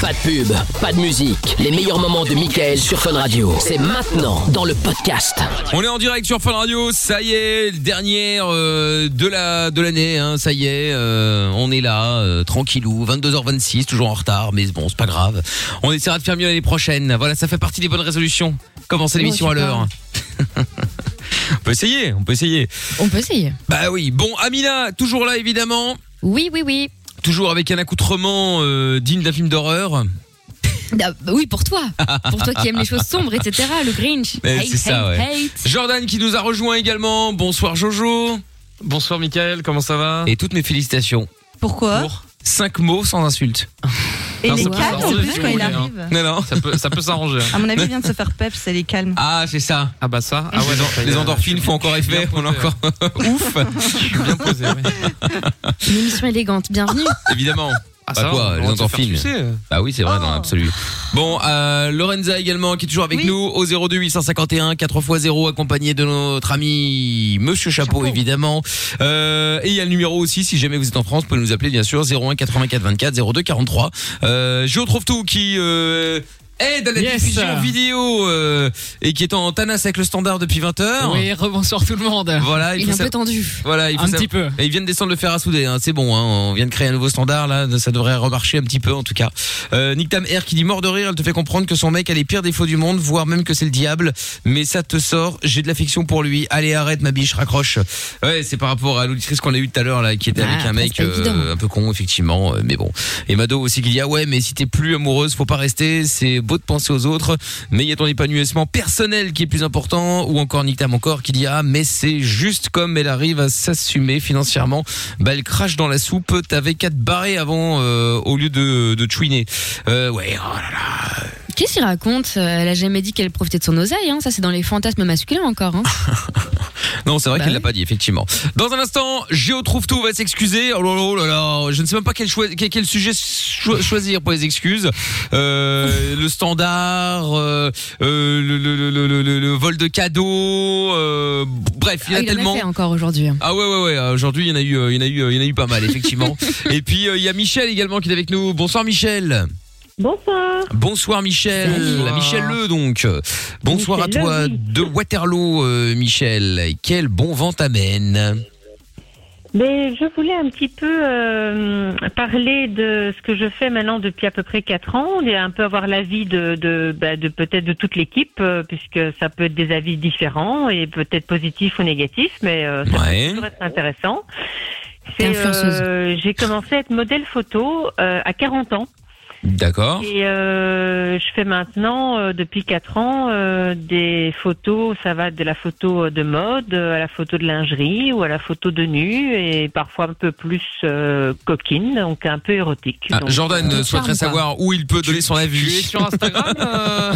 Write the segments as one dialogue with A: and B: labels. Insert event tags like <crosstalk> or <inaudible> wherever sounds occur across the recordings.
A: Pas de pub, pas de musique. Les meilleurs moments de Michael sur Fun Radio. C'est maintenant dans le podcast.
B: On est en direct sur Fun Radio, ça y est, le dernière euh, de la de l'année, hein, ça y est, euh, on est là, euh, tranquillou, 22h26, toujours en retard, mais bon, c'est pas grave. On essaiera de faire mieux l'année prochaine. Voilà, ça fait partie des bonnes résolutions.
C: Oh,
B: Commencer l'émission à l'heure. <laughs> on peut essayer, on peut essayer.
C: On peut essayer.
B: Bah oui, bon, Amina, toujours là évidemment,
C: Oui, oui, oui.
B: toujours avec un accoutrement euh, digne d'un film d'horreur.
C: Ah, bah oui, pour toi. Pour toi qui aimes les choses sombres, etc. Le Grinch.
B: Eh,
C: Hate,
B: c'est ça,
C: hate,
B: ouais. Jordan qui nous a rejoint également. Bonsoir Jojo. Bonsoir Michael, comment ça va Et toutes mes félicitations.
D: Pourquoi
B: Pour 5 mots sans insulte.
D: Et
B: Non,
D: les
B: ça peut
D: calmes en
B: s'arranger
D: plus
B: si
D: quand
B: vous
D: il
B: voulez, hein.
D: arrive.
B: Non, non. Ça peut, ça peut s'arranger.
D: À mon avis, il vient de se faire peps, c'est les calmes.
B: Ah, c'est ça. Ah bah ça.
D: Ah ouais,
B: les, en-
D: ça y est,
B: les endorphines font encore effet. On est encore <laughs> ouf. bien
C: <laughs>
B: posé.
C: hate. Une émission élégante. Bienvenue.
B: Évidemment.
E: Ah,
B: Bah
E: ça va, on
B: quoi,
E: va
B: les
E: te faire
B: endorphines.
E: sucer.
B: Bah oui, c'est vrai,
E: Ah.
B: dans l'absolu. Bon, euh, Lorenza également qui est toujours avec
D: Oui.
B: nous au 02 851 4x0 accompagné de notre ami Monsieur Chapeau, évidemment. Euh, et il y a le numéro aussi si jamais vous êtes en France, vous pouvez nous appeler bien sûr 01 84 24 02 43. Euh, je retrouve tout qui euh, aide à la
F: Yes.
B: diffusion vidéo euh, et qui est en tanas avec le standard depuis 20
E: Ah.
B: heures.
F: Oui, rebonsoir tout le monde.
B: Voilà,
C: Il est
B: faut
C: un peu
B: sa-
C: tendu.
B: voilà, il faut
F: Un
B: sa-
F: petit peu.
B: et ils viennent descendre le fer à souder, hein. c'est bon, hein. on vient de créer un nouveau standard, là, ça devrait remarcher un petit peu en tout cas. Euh, Nick Tam R qui dit mort de rire, elle te fait comprendre que son mec a les pires défauts du monde, voire même que c'est le diable, mais ça te sort, j'ai de l'affection pour lui, allez arrête ma biche, raccroche. Ouais, c'est par rapport à l'auditrice qu'on a eu tout à l'heure, là, qui était
C: Ah,
B: avec un
C: après,
B: mec
C: c'est pas évident.
B: euh, un peu con, effectivement, euh, mais bon. Et Mado aussi qui dit, ah ouais, mais si t'es plus amoureuse, faut pas rester, c'est beau de penser aux autres, mais il y a ton épanouissement personnel qui est plus important, ou encore Nick Tam encore qui dit, ah, mais c'est juste comme elle arrive à s'assumer financièrement, bah elle crache dans la soupe, t'avais qu'à te barrer avant, euh, au lieu de, de chouiner. Euh, ouais, oh là là.
C: Qu'est-ce qu'il raconte Euh, Elle a jamais dit qu'elle profitait de son oseille. Hein. Ça, c'est dans les fantasmes masculins encore. Hein.
B: Non, c'est vrai
C: Bah
B: qu'il l'a
C: oui.
B: pas dit, effectivement. Dans un instant, Géo trouve tout, va s'excuser. Oh là là, oh là là, je ne sais même pas quel, choi- quel, quel sujet cho- choisir pour les excuses.
C: <laughs>
B: Euh, le standard, euh, euh, le, le, le, le, le- le vol de cadeaux, euh, bref, <laughs> il y
C: Ah,
B: a
C: il en a
B: tellement.
C: fait encore aujourd'hui. hein.
B: Ah ouais ouais ouais, euh, aujourd'hui il y en a eu euh, il y en a eu euh, il y en a eu pas mal effectivement. Et puis euh, il y a Michel également qui est avec nous. Bonsoir Michel.
G: Bonsoir.
B: Bonsoir Michel,
F: Bonsoir.
B: Michel Le donc. Bonsoir
G: Michel
B: à
G: Le,
B: toi
G: oui.
B: de Waterloo euh, Michel. Quel bon vent t'amène.
G: Mais je voulais un petit peu euh, parler de ce que je fais maintenant depuis à peu près quatre ans et un peu avoir l'avis de, de, bah, de peut-être de toute l'équipe euh, puisque ça peut être des avis différents et peut-être positifs ou négatifs, mais euh, ça
B: Ouais.
G: peut toujours être intéressant.
C: T'es
G: C'est,
C: influenceuse.
G: euh, J'ai commencé à être modèle photo euh, à 40 ans.
B: D'accord.
G: Et euh, je fais maintenant, euh, depuis quatre ans, euh, des photos, ça va de la photo euh, de mode euh, à la photo de lingerie ou à la photo de nu et parfois un peu plus euh, coquine, donc un peu érotique.
B: Ah,
G: Donc,
B: Jordan
C: euh,
B: euh, souhaiterais
C: charme, quoi.
B: savoir où il peut donner son
E: Tu es
B: avis.
E: sur Instagram
B: <laughs>
E: euh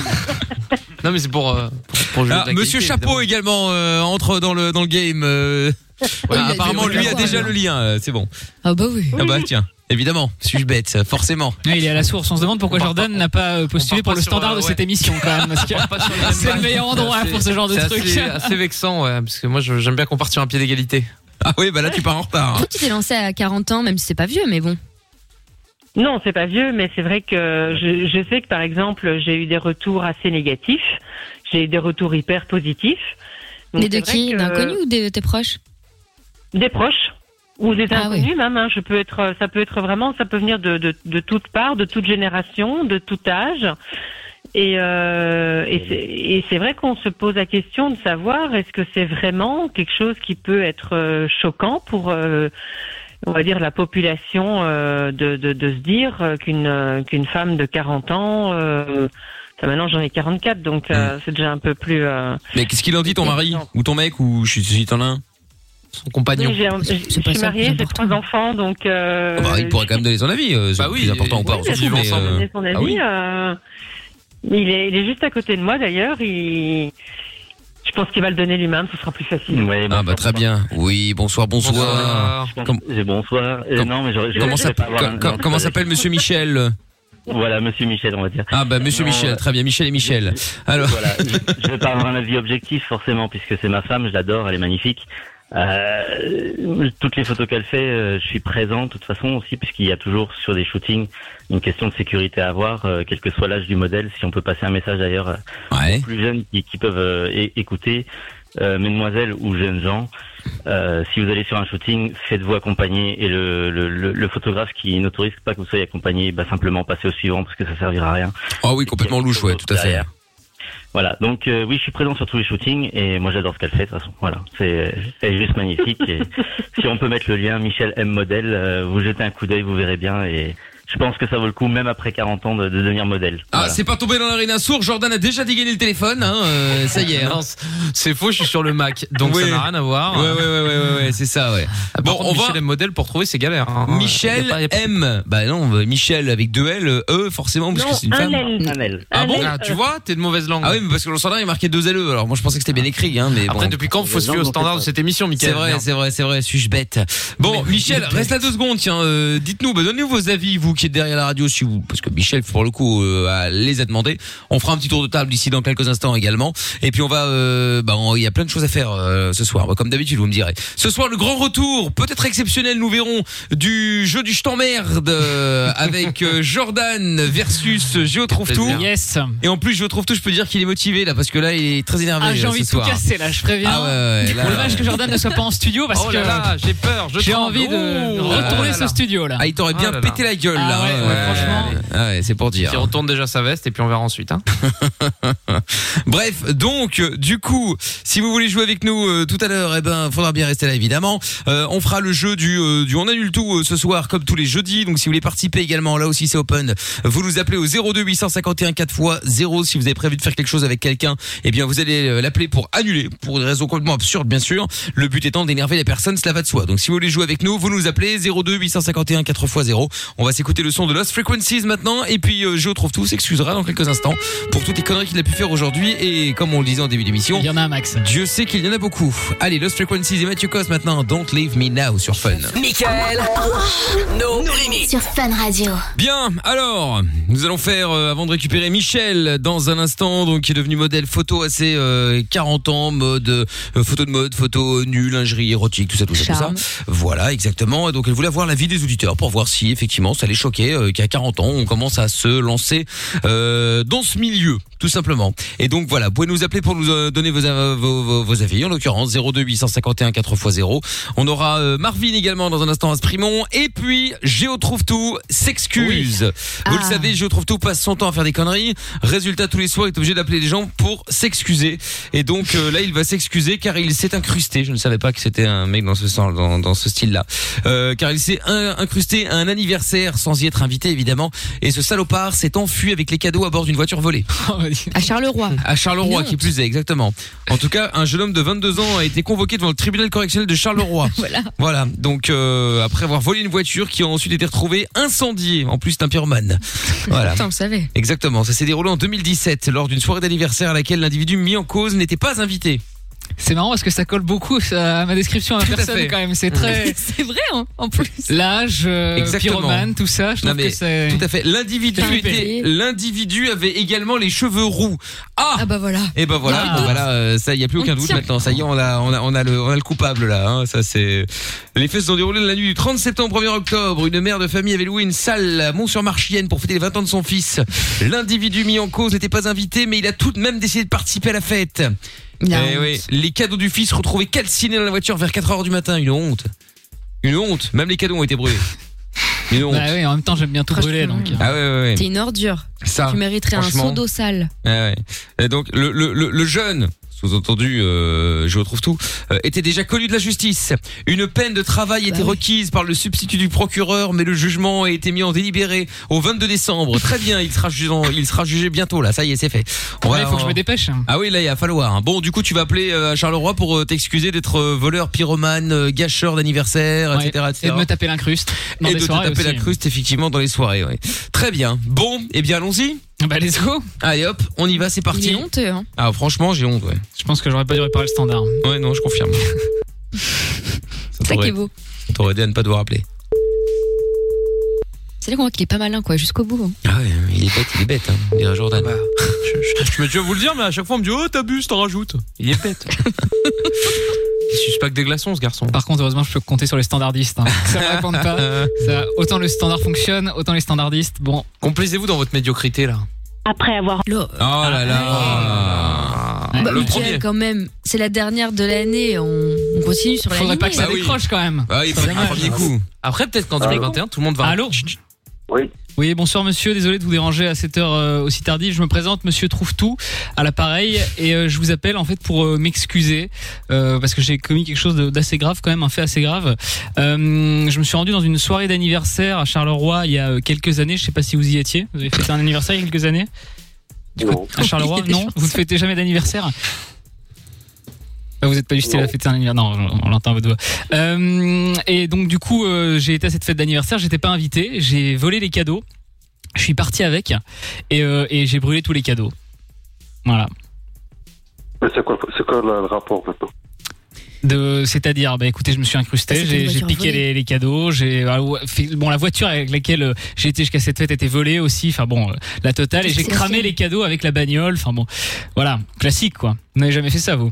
E: Non, mais c'est pour, euh, pour, pour jouer
B: Ah,
E: de la
B: Monsieur
E: qualité,
B: Chapeau également euh, entre dans le dans le game. euh. Ah,
C: il a-
B: <laughs> apparemment
C: il a-
B: lui a
C: il a-
B: déjà le lien, euh, c'est bon.
C: Ah bah oui.
B: Ah bah tiens, évidemment, suis-je bête, forcément.
F: Ouais, il est à la source. On se demande pourquoi
E: On part
F: Jordan n'a pas euh, postulé
E: on
F: pour
E: part pas
F: le
E: sur,
F: standard
E: euh,
F: de cette
E: ouais.
F: émission quand même. Parce que
E: évidemment. On part sur le
F: <laughs>
E: même
F: c'est le
E: bail.
F: meilleur
E: C'est
F: endroit
E: assez-
F: pour ce genre de
E: c'est
F: truc.
E: assez- assez vexant, ouais, parce que moi je- j'aime bien qu'on parte sur un pied d'égalité.
B: Ah oui, bah là tu pars en retard. hein.
C: Toi, tu t'es lancé à 40 ans, même si c'est pas vieux, mais bon.
G: Non, c'est pas vieux, mais c'est vrai que je, je sais que par exemple, j'ai eu des retours assez négatifs, j'ai eu des retours hyper positifs. Donc,
C: mais de
G: c'est vrai
C: qui
G: que-
C: D'inconnus ou de tes proches
G: des proches ou des
C: Ah
G: inconnus même. hein. Je peux être, ça peut être vraiment, ça peut venir de, de, de toutes parts, de toute génération, de tout âge. Et, euh, et c'est- et c'est vrai qu'on se pose la question de savoir est-ce que c'est vraiment quelque chose qui peut être euh, choquant pour, euh, on va dire, la population euh, de, de, de se dire euh, qu'une euh, qu'une femme de 40 ans, euh, ça, maintenant j'en ai 44, donc euh, c'est déjà un peu plus. euh,
B: Hmm. Mais qu'est-ce qu'il en dit ton mari ou ton mec ou je suis si t'en as un
E: Son compagnon.
G: oui, j'ai-
C: C'est
G: je
C: pas
G: suis
C: ça le plus
G: mariée, j'ai
C: important.
G: trois enfants, donc. euh,
B: Ah bah, Il pourrait quand même donner son avis, euh, c'est
E: Bah oui,
B: plus important
E: et-
B: ou pas.
E: oui,
B: on s'en
E: parce
G: bien
B: fout,
E: qu'on
B: mais,
E: s'en
B: euh,
G: donner son avis.
B: ah oui.
G: euh, il, est, il est juste à côté de moi d'ailleurs. Il... Je pense qu'il va le donner lui-même, ce sera plus facile.
H: Ouais,
B: Ah bah très bien. Oui, bonsoir, bonsoir. Com-
H: Bonsoir. Bonsoir. Euh,
B: com-
H: non, mais j'aurais- je
B: Comment
H: je
B: ça-
H: vais pas avoir
B: com-
H: un-
B: com-
H: un-
B: comment s'appelle Monsieur Michel
H: Voilà, monsieur Michel, on va dire.
B: Ah bah Monsieur
H: Non,
B: Michel,
H: euh,
B: très bien, Michel et Michel. Alors,
H: Voilà, je, je vais pas avoir un avis objectif forcément puisque c'est ma femme, je l'adore, elle est magnifique. Euh, toutes les photos qu'elle fait, euh, je suis présent de toute façon aussi, puisqu'il y a toujours sur des shootings une question de sécurité à avoir, euh, quel que soit l'âge du modèle. Si on peut passer un message d'ailleurs euh,
B: Ouais.
H: aux plus jeunes qui, qui peuvent euh, é- écouter, euh, mesdemoiselles ou jeunes gens, euh, si vous allez sur un shooting, faites-vous accompagner et le, le, le, le photographe qui n'autorise pas que vous soyez accompagné, bah, simplement passez au suivant parce que ça servira à rien.
B: Ah oui, complètement louche, ouais, tout à fait.
H: Voilà, donc euh, oui, je suis présent sur tous les shootings et moi j'adore ce qu'elle fait de toute façon. Voilà, c'est euh, elle est juste magnifique. et si on peut mettre le lien Michel M modèle, euh, vous jetez un coup d'œil, vous verrez bien et je pense que ça vaut le coup même après 40 ans de, de devenir modèle.
B: Ah,
H: Voilà.
B: c'est pas tombé dans l'arène sourd, Jordan a déjà dégainé le téléphone, hein, euh, ça y est. hein.
E: <laughs> Non, C'est faux, je suis sur le Mac, donc
B: Oui.
E: ça n'a rien à
B: Ouais,
E: voir.
B: ouais, ouais, ouais, ouais, ouais, c'est ça, ouais.
E: Bon,
B: Bon, on
E: Michel
B: va.
E: M. modèle pour trouver, c'est galère. hein.
B: Michel
E: Y a pas- y a pas-
B: M. Bah non, bah, Michel avec deux L, euh, E forcément, parce
G: Non,
B: que c'est une
G: un
B: femme.
G: L.
H: Un L.
B: Ah
G: Un
B: bon
G: L, euh.
E: Ah, tu vois, t'es de mauvaise langue.
B: Ah oui, mais parce que le standard est marqué deux LE, alors moi je pensais que c'était bien écrit, hein, mais
E: Après,
B: bon.
E: depuis quand faut se
H: Les
E: fier
H: gens
E: au
H: n'ont
E: standard
H: fait ça.
E: de cette émission, Michael
B: C'est vrai,
E: Merde.
B: c'est vrai, c'est vrai, suis-je bête. Bon, Michel, reste là deux secondes, tiens, euh, dites-nous, bah, donnez-nous vos avis, vous qui êtes derrière la radio, si vous, parce que Michel, pour le coup, euh, a- les a demandés. On fera un petit tour de table d'ici dans quelques instants également. Et puis on va, euh, bah, on- il y a plein de choses à faire euh, ce soir, Bah, comme d'habitude, vous me direz. Ce soir, le grand retour, peut-être exceptionnel, nous verrons, du jeu du je
F: <laughs>
B: t'emmerde, euh, avec euh, Jordan versus Géo Trouve Tout.
E: Plaisir.
F: Yes.
B: Et en plus, Géo Trouve Tout, je peux dire qu'il est motivé, là, parce que là, il est très énervé.
F: Ah, j'ai
B: là,
F: envie
B: ce
F: de tout
B: soir.
F: casser là, je préviens.
B: Ah ouais, ouais,
F: <laughs>
B: là,
F: Bon, dommage que Jordan ne soit pas en studio parce
E: Oh
F: que
E: là là, j'ai peur, je
F: j'ai
E: tremble.
F: envie de
E: Oh
F: retourner
E: là
F: ce
E: là.
F: studio là.
B: Ah, il t'aurait bien
E: Ah là là.
B: pété la gueule,
F: Ah
B: là.
F: ouais,
B: hein,
F: ouais, franchement.
B: Ah ouais, c'est pour dire.
E: Il retourne déjà sa veste et puis on verra ensuite. Hein.
B: <laughs> Bref, donc, euh, du coup, si vous voulez jouer avec nous euh, tout à l'heure, eh ben, faudra bien rester là, évidemment. Euh, on fera le jeu du, euh, du on annule tout euh, ce soir, comme tous les jeudis. Donc, si vous voulez participer également, là aussi, c'est open. Vous nous appelez au 02 851 4 x 0. Si vous avez prévu de faire quelque chose avec quelqu'un, eh bien, vous allez euh, l'appeler pour annuler, pour des raisons complètement absurdes, bien sûr. Le but étant d'énerver les personnes, cela va de soi. Donc, si vous voulez jouer avec nous, vous nous appelez 02 851 4 x 0. On va s'écouter le son de Lost Frequencies maintenant. Et puis, euh, Géo trouve tout s'excusera dans quelques instants pour toutes les conneries qu'il a pu faire aujourd'hui. Et comme on le disait en début d'émission,
F: Il y en a un max.
B: Dieu sait qu'il y en a beaucoup. Allez, Lost Frequencies et Mathieu Cos maintenant. Don't leave me now sur Fun.
A: Michael, no limites.
I: Sur Fun Radio.
B: Bien, alors, nous allons faire, euh, avant de récupérer Michel dans un instant, donc qui est devenu modèle photo à ses euh, 40 ans, mode euh, photo de mode, photo nue, lingerie érotique, tout ça, tout ça, tout ça.
C: Charme.
B: Voilà, exactement. Et donc elle voulait avoir l'avis des auditeurs pour voir si effectivement ça les choquait euh, qu'à 40 ans on commence à se lancer euh, dans ce milieu, tout simplement. Et donc voilà, vous pouvez nous appeler pour nous euh, donner vos, euh, vos, vos- vos avis. En l'occurrence 02 851 4x0. On aura euh, Marvin également dans un instant à Sprimon. Et puis Géo trouve tout s'excuse. Vous le
C: Ah.
B: savez, Géo trouve tout passe son temps à faire des conneries. Résultat tous les soirs il est obligé d'appeler les gens pour s'excuser. Et donc euh, là il va s'excuser car il s'est incrusté. Je ne savais pas que c'était un mec dans ce sens, dans, dans ce style là. Euh, car il s'est in- incrusté à un anniversaire sans y être invité évidemment et ce salopard s'est enfui avec les cadeaux à bord d'une voiture volée
C: À Charleroi.
B: à Charleroi
C: Une
B: qui plus est exactement. En tout cas, un jeune homme de 22 ans a été convoqué devant le tribunal correctionnel de Charleroi.
C: Voilà.
B: Voilà, donc euh, après avoir volé une voiture qui a ensuite été retrouvée incendiée en plus
F: <laughs>
B: d'un pyromane. Voilà.
C: Putain, vous savez.
B: Exactement, ça s'est déroulé en 2017 lors d'une soirée d'anniversaire à laquelle l'individu mis en cause n'était pas invité.
F: C'est marrant parce que ça colle beaucoup ça, à ma description à ma
B: Tout à
F: personne
B: fait.
F: quand même. C'est
B: <laughs>
F: très
C: <laughs> C'est vrai, hein, en plus.
F: l'âge, euh,
B: Exactement.
F: pyromane, tout ça. Je
B: Non,
F: trouve
B: mais
F: que c'est.
B: Tout à fait, l'individu
C: T'as
B: était
C: repéré.
B: l'individu avait également les cheveux roux. Ah,
C: Ah bah voilà.
B: Et ben voilà,
F: Ah.
B: bon, bah là, euh, ça, il y a plus aucun
C: On
B: doute
C: tient.
B: maintenant. Ça y est, on a, on a, on a le, on a le coupable là. Hein, ça c'est. Les faits se sont déroulés la nuit du 30 septembre 1er octobre. Une mère de famille avait loué une salle à Mont-sur-Marchienne pour fêter les 20 ans de son fils. L'individu mis en cause n'était pas invité, mais il a tout de même décidé de participer à la fête.
C: Il a
B: Eh
C: honte.
B: oui, les cadeaux du fils retrouvés calcinés dans la voiture vers 4 heures du matin. Une honte. Une honte. Même les cadeaux ont
C: <laughs>
B: été brûlés. Une honte.
F: Bah oui, en même temps, j'aime bien tout brûler
C: Franchement.
F: donc.
B: Ah ouais, ouais,
C: T'es
B: ouais.
C: une ordure.
B: Ça.
C: tu mériterais un
B: franchement.
C: seau d'eau sale.
B: Ah Ouais, ouais. Et donc le, le, le, le jeune, sous-entendu, euh, je retrouve tout, euh, était déjà connu de la justice. Une peine de travail
F: Bah
B: était
C: oui.
B: requise par le substitut du procureur, mais le jugement a été mis en délibéré au 22 décembre. Très bien, il sera jugé, il sera jugé bientôt là. Ça y est, c'est fait. On va-
F: Ouais, il faut que je me dépêche.
B: Ah oui, là, il va falloir. hein. Bon, du coup, tu vas appeler euh, à Charleroi pour euh, t'excuser d'être euh, voleur, pyromane, euh, gâcheur d'anniversaire,
F: Ouais,
B: etc.,
F: Et
B: etc.
F: de me taper l'incruste. dans
B: Et
F: des
B: de te
F: soirées
B: taper la
F: aussi.
B: cruste, effectivement, dans les soirées. ouais. Très bien. Bon, eh bien, allons-y.
F: Bah let's go.
B: Allez, hop, on y va,
C: Il
B: c'est
C: est
B: parti.
C: honteux, hein.
B: Ah, franchement, j'ai honte, ouais.
F: Je pense que j'aurais pas dû réparer le standard.
B: Ouais, non, je confirme.
C: C'est ça qui est beau.
B: T'aurais aidé à ne pas devoir appeler.
C: C'est là qu'on voit qu'il est pas malin, quoi, jusqu'au bout. hein.
B: Ah ouais, il est bête, il est bête, hein. Il est Jordan.
E: Bah, Je me dis, je vais vous le dire, mais à chaque fois on me dit, oh, t'abuses, t'en rajoutes. <laughs> Il est bête. Il suce pas que des glaçons, ce garçon.
F: Par contre, heureusement, je peux compter sur les standardistes. hein. Ça me répond
B: <laughs>
F: pas. Ça, euh, autant le standard fonctionne, autant les standardistes. Bon,
E: Complaisez-vous dans votre médiocrité, là.
I: Après avoir
B: Oh là
F: Ah.
B: là.
C: Bah,
E: le
C: Mickaël,
E: premier.
C: quand même, c'est la dernière de l'année, on, on continue sur la
F: faudrait pas que ça
B: Bah oui.
F: décroche quand même.
B: Ah, il faut le premier coup.
E: Après, peut-être qu'en 2021, tout le monde va.
F: Allô
J: Oui.
F: Oui, bonsoir monsieur, désolé de vous déranger à cette heure euh, aussi tardive. Je me présente, monsieur Trouve Tout, à l'appareil, et euh, je vous appelle en fait pour euh, m'excuser, euh, parce que j'ai commis quelque chose de- d'assez grave quand même, un fait assez grave. Euh, je me suis rendu dans une soirée d'anniversaire à Charleroi il y a euh, quelques années, je sais pas si vous y étiez, vous avez fêté un anniversaire il y a quelques années
J: Non. <laughs>
F: à Charleroi Non, vous ne fêtez jamais d'anniversaire Bah, vous n'êtes pas du style à fêter un anniversaire. Non, on- on l'entend à votre voix. Euh, et donc, du coup, euh, j'ai été à cette fête d'anniversaire. J'étais pas invité. J'ai volé les cadeaux. Je suis parti avec et, euh, et j'ai brûlé tous les cadeaux. Voilà.
J: Mais c'est quoi, c'est quoi le, le rapport maintenant
F: De, c'est-à-dire, bah écoutez, je me suis
C: Ah,
F: incrusté,
C: c'était
F: j'ai,
C: une
F: j'ai
C: voiture
F: piqué
C: volée.
F: les, les cadeaux, j'ai, ah, ouais, fait- bon, la voiture avec laquelle euh, j'ai été jusqu'à cette fête était volée aussi, enfin bon, euh, la totale, et j'ai
C: C'est
F: cramé
C: vrai.
F: les cadeaux avec la bagnole, enfin bon, voilà, classique quoi. Vous n'avez jamais fait ça vous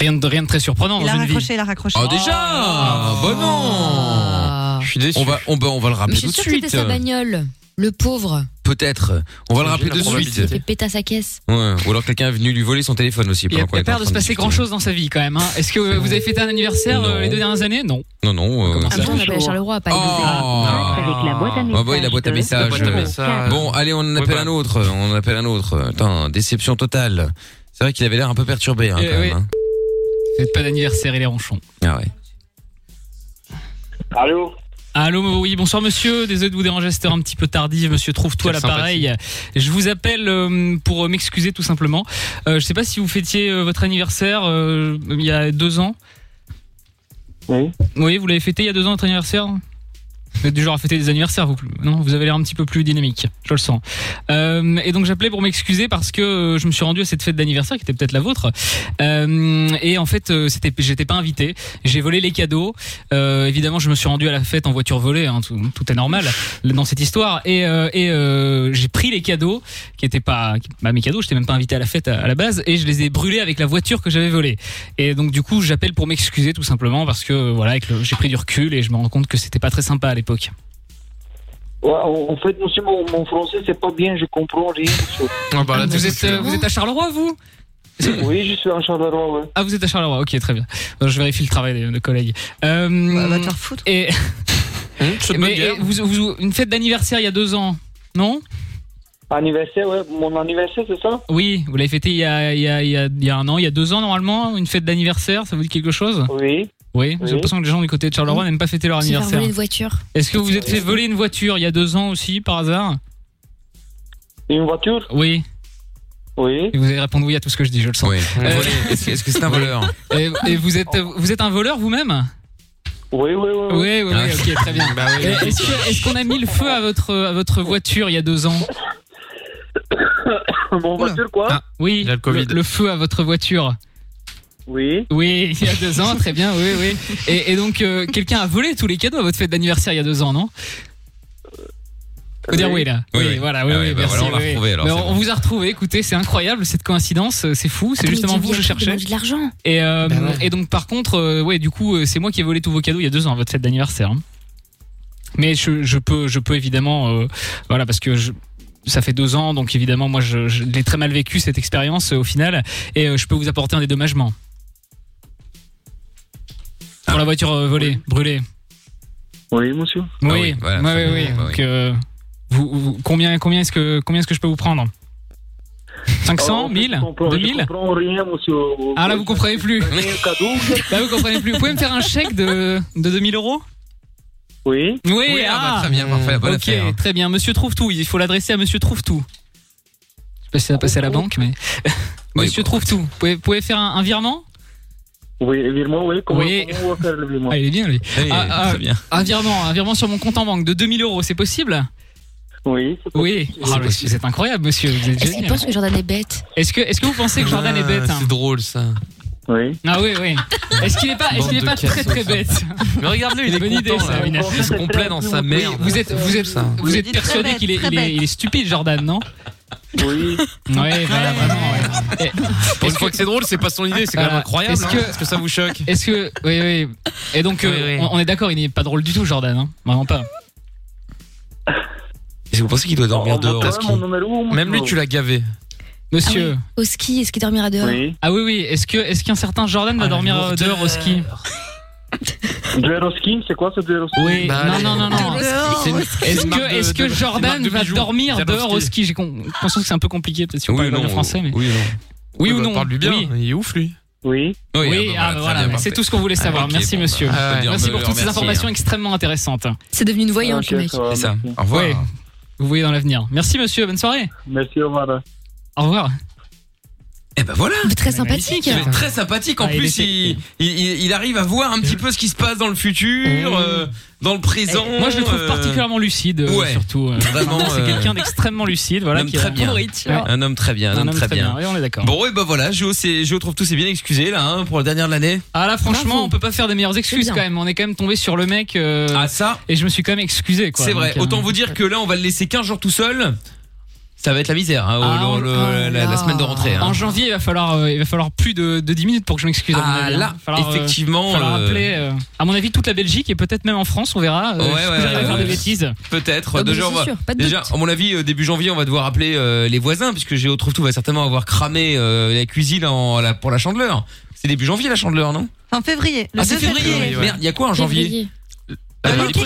F: Rien de, rien de très surprenant
D: Il
F: dans
D: a
F: une vie.
D: raccroché, il a raccroché.
F: Ah.
G: Ah,
B: Oh, déjà
J: <coughs>
B: Bah non
C: Ah.
E: Je suis déçu.
B: on va, on, va, on va le
C: Mais
B: rappeler
C: je suis
B: tout de
C: sûr que c'était
B: suite.
C: sa bagnole. Le pauvre,
B: Peut-être. On va le
E: J'ai
B: rappeler
E: la
B: de
C: il
B: suite.
E: probabilité.
C: s'est fait péter à sa caisse.
B: Ouais. Ou alors quelqu'un est venu lui voler son téléphone aussi.
F: Il y a,
B: pendant qu'on
F: il y a
B: était en
F: peur de se
B: train
F: passer
B: discuter.
F: grand chose dans sa vie quand même. hein. Est-ce que euh, vous avez fêté un anniversaire euh,
B: Non.
F: les deux dernières années Non.
B: Non, non. euh,
C: Ah bon, on appelle à Charleroi, pas à
B: Oh
I: avec la boîte à messages.
B: Ah bah oui, la boîte à
I: de-
B: messages.
E: Boîte à messages.
B: Bon, allez, on en appelle
E: bah.
B: un autre. On en appelle un autre. Attends, déception totale. C'est vrai qu'il avait l'air un peu perturbé, hein,
F: Eh
B: quand
F: oui.
B: même. hein.
F: Faites pas d'anniversaire, il est ronchon.
B: Ah ouais.
J: Allô
F: Allô, oui, bonsoir monsieur. Désolé de vous déranger, c'était un petit peu tardive. Monsieur, trouve-toi à
E: Quelle
F: l'appareil. Je vous appelle euh, pour m'excuser tout simplement. Euh, je sais pas si vous fêtiez euh, votre anniversaire euh, il y a deux ans.
J: Oui.
F: Oui, vous l'avez fêté il y a deux ans votre anniversaire vous êtes du genre à fêter des anniversaires, vous non Vous avez l'air un petit peu plus dynamique, je le sens. Euh, et donc j'appelais pour m'excuser parce que euh, je me suis rendu à cette fête d'anniversaire qui était peut-être la vôtre. Euh, et en fait, euh, c'était, j'étais pas invité. J'ai volé les cadeaux. Euh, évidemment, je me suis rendu à la fête en voiture volée. hein, tout, tout est normal dans cette histoire. Et, euh, et euh, j'ai pris les cadeaux qui étaient pas bah, mes cadeaux. J'étais même pas invité à la fête à, à la base et je les ai brûlés avec la voiture que j'avais volée. Et donc du coup, j'appelle pour m'excuser tout simplement parce que euh, voilà, avec le- j'ai pris du recul et je me rends compte que c'était pas très sympa à l'époque.
J: ouais, En en fait, monsieur, mon, mon français, c'est pas bien, je comprends rien.
E: Ah bah là, t'es
F: vous êtes
E: foutu,
F: euh,
E: là.
F: vous êtes à Charleroi vous
J: oui, je suis en Charleroi, ouais.
F: Ah vous êtes à Charleroi. Ok, très bien. Euh, Je vérifie le travail de, de collègues. Euh,
D: Bah, va te faire foutre.
F: et
E: Hum, c'est de bonne
F: <laughs> mais
E: guerre.
F: et vous, vous- une fête d'anniversaire il y a deux ans, non
J: Anniversaire, ouais, mon anniversaire, c'est ça
F: Oui, vous l'avez fêté il y, a, il, y a, il y a- il y a un an, il y a deux ans normalement, une fête d'anniversaire, ça vous dit quelque chose
J: Oui.
F: Oui, j'ai
J: Oui.
F: l'impression que les gens du côté de Charleroi n'aiment pas fêter leur
C: Se faire
F: anniversaire.
C: voler une voiture.
F: Est-ce que vous vous êtes fait voler une voiture il y a deux ans aussi par hasard
J: Une voiture
F: Oui,
J: Oui.
F: et vous allez répondre oui à tout ce que je dis, je le sens.
B: Oui.
F: Euh,
B: Voler. Est-ce que- est-ce que c'est un voleur
F: Et, et vous, êtes, vous êtes un voleur vous-même
J: Oui, oui, oui. oui.
F: Oui, oui, oui,
B: Ah.
F: ok, très
B: <laughs>
F: bien.
E: Bah oui.
F: Et Est-ce que- est-ce qu'on a mis le feu à votre, à votre voiture il y a deux ans
J: Mon voiture, quoi
E: Ah.
F: Oui,
E: Il a le Covid.
F: le feu à votre voiture.
J: Oui.
F: Oui, il y a deux ans, très bien, oui, oui. Et, et donc, euh, quelqu'un a volé tous les cadeaux à votre fête d'anniversaire il y a deux ans, non Faut dire oui, là.
B: Oui,
F: Oui,
B: oui.
F: voilà, oui,
B: Ah ouais,
F: oui,
B: bah
F: merci,
B: voilà, on l'a
F: oui, oui.
B: retrouvé, alors,
F: Mais
B: c'est
F: on
B: bon.
F: vous a retrouvé, écoutez, c'est incroyable cette coïncidence, euh, c'est fou, c'est justement vous que je cherchais.
C: de l'argent.
F: Et, euh,
E: Bah ouais.
F: et donc, par contre, euh, ouais, du coup, euh, c'est moi qui ai volé tous vos cadeaux il y a deux ans à votre fête d'anniversaire. hein. Mais je, je peux, je peux évidemment, euh, voilà, parce que je- ça fait deux ans, donc évidemment, moi, je, je l'ai très mal vécu cette expérience euh, au final, et euh, je peux vous apporter un dédommagement. Pour la voiture euh, volée, brûlée.
J: Oui, monsieur.
F: Oui,
B: Ah oui, voilà,
F: oui,
B: très
F: oui,
B: bien,
F: oui.
B: bah
F: Donc, euh, vous, vous- combien, combien est-ce que, combien est-ce que je peux vous prendre 500,
J: Ah, en fait,
F: 1000,
J: je comprends-
F: 2000
J: Je comprends rien, monsieur.
F: Ah là, vous comprenez plus.
J: Vous avez un cadeau
F: <laughs> Là, Bah vous comprenez plus. Vous pouvez me faire un chèque de, de 2000 euros
J: Oui.
F: Oui,
B: Oui, ah, bah,
F: ah,
B: très bien, parfait, la bonne
F: ok,
B: affaire. hein.
F: très bien. Monsieur Trouve-Tout, il faut l'adresser à Monsieur Trouve-Tout. Je sais pas si ça va passer à
J: Oh.
F: la banque, mais. <laughs>
B: Oui,
F: Monsieur
B: bon,
F: Trouve-Tout, vous pouvez, vous pouvez faire un, un virement
J: Oui, virement, oui. Comment,
F: Oui.
J: comment on va faire le virement
F: Ah, il est bien, lui.
B: Oui,
F: Ah, ah.
B: Très bien.
F: Un virement, un virement sur mon compte en banque de 2000 euros, c'est possible
J: Oui. c'est pas-
F: Oui. Ah, mais
B: possible.
F: vous êtes incroyable, monsieur, vous êtes
C: Est-ce qu'il
F: génial.
C: pense que Jordan est bête
F: Est-ce que, est que vous pensez que Jordan est bête
E: Ah,
F: hein
E: C'est drôle ça.
J: Oui.
F: Ah oui, oui. Est-ce qu'il est
J: Ah,
F: pas, est-ce qu'il Ah, est
E: Bande
F: pas
E: de
F: très très
E: cassos,
F: bête
E: Mais regarde-le, il est
F: Bonne idée,
E: content
F: ça,
E: là.
F: Amina.
E: Il se complaît dans sa
F: Oui,
E: merde.
F: vous êtes, vous êtes,
E: Ça.
F: vous êtes
D: Très
F: persuadé
D: bête,
F: qu'il est,
D: très
F: il est,
D: bête.
F: il est stupide, Jordan, non
J: Oui.
F: Oui, voilà, vraiment. ouais.
E: Pour une fois que c'est drôle, c'est pas son idée, c'est quand même
F: Voilà.
E: incroyable.
F: Euh, Est-ce
E: hein.
F: que-
E: Est-ce que ça vous choque
F: Est-ce que. Oui, oui. Et donc, euh,
E: Oui, oui.
F: on on est d'accord, il n'est pas drôle du tout, Jordan. Hein Vraiment pas.
B: Est-ce que vous pensez qu'il doit dormir
J: On voit
B: dehors
J: quand
B: parce
J: même
B: qu'il-
J: Oh, mon numéro, moi,
E: Même lui, tu l'as gavé.
F: Monsieur.
C: Ah Au ski, est-ce qu'il dormira dehors
J: Oui.
F: Ah oui, oui. Est-ce que est-ce qu'un certain Jordan va
E: Ah, la
F: dormir euh,
E: lourdeur.
F: dehors au ski
J: Dweroski, c'est quoi ce Dweroski
F: Oui.
B: Ah,
E: Bah,
F: non,
E: allez.
F: non, non, non.
D: Dehors.
E: C'est une- c'est
F: Est-ce
E: une
F: que,
E: marque de-
F: est-ce que
E: de- c'est une marque
F: Jordan
E: de
F: va
E: bijoux.
F: dormir
E: Jarlowski.
F: dehors au ski J'ai con- conscience que c'est un peu compliqué, peut-être si on
B: Oui,
F: parle
B: non,
F: bien français, mais.
B: oui, bah, non.
E: Oui ou non
F: Parle-lui bien. Oui,
E: Il est ouf, lui.
J: Oui.
F: oui,
B: hein. bah,
F: ah, bah,
B: très
F: voilà,
B: bien,
F: c'est
B: parfait.
F: tout ce qu'on voulait savoir.
B: Ah, ok,
F: merci,
B: bon,
F: monsieur.
B: bah,
E: Ah,
B: on peut dire
F: Merci
B: me-
F: pour
B: le
F: toutes ces
B: remercier,
F: informations
B: hein.
F: extrêmement intéressantes.
C: C'est devenu une voyante,
J: Ok,
C: le mec.
J: ça va,
B: C'est ça.
J: merci.
B: Au revoir.
F: Oui. Vous voyez dans l'avenir. Merci, monsieur. Bonne soirée.
J: Merci, Omar.
F: Au revoir.
B: Eh ben voilà.
C: Très
F: Mais
C: sympathique.
B: Il
F: magnifique.
B: est très sympathique. En
F: Ah, il Mmh.
B: plus,
F: était-
B: il, il- il arrive à voir un petit peu ce qui se passe dans le futur, euh, dans le présent.
F: Mmh. Eh, Moi, je le trouve
B: euh,
F: particulièrement lucide, euh,
B: ouais.
F: surtout. euh,
B: Vraiment,
F: c'est
B: euh,
F: quelqu'un d'extrêmement lucide, voilà,
B: un homme
F: qui a-
B: très bien. Un homme très bien. Un, homme, très, bien.
F: Oui, on est d'accord.
B: Bon, et ben voilà, Géo, c'est- Géo trouve tout, c'est bien excusé là hein, pour la dernière de l'année.
F: Ah là, franchement,
C: Bravo.
F: on peut pas faire des meilleures excuses
C: bien.
F: quand même. On est quand même tombé sur le mec euh,
B: Ah, ça,
F: et je me suis quand même excusé. quoi.
B: c'est
F: Donc,
B: vrai.
F: euh,
B: Autant vous dire que là, on va le laisser 15 jours tout seul. Ça va être la misère hein, au-
F: Ah,
B: le-
F: on-
B: le-
F: ah,
B: la, la
C: là.
B: semaine de rentrée. hein.
F: En janvier, il va falloir, euh, il va falloir plus de, de 10 minutes pour que je m'excuse. à mon
B: Ah
F: avis, hein.
B: là,
F: Il va falloir, euh,
B: effectivement,
F: falloir
B: euh,
F: appeler, euh, à mon avis, toute la Belgique et peut-être même en France, on verra. euh,
B: Ouais,
F: si
B: ouais,
F: j'arrive à
B: ouais,
F: faire
B: ouais.
F: des bêtises.
B: peut-être.
C: Ah,
B: Déjà,
C: bah,
B: on
C: c'est
B: va-
C: sûr, pas de
B: Déjà,
C: doute.
B: à mon avis, euh, début janvier, on va devoir appeler euh, les voisins, puisque Géo trouve tout va certainement avoir cramé euh, la cuisine en, la- pour la chandeleur. C'est début janvier la chandeleur, non
D: En février. Le
B: Ah,
D: 2
B: c'est février.
E: février, ouais.
B: Merde, il y a quoi en janvier
E: Ah,
D: Le
E: bah,
D: week-end de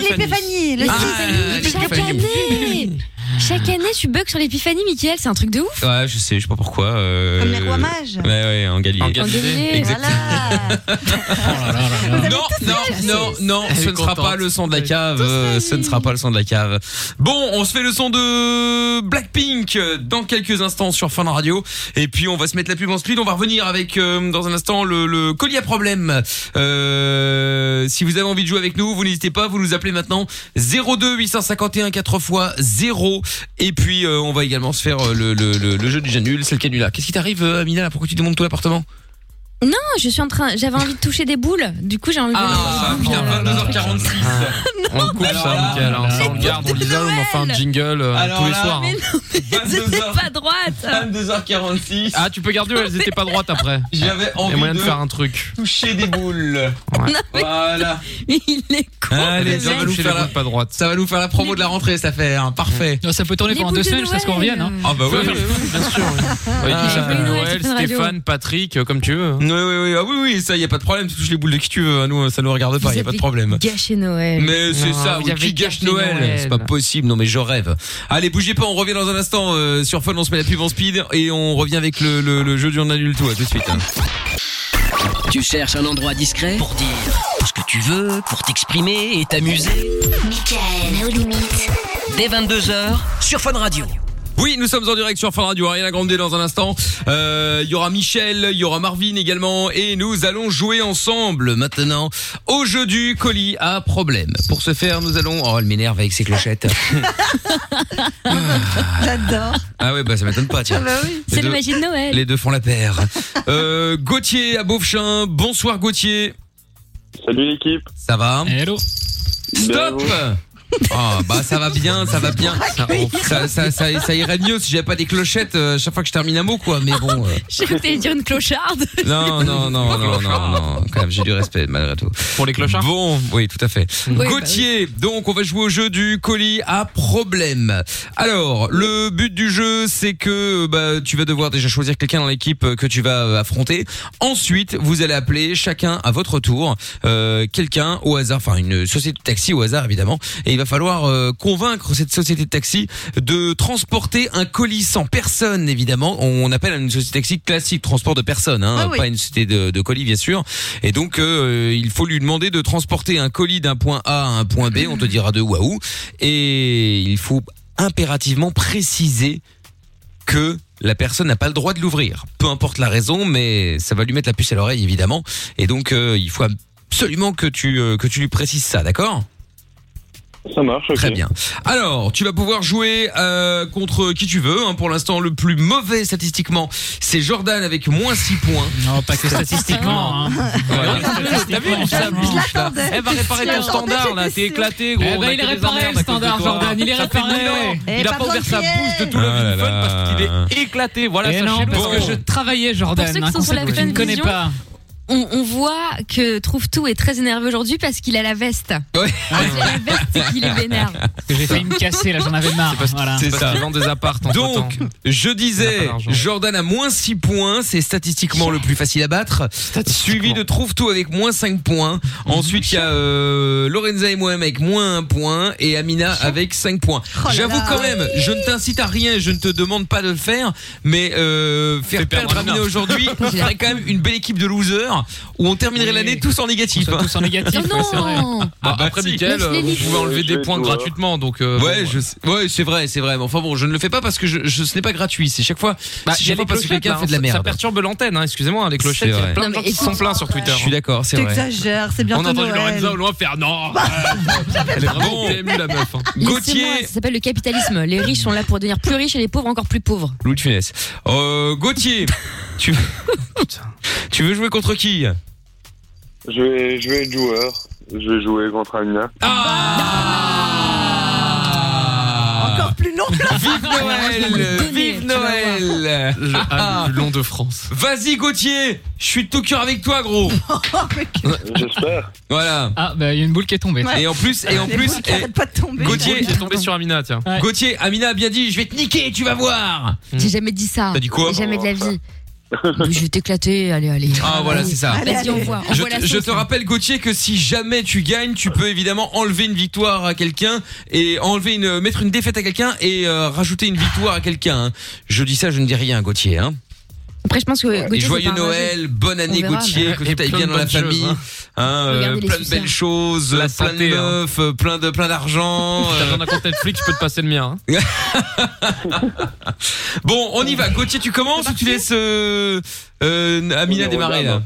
D: l'épiphanie.
E: l'épiphanie.
D: Le
B: Ah,
D: six.
B: euh,
C: Mais chaque
B: l'épiphanie.
C: année Chaque année, tu bugs sur l'épiphanie, Michael, c'est un truc de ouf.
B: Ouais, je sais, je sais pas pourquoi. euh,
D: Comme les rois mages.
B: Ouais, ouais, en Galilée.
E: En
C: En
E: Galilée.
C: Galilée,
B: Exact.
D: Voilà.
B: Non,
D: Ah,
B: non, non, non,
E: Elle
B: ce
E: est
B: ne sera
E: contente.
B: pas le son de la cave. euh, Ce ne sera pas le son de la cave. Bon, on se fait le son de Blackpink euh, dans quelques instants sur Fun Radio. Et puis on va se mettre la pub en split. On va revenir avec euh, dans un instant le, le colis à problème. Euh, si vous avez envie de jouer avec nous, vous n'hésitez pas. Vous nous appelez maintenant 02 851 4 x 0. Et puis euh, on va également se faire euh, le, le, le, le jeu du Janul, c'est le canular. Qu'est-ce qui t'arrive, euh, Amina là Pourquoi tu démontes tout l'appartement
C: Non, je suis en train, j'avais envie de toucher des boules, du coup j'ai enlevé
B: Ah,
C: les boules.
B: putain,
C: Euh,
B: 22h46.
C: Ah,
E: On coupe
B: Alors
E: ça,
B: là,
E: Mickaël, hein.
B: alors
E: Ça, on le garde, on l'isole, on en fait un jingle euh,
B: Alors
E: tous les
B: là,
E: soirs. hein.
C: mais non, <laughs> c'était
B: 22h.
C: pas droite.
B: 22h46.
E: Ah, tu peux garder, elles étaient pas droites après.
B: J'avais
E: Il y a
B: envie
E: moyen
B: de,
E: de faire un truc.
B: toucher
F: <laughs>
B: des boules.
C: Non, mais
B: Voilà.
C: il est con.
B: Allez,
C: le
B: ça
C: mec.
B: va, nous
E: Toucher les
B: faire la,
E: boules pas droites. Mm.
B: ça va nous faire la promo de la rentrée, cette affaire. Parfait.
F: Non, ça peut tourner
C: Les
F: pendant
C: boules
F: deux
C: de
F: semaines jusqu'à ce qu'on
C: Noël.
F: revienne. hein.
B: Ah bah oui.
E: Oui, bien sûr. Ouais,
B: Ah.
E: il s'appelle
C: Noël,
E: Noël,
C: c'est une radio.
E: Stéphane, Patrick, euh, comme tu veux.
B: Oui, oui, oui, ah oui, oui, ça, y a pas de problème, tu touches les boules de qui tu veux, hein, nous, ça nous regarde pas,
C: Vous
B: y a pas de
C: avez
B: problème.
C: Gâché Noël.
B: Mais c'est
E: Non,
B: ça,
E: vous
B: oui,
E: avez
B: qui gâche
E: gâché
B: Noël,
E: Noël.
C: <laughs>
B: C'est pas possible, non mais je rêve. Allez, bougez pas, on revient dans un instant euh, sur Fun, on se met la pub en speed et on revient avec le, le, le jeu du on annule tout, à tout de suite. hein.
A: Tu cherches un endroit discret pour dire ce que tu veux, pour
D: <laughs>
A: t'exprimer et t'amuser.
I: Michael, nos limites.
A: Dès 22h sur Fun Radio.
B: Oui, nous sommes en direct sur Fin Radio, Ariana Grande dans un instant. Euh, Il y aura Michel, il y aura Marvin également et nous allons jouer ensemble maintenant au jeu du colis à problème. Pour ce faire, nous allons... Oh, elle m'énerve avec
E: <laughs>
B: ses clochettes.
D: J'adore.
B: ah ouais, bah ça m'étonne pas,
D: Ah
B: tiens.
D: bah oui.
B: Les
C: C'est
B: deux-
C: la magie de Noël.
B: Les deux font la paire. Euh, Gauthier à Beaufchin. Bonsoir Gauthier.
J: Salut l'équipe.
B: Ça va
F: Hello.
B: Stop Ah bah ça va bien, ça va bien. Ça, ça, ça, ça- ça irait mieux si j'avais pas des clochettes euh, chaque fois que je termine un mot quoi. Mais bon. euh,
C: J'ai cru que t'allais dire une clocharde.
B: <laughs>
C: <laughs>
B: Non, non, non, non, non, non. Quand même, j'ai du respect malgré tout.
E: Pour les clochards.
B: Bon, oui, tout à fait.
C: bah
B: Gauthier, donc on va jouer au jeu du colis à problème. Alors, le but du jeu, c'est que bah, tu vas devoir déjà choisir quelqu'un dans l'équipe euh, que tu vas euh, affronter. Ensuite, vous allez appeler chacun à votre tour euh, quelqu'un au hasard, enfin une société de taxi au hasard évidemment. Et il va falloir euh, convaincre cette société de taxi de transporter un colis sans personne évidemment. On appelle une société de taxi classique transport de personnes, hein,
D: Ah oui.
B: pas une société de, de colis bien sûr. Et donc euh, il faut lui demander de transporter un colis d'un point A à un point B. On te dira de waouh. Et il faut impérativement préciser que la personne n'a pas le droit de l'ouvrir. Peu importe la raison, mais ça va lui mettre la puce à l'oreille évidemment. Et donc euh, il faut absolument que tu euh, que tu lui précises ça, d'accord
J: Ça marche.
B: Très bien. Alors, tu vas pouvoir jouer euh, contre qui tu veux. hein. Pour l'instant, le plus mauvais statistiquement, c'est Jordan avec moins 6 points.
F: Non, pas que
B: <laughs>
F: statistiquement. hein.
B: Voilà.
F: T'as vu, il s'amuse, là.
B: Eh, va réparer ton standard, là. T'es éclaté, gros.
F: Eh ben,
B: On a
F: il
B: que
F: est
B: des
F: réparé,
B: emmerdes
F: le
B: à cause de
F: standard,
B: toi.
F: Jordan, il est
B: Ça fait
F: réparé.
B: mille ans.
F: Eh,
B: Il a
F: pas
B: pas
F: besoin de
B: ouvert sa
F: crier.
B: bouche de tout le
F: Ah
B: Vin
F: là
B: Fun parce qu'il est éclaté. Voilà,
F: Eh non,
B: sachez-le.
F: parce que je travaillais, Jordan.
C: Pour ceux qui
F: hein,
C: sont sur la
F: que tu
C: pleine
F: ne connais
C: vision.
F: pas.
C: On, on voit que Trouve Tout est très énervé aujourd'hui parce qu'il a la veste.
B: Ouais.
C: Parce qu'il a la veste et qu'il est vénère.
F: Parce que J'ai failli me casser, là, j'en avais marre. Voilà.
B: C'est ça.
E: vendent des apparts en
B: Donc, je disais, Jordan a moins 6 points, c'est statistiquement le plus facile à battre. Suivi de Trouve Tout avec moins 5 points. Ensuite, il y a euh, Lorenza et moi-même avec moins 1 point et Amina avec 5 points.
D: là
B: J'avoue
D: là.
B: quand même, je ne t'incite à rien, je ne te demande pas de le faire, mais euh, faire perdre Amina aujourd'hui, on ferait quand même une belle équipe de losers où on terminerait
F: Oui.
B: l'année tous en négatif.
F: Soit tous en négatif, ouais, c'est vrai.
C: Oh non
E: Bah,
B: Ah, bah,
E: après,
B: si.
E: Mickaël,
C: Laisse-les
E: vous
C: libres.
E: pouvez enlever
J: Je
E: des
J: vais
E: points
J: tout, hein.
E: gratuitement, donc. euh, bon,
B: Ouais, je sais- ouais, c'est vrai, c'est vrai. Mais enfin bon, je ne le fais pas parce que je, je- ce n'est pas gratuit. C'est chaque fois,
E: Bah,
B: c'est
E: il y a
B: chaque
E: les
B: fois parce que
E: clochettes,
B: quelqu'un
E: là,
B: fait de la
E: ça- Ça
B: merde.
E: perturbe l'antenne, hein, excusez-moi, hein, les clochettes,
B: C'est
E: il y
B: vrai.
E: a plein
C: Non,
E: de gens
C: mais
E: qui se sont
C: écoute-
E: plaints sur Twitter. hein.
B: Je suis d'accord, c'est vrai.
D: T'exagères, c'est
E: On
D: bientôt
E: a entendu
D: Noël.
E: Lorenza au loin faire
C: <laughs>
E: non
C: Bah,
E: Elle est vraiment
B: Bon.
E: PMU, la meuf. hein.
C: Laissez-moi,
B: Gauthier,
C: Ça s'appelle le capitalisme. Les riches sont là pour devenir plus riches et les pauvres encore plus pauvres.
B: Louis de Funès. Euh,
E: <laughs>
B: Gauthier, tu veux... tu veux jouer contre qui
J: Je vais, je vais être joueur. Je vais jouer contre Amina.
B: ah
D: Encore plus long.
B: Vive Noël Vive Noël Ah.
E: Le âne du long de France.
B: Vas-y Gauthier, je suis de tout cœur avec toi
D: <laughs>
B: gros.
D: Oh,
J: J'espère.
B: Voilà.
F: Ah, bah, il y a une boule qui est tombée.
B: Et en plus, et en
D: Les
B: plus,
D: boules qui arrêtent pas de tomber.
B: Gauthier,
E: Qui est tombé sur Amina, tiens.
B: eh, Gauthier, Amina a bien dit, je vais te niquer, tu vas voir.
C: J'ai jamais dit ça.
B: Mmh. T'as dit quoi
C: Jamais de la vie. Je vais t'éclater, allez, allez.
B: Ah voilà, c'est ça.
D: Allez,
C: Vas-y,
D: allez.
C: on voit. On
B: Je,
C: voit la
B: te- je
C: sauce.
B: te rappelle Gauthier que si jamais tu gagnes, tu peux évidemment enlever une victoire à quelqu'un et enlever une mettre une défaite à quelqu'un et euh, rajouter une victoire à quelqu'un. hein. Je dis ça, je ne dis rien Gauthier hein.
C: Après, je pense que.
B: Et
C: Gauthier, c'est
B: Euh, joyeux
C: pas un
B: Noël, bonne année
C: verra,
B: Gauthier,
E: mais-
B: que
E: Et
B: tout aille
E: plein
B: bien
E: de
B: dans la
E: bonnes choses,
B: famille,
E: hein.
B: hein, euh,
C: Regardez les
B: plein de
C: succès.
B: belles choses,
E: La
B: plein
E: santé,
B: de
E: hein.
B: meufs, euh, plein de plein d'argent.
E: T'as
B: euh.
E: besoin d'un compte Netflix, je peux te passer le mien. hein.
B: <laughs> Bon, on y va. Gauthier, tu commences ou tu laisses euh, euh, Amina
J: Honneur aux
B: démarrer
J: dames.
B: là
D: hein.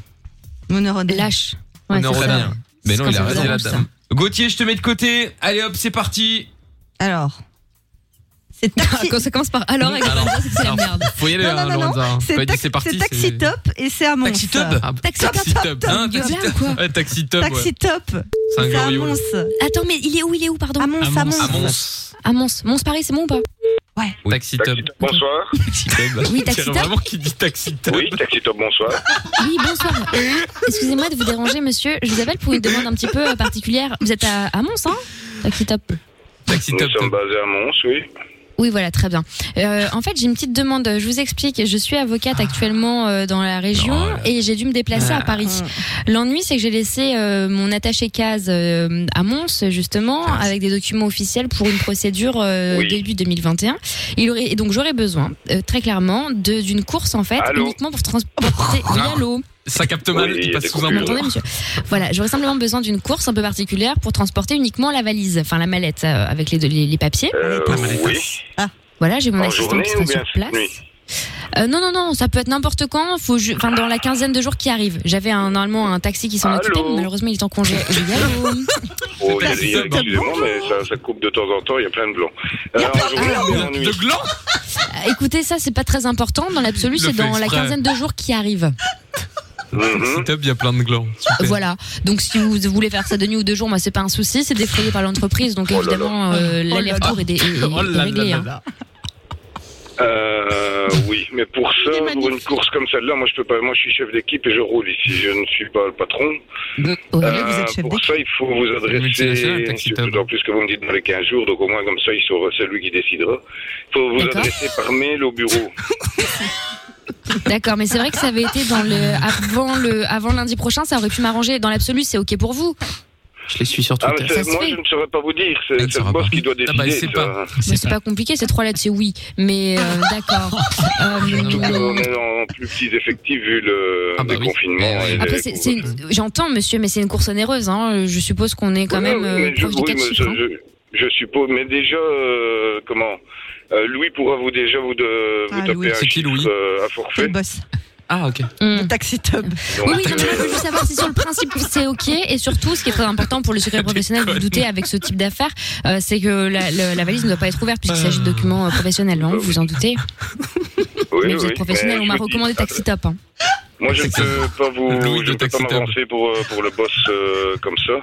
D: Mon heure
C: jeu.
D: de lâche.
C: Lâche. Ouais,
E: Honneur
C: c'est
E: aux
B: Très
C: ça.
B: bien. Mais non,
C: C'est
B: il a
C: quand
B: raison.
C: ils
E: la
C: arrangent
E: dame.
B: Gauthier, je te mets de côté. Allez hop, c'est parti.
D: Alors. C'est
C: ça.
D: taxi.
C: Quand ça commence par alors, avec
E: Alors,
C: Lorenza, c'est que c'est la
E: alors.
C: merde.
E: Faut y aller,
D: Non, non,
E: hein,
D: non, non,
E: Lorenza. hein.
D: C'est
E: Pas dit,
D: taxi-
E: c'est parti.
D: c'est taxi
E: c'est-
D: top et c'est à Mons.
B: Taxi Tub
E: Ah,
C: Taxi top,
E: Taxi top.
B: Hein,
C: gueule
B: taxi
C: là ou quoi
E: Ouais, Taxi top. ouais.
D: Taxi top.
E: C'est un
D: C'est à
E: gloriole.
D: Mons.
C: Attends, mais il est où Il est où, pardon
D: À Mons,
F: À
D: à
F: Mons.
D: Mons.
B: À Mons.
C: À Mons. Mons Paris, c'est bon ou pas
B: Oui.
E: Taxi top. <laughs>
J: Bonsoir.
C: Oui,
E: C'est
C: taxi top.
E: vraiment qui dit taxi top.
J: Oui, Taxi Top, bonsoir.
C: Oui, bonsoir. Euh, Excusez-moi de vous déranger, monsieur. Je vous appelle pour une demande un petit peu euh, particulière. Vous êtes à, à Mons, hein Taxi top.
E: Taxi
J: Nous
E: top.
J: sommes
E: top.
J: basés à Mons, oui.
C: Oui, voilà, très bien. Euh, en fait, j'ai une petite demande. Je vous explique. Je suis avocate actuellement euh, dans la région
B: Non, là.
C: et j'ai dû me déplacer à Paris. L'ennui, c'est que j'ai laissé euh, mon attaché case euh, à Mons, justement, avec des documents officiels pour une procédure euh,
J: Oui.
C: début 2021. Il aurait, et donc, j'aurais besoin, euh, très clairement, de- d'une course, en fait,
J: Allô
C: uniquement pour transporter.
F: Oh,
C: Oui, allô
E: Ça capte mal,
J: Oui, il
E: il
J: y a
E: passe
J: des
E: sous un
C: Vous
J: coupures.
E: pont.
C: m'entendez, monsieur Voilà, j'aurais simplement besoin d'une course un peu particulière pour transporter uniquement la valise, enfin la mallette euh, avec les, les, les papiers.
J: Euh, oui. Ah.
G: Ah,
C: Voilà, j'ai mon
J: En
C: assistant
J: journée
C: qui
J: ou
C: sera
J: bien
C: sur place.
J: nuit
C: Euh, non, non, non, ça peut être n'importe quand. Faut, ju- enfin, dans la quinzaine de jours qui arrivent. J'avais un, normalement un taxi qui s'en
J: Allô
C: occupait, mais malheureusement il est en
J: <laughs>
C: congé. Oui, allô
J: Oh,
E: Taxi
J: il y a- il y a-
E: Top,
J: excusez-moi, mais ça, ça coupe de temps en temps, il y a plein de blancs. Euh, en journée ou bien en nuit
E: De gland
C: Euh, Écoutez, ça c'est pas très important. Dans l'absolu,
E: Il le
C: c'est
E: fait
C: dans la
E: exprès.
C: quinzaine de jours qui arrivent. Euh,
J: Mhm.
E: Taxi top, il y a plein de glands. Super.
C: Voilà. Donc si vous voulez faire ça de nuit ou de jour, moi c'est pas un souci. C'est défrayé par l'entreprise, donc
J: Oh là là.
C: évidemment euh,
F: Oh là
C: l'aller-retour est, dé- est- est-
E: Oh
C: est
E: là
C: réglé.
E: là
C: hein.
E: là.
J: Euh, oui, mais pour ça, pour une course comme celle-là, moi je peux pas. Moi je suis chef d'équipe et je roule ici. Je ne suis pas le patron.
C: Ouais.
J: Euh,
D: vous êtes chef
J: pour ça, il faut vous
E: multinationale,
J: adresser.
E: Taxi
J: D'autant
E: Top.
J: plus que vous me dites dans les 15 jours, donc au moins comme ça, il sera celui qui décidera. Il faut vous
C: D'accord.
J: adresser par mail au bureau.
C: D'accord, mais c'est vrai que ça avait été dans le avant le avant lundi prochain, ça aurait pu m'arranger. Dans l'absolu, c'est ok pour vous.
E: Je les suis sur
J: Ah, mais
E: Twitter.
J: c'est-
C: se
J: moi
C: fait.
J: je ne saurais pas vous dire.
B: Elle
J: C'est
B: ne
J: c'est
B: saura
J: le boss
B: pas.
J: qui doit
E: Ah bah, il
J: décider.
E: sait
J: ça.
E: pas.
C: Bah, c'est pas compliqué, ces trois lettres, c'est oui. Mais euh,
J: <laughs>
C: d'accord.
J: Surtout
C: Euh,
J: qu'on est en plus petits effectifs vu le
E: hein. Ah bah oui.
J: déconfinement.
E: Mais
J: et
C: Après,
J: les
C: c'est-
J: cours.
C: c'est une- j'entends, monsieur, mais c'est une course onéreuse. Hein. Je suppose qu'on est quand
J: Oui,
C: même
J: oui,
C: euh,
J: mais je,
C: proche des
J: oui,
C: quatre
J: mais
C: chiffres.
J: je-
C: hein.
J: je- je suppose, mais déjà, euh, comment euh, Louis pourra vous déjà vous, de, vous
D: Ah,
J: taper
D: Louis.
J: un
E: C'est qui,
J: chiffre,
E: Louis
J: euh, à
D: C'est
J: forfait.
D: le boss.
E: Ah, ok.
C: Le
D: taxi tub.
C: Oui, oui, non, mais moi, je veux juste savoir si sur le principe c'est ok et surtout ce qui est très important pour le <laughs> secret professionnel, vous doutez avec ce type d'affaires, euh, c'est que la, la- la valise ne doit pas être ouverte puisqu'il s'agit de documents euh, professionnels,
J: Bah
C: hein, vous vous en doutez. mais vous êtes professionnel,
J: mais
C: on m'a
J: je vous dis, ah,
C: recommandé Taxi Top. hein.
J: Moi, je ne peux pas vous, je ne peux pas m'avancer pour, euh, pour le boss euh, comme ça.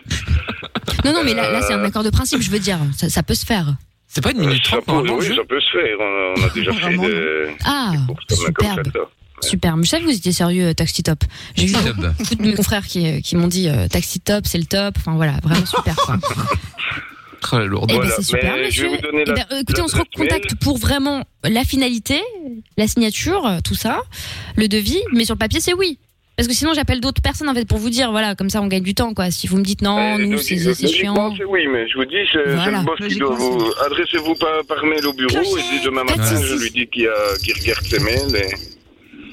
C: Non, non, mais là, là, c'est
J: Euh.
C: un accord de principe, je veux dire, ça, ça peut se faire.
E: C'est pas une hein.
J: minute trente hein. Oui, ça peut se faire. On a, on a
C: <laughs>
J: déjà fait des,
C: Ah,
J: des sommes comme ça.
C: superbe. Super, mais je savais que vous étiez sérieux, euh, Taxi Top. J'ai eu
J: Taxi
C: beaucoup de mes confrères qui, qui m'ont dit euh, Taxi Top, c'est le top. Enfin voilà, vraiment super. quoi.
B: Oh,
E: Très la lourde.
C: Eh ben, c'est super,
J: mais je vais vous
C: monsieur.
J: donner
C: Eh
J: la-
C: ben, euh, écoutez, on se
J: l'adresse
C: recontacte pour vraiment la finalité, la signature, euh, tout ça, le devis, mais sur le papier, c'est oui. Parce que sinon, j'appelle d'autres personnes en fait pour vous dire, voilà, comme ça, on gagne du temps, quoi. Si vous me dites non,
J: Euh,
C: nous,
J: logiquement,
C: c'est c'est chiant.
J: c'est Oui, mais je vous dis, c'est c'est
C: Voilà.
J: le boss qui doit vous. Adressez-vous par, par mail au bureau et dis demain matin, je lui dis qu'il a- qu'il regarde ses mails. Et...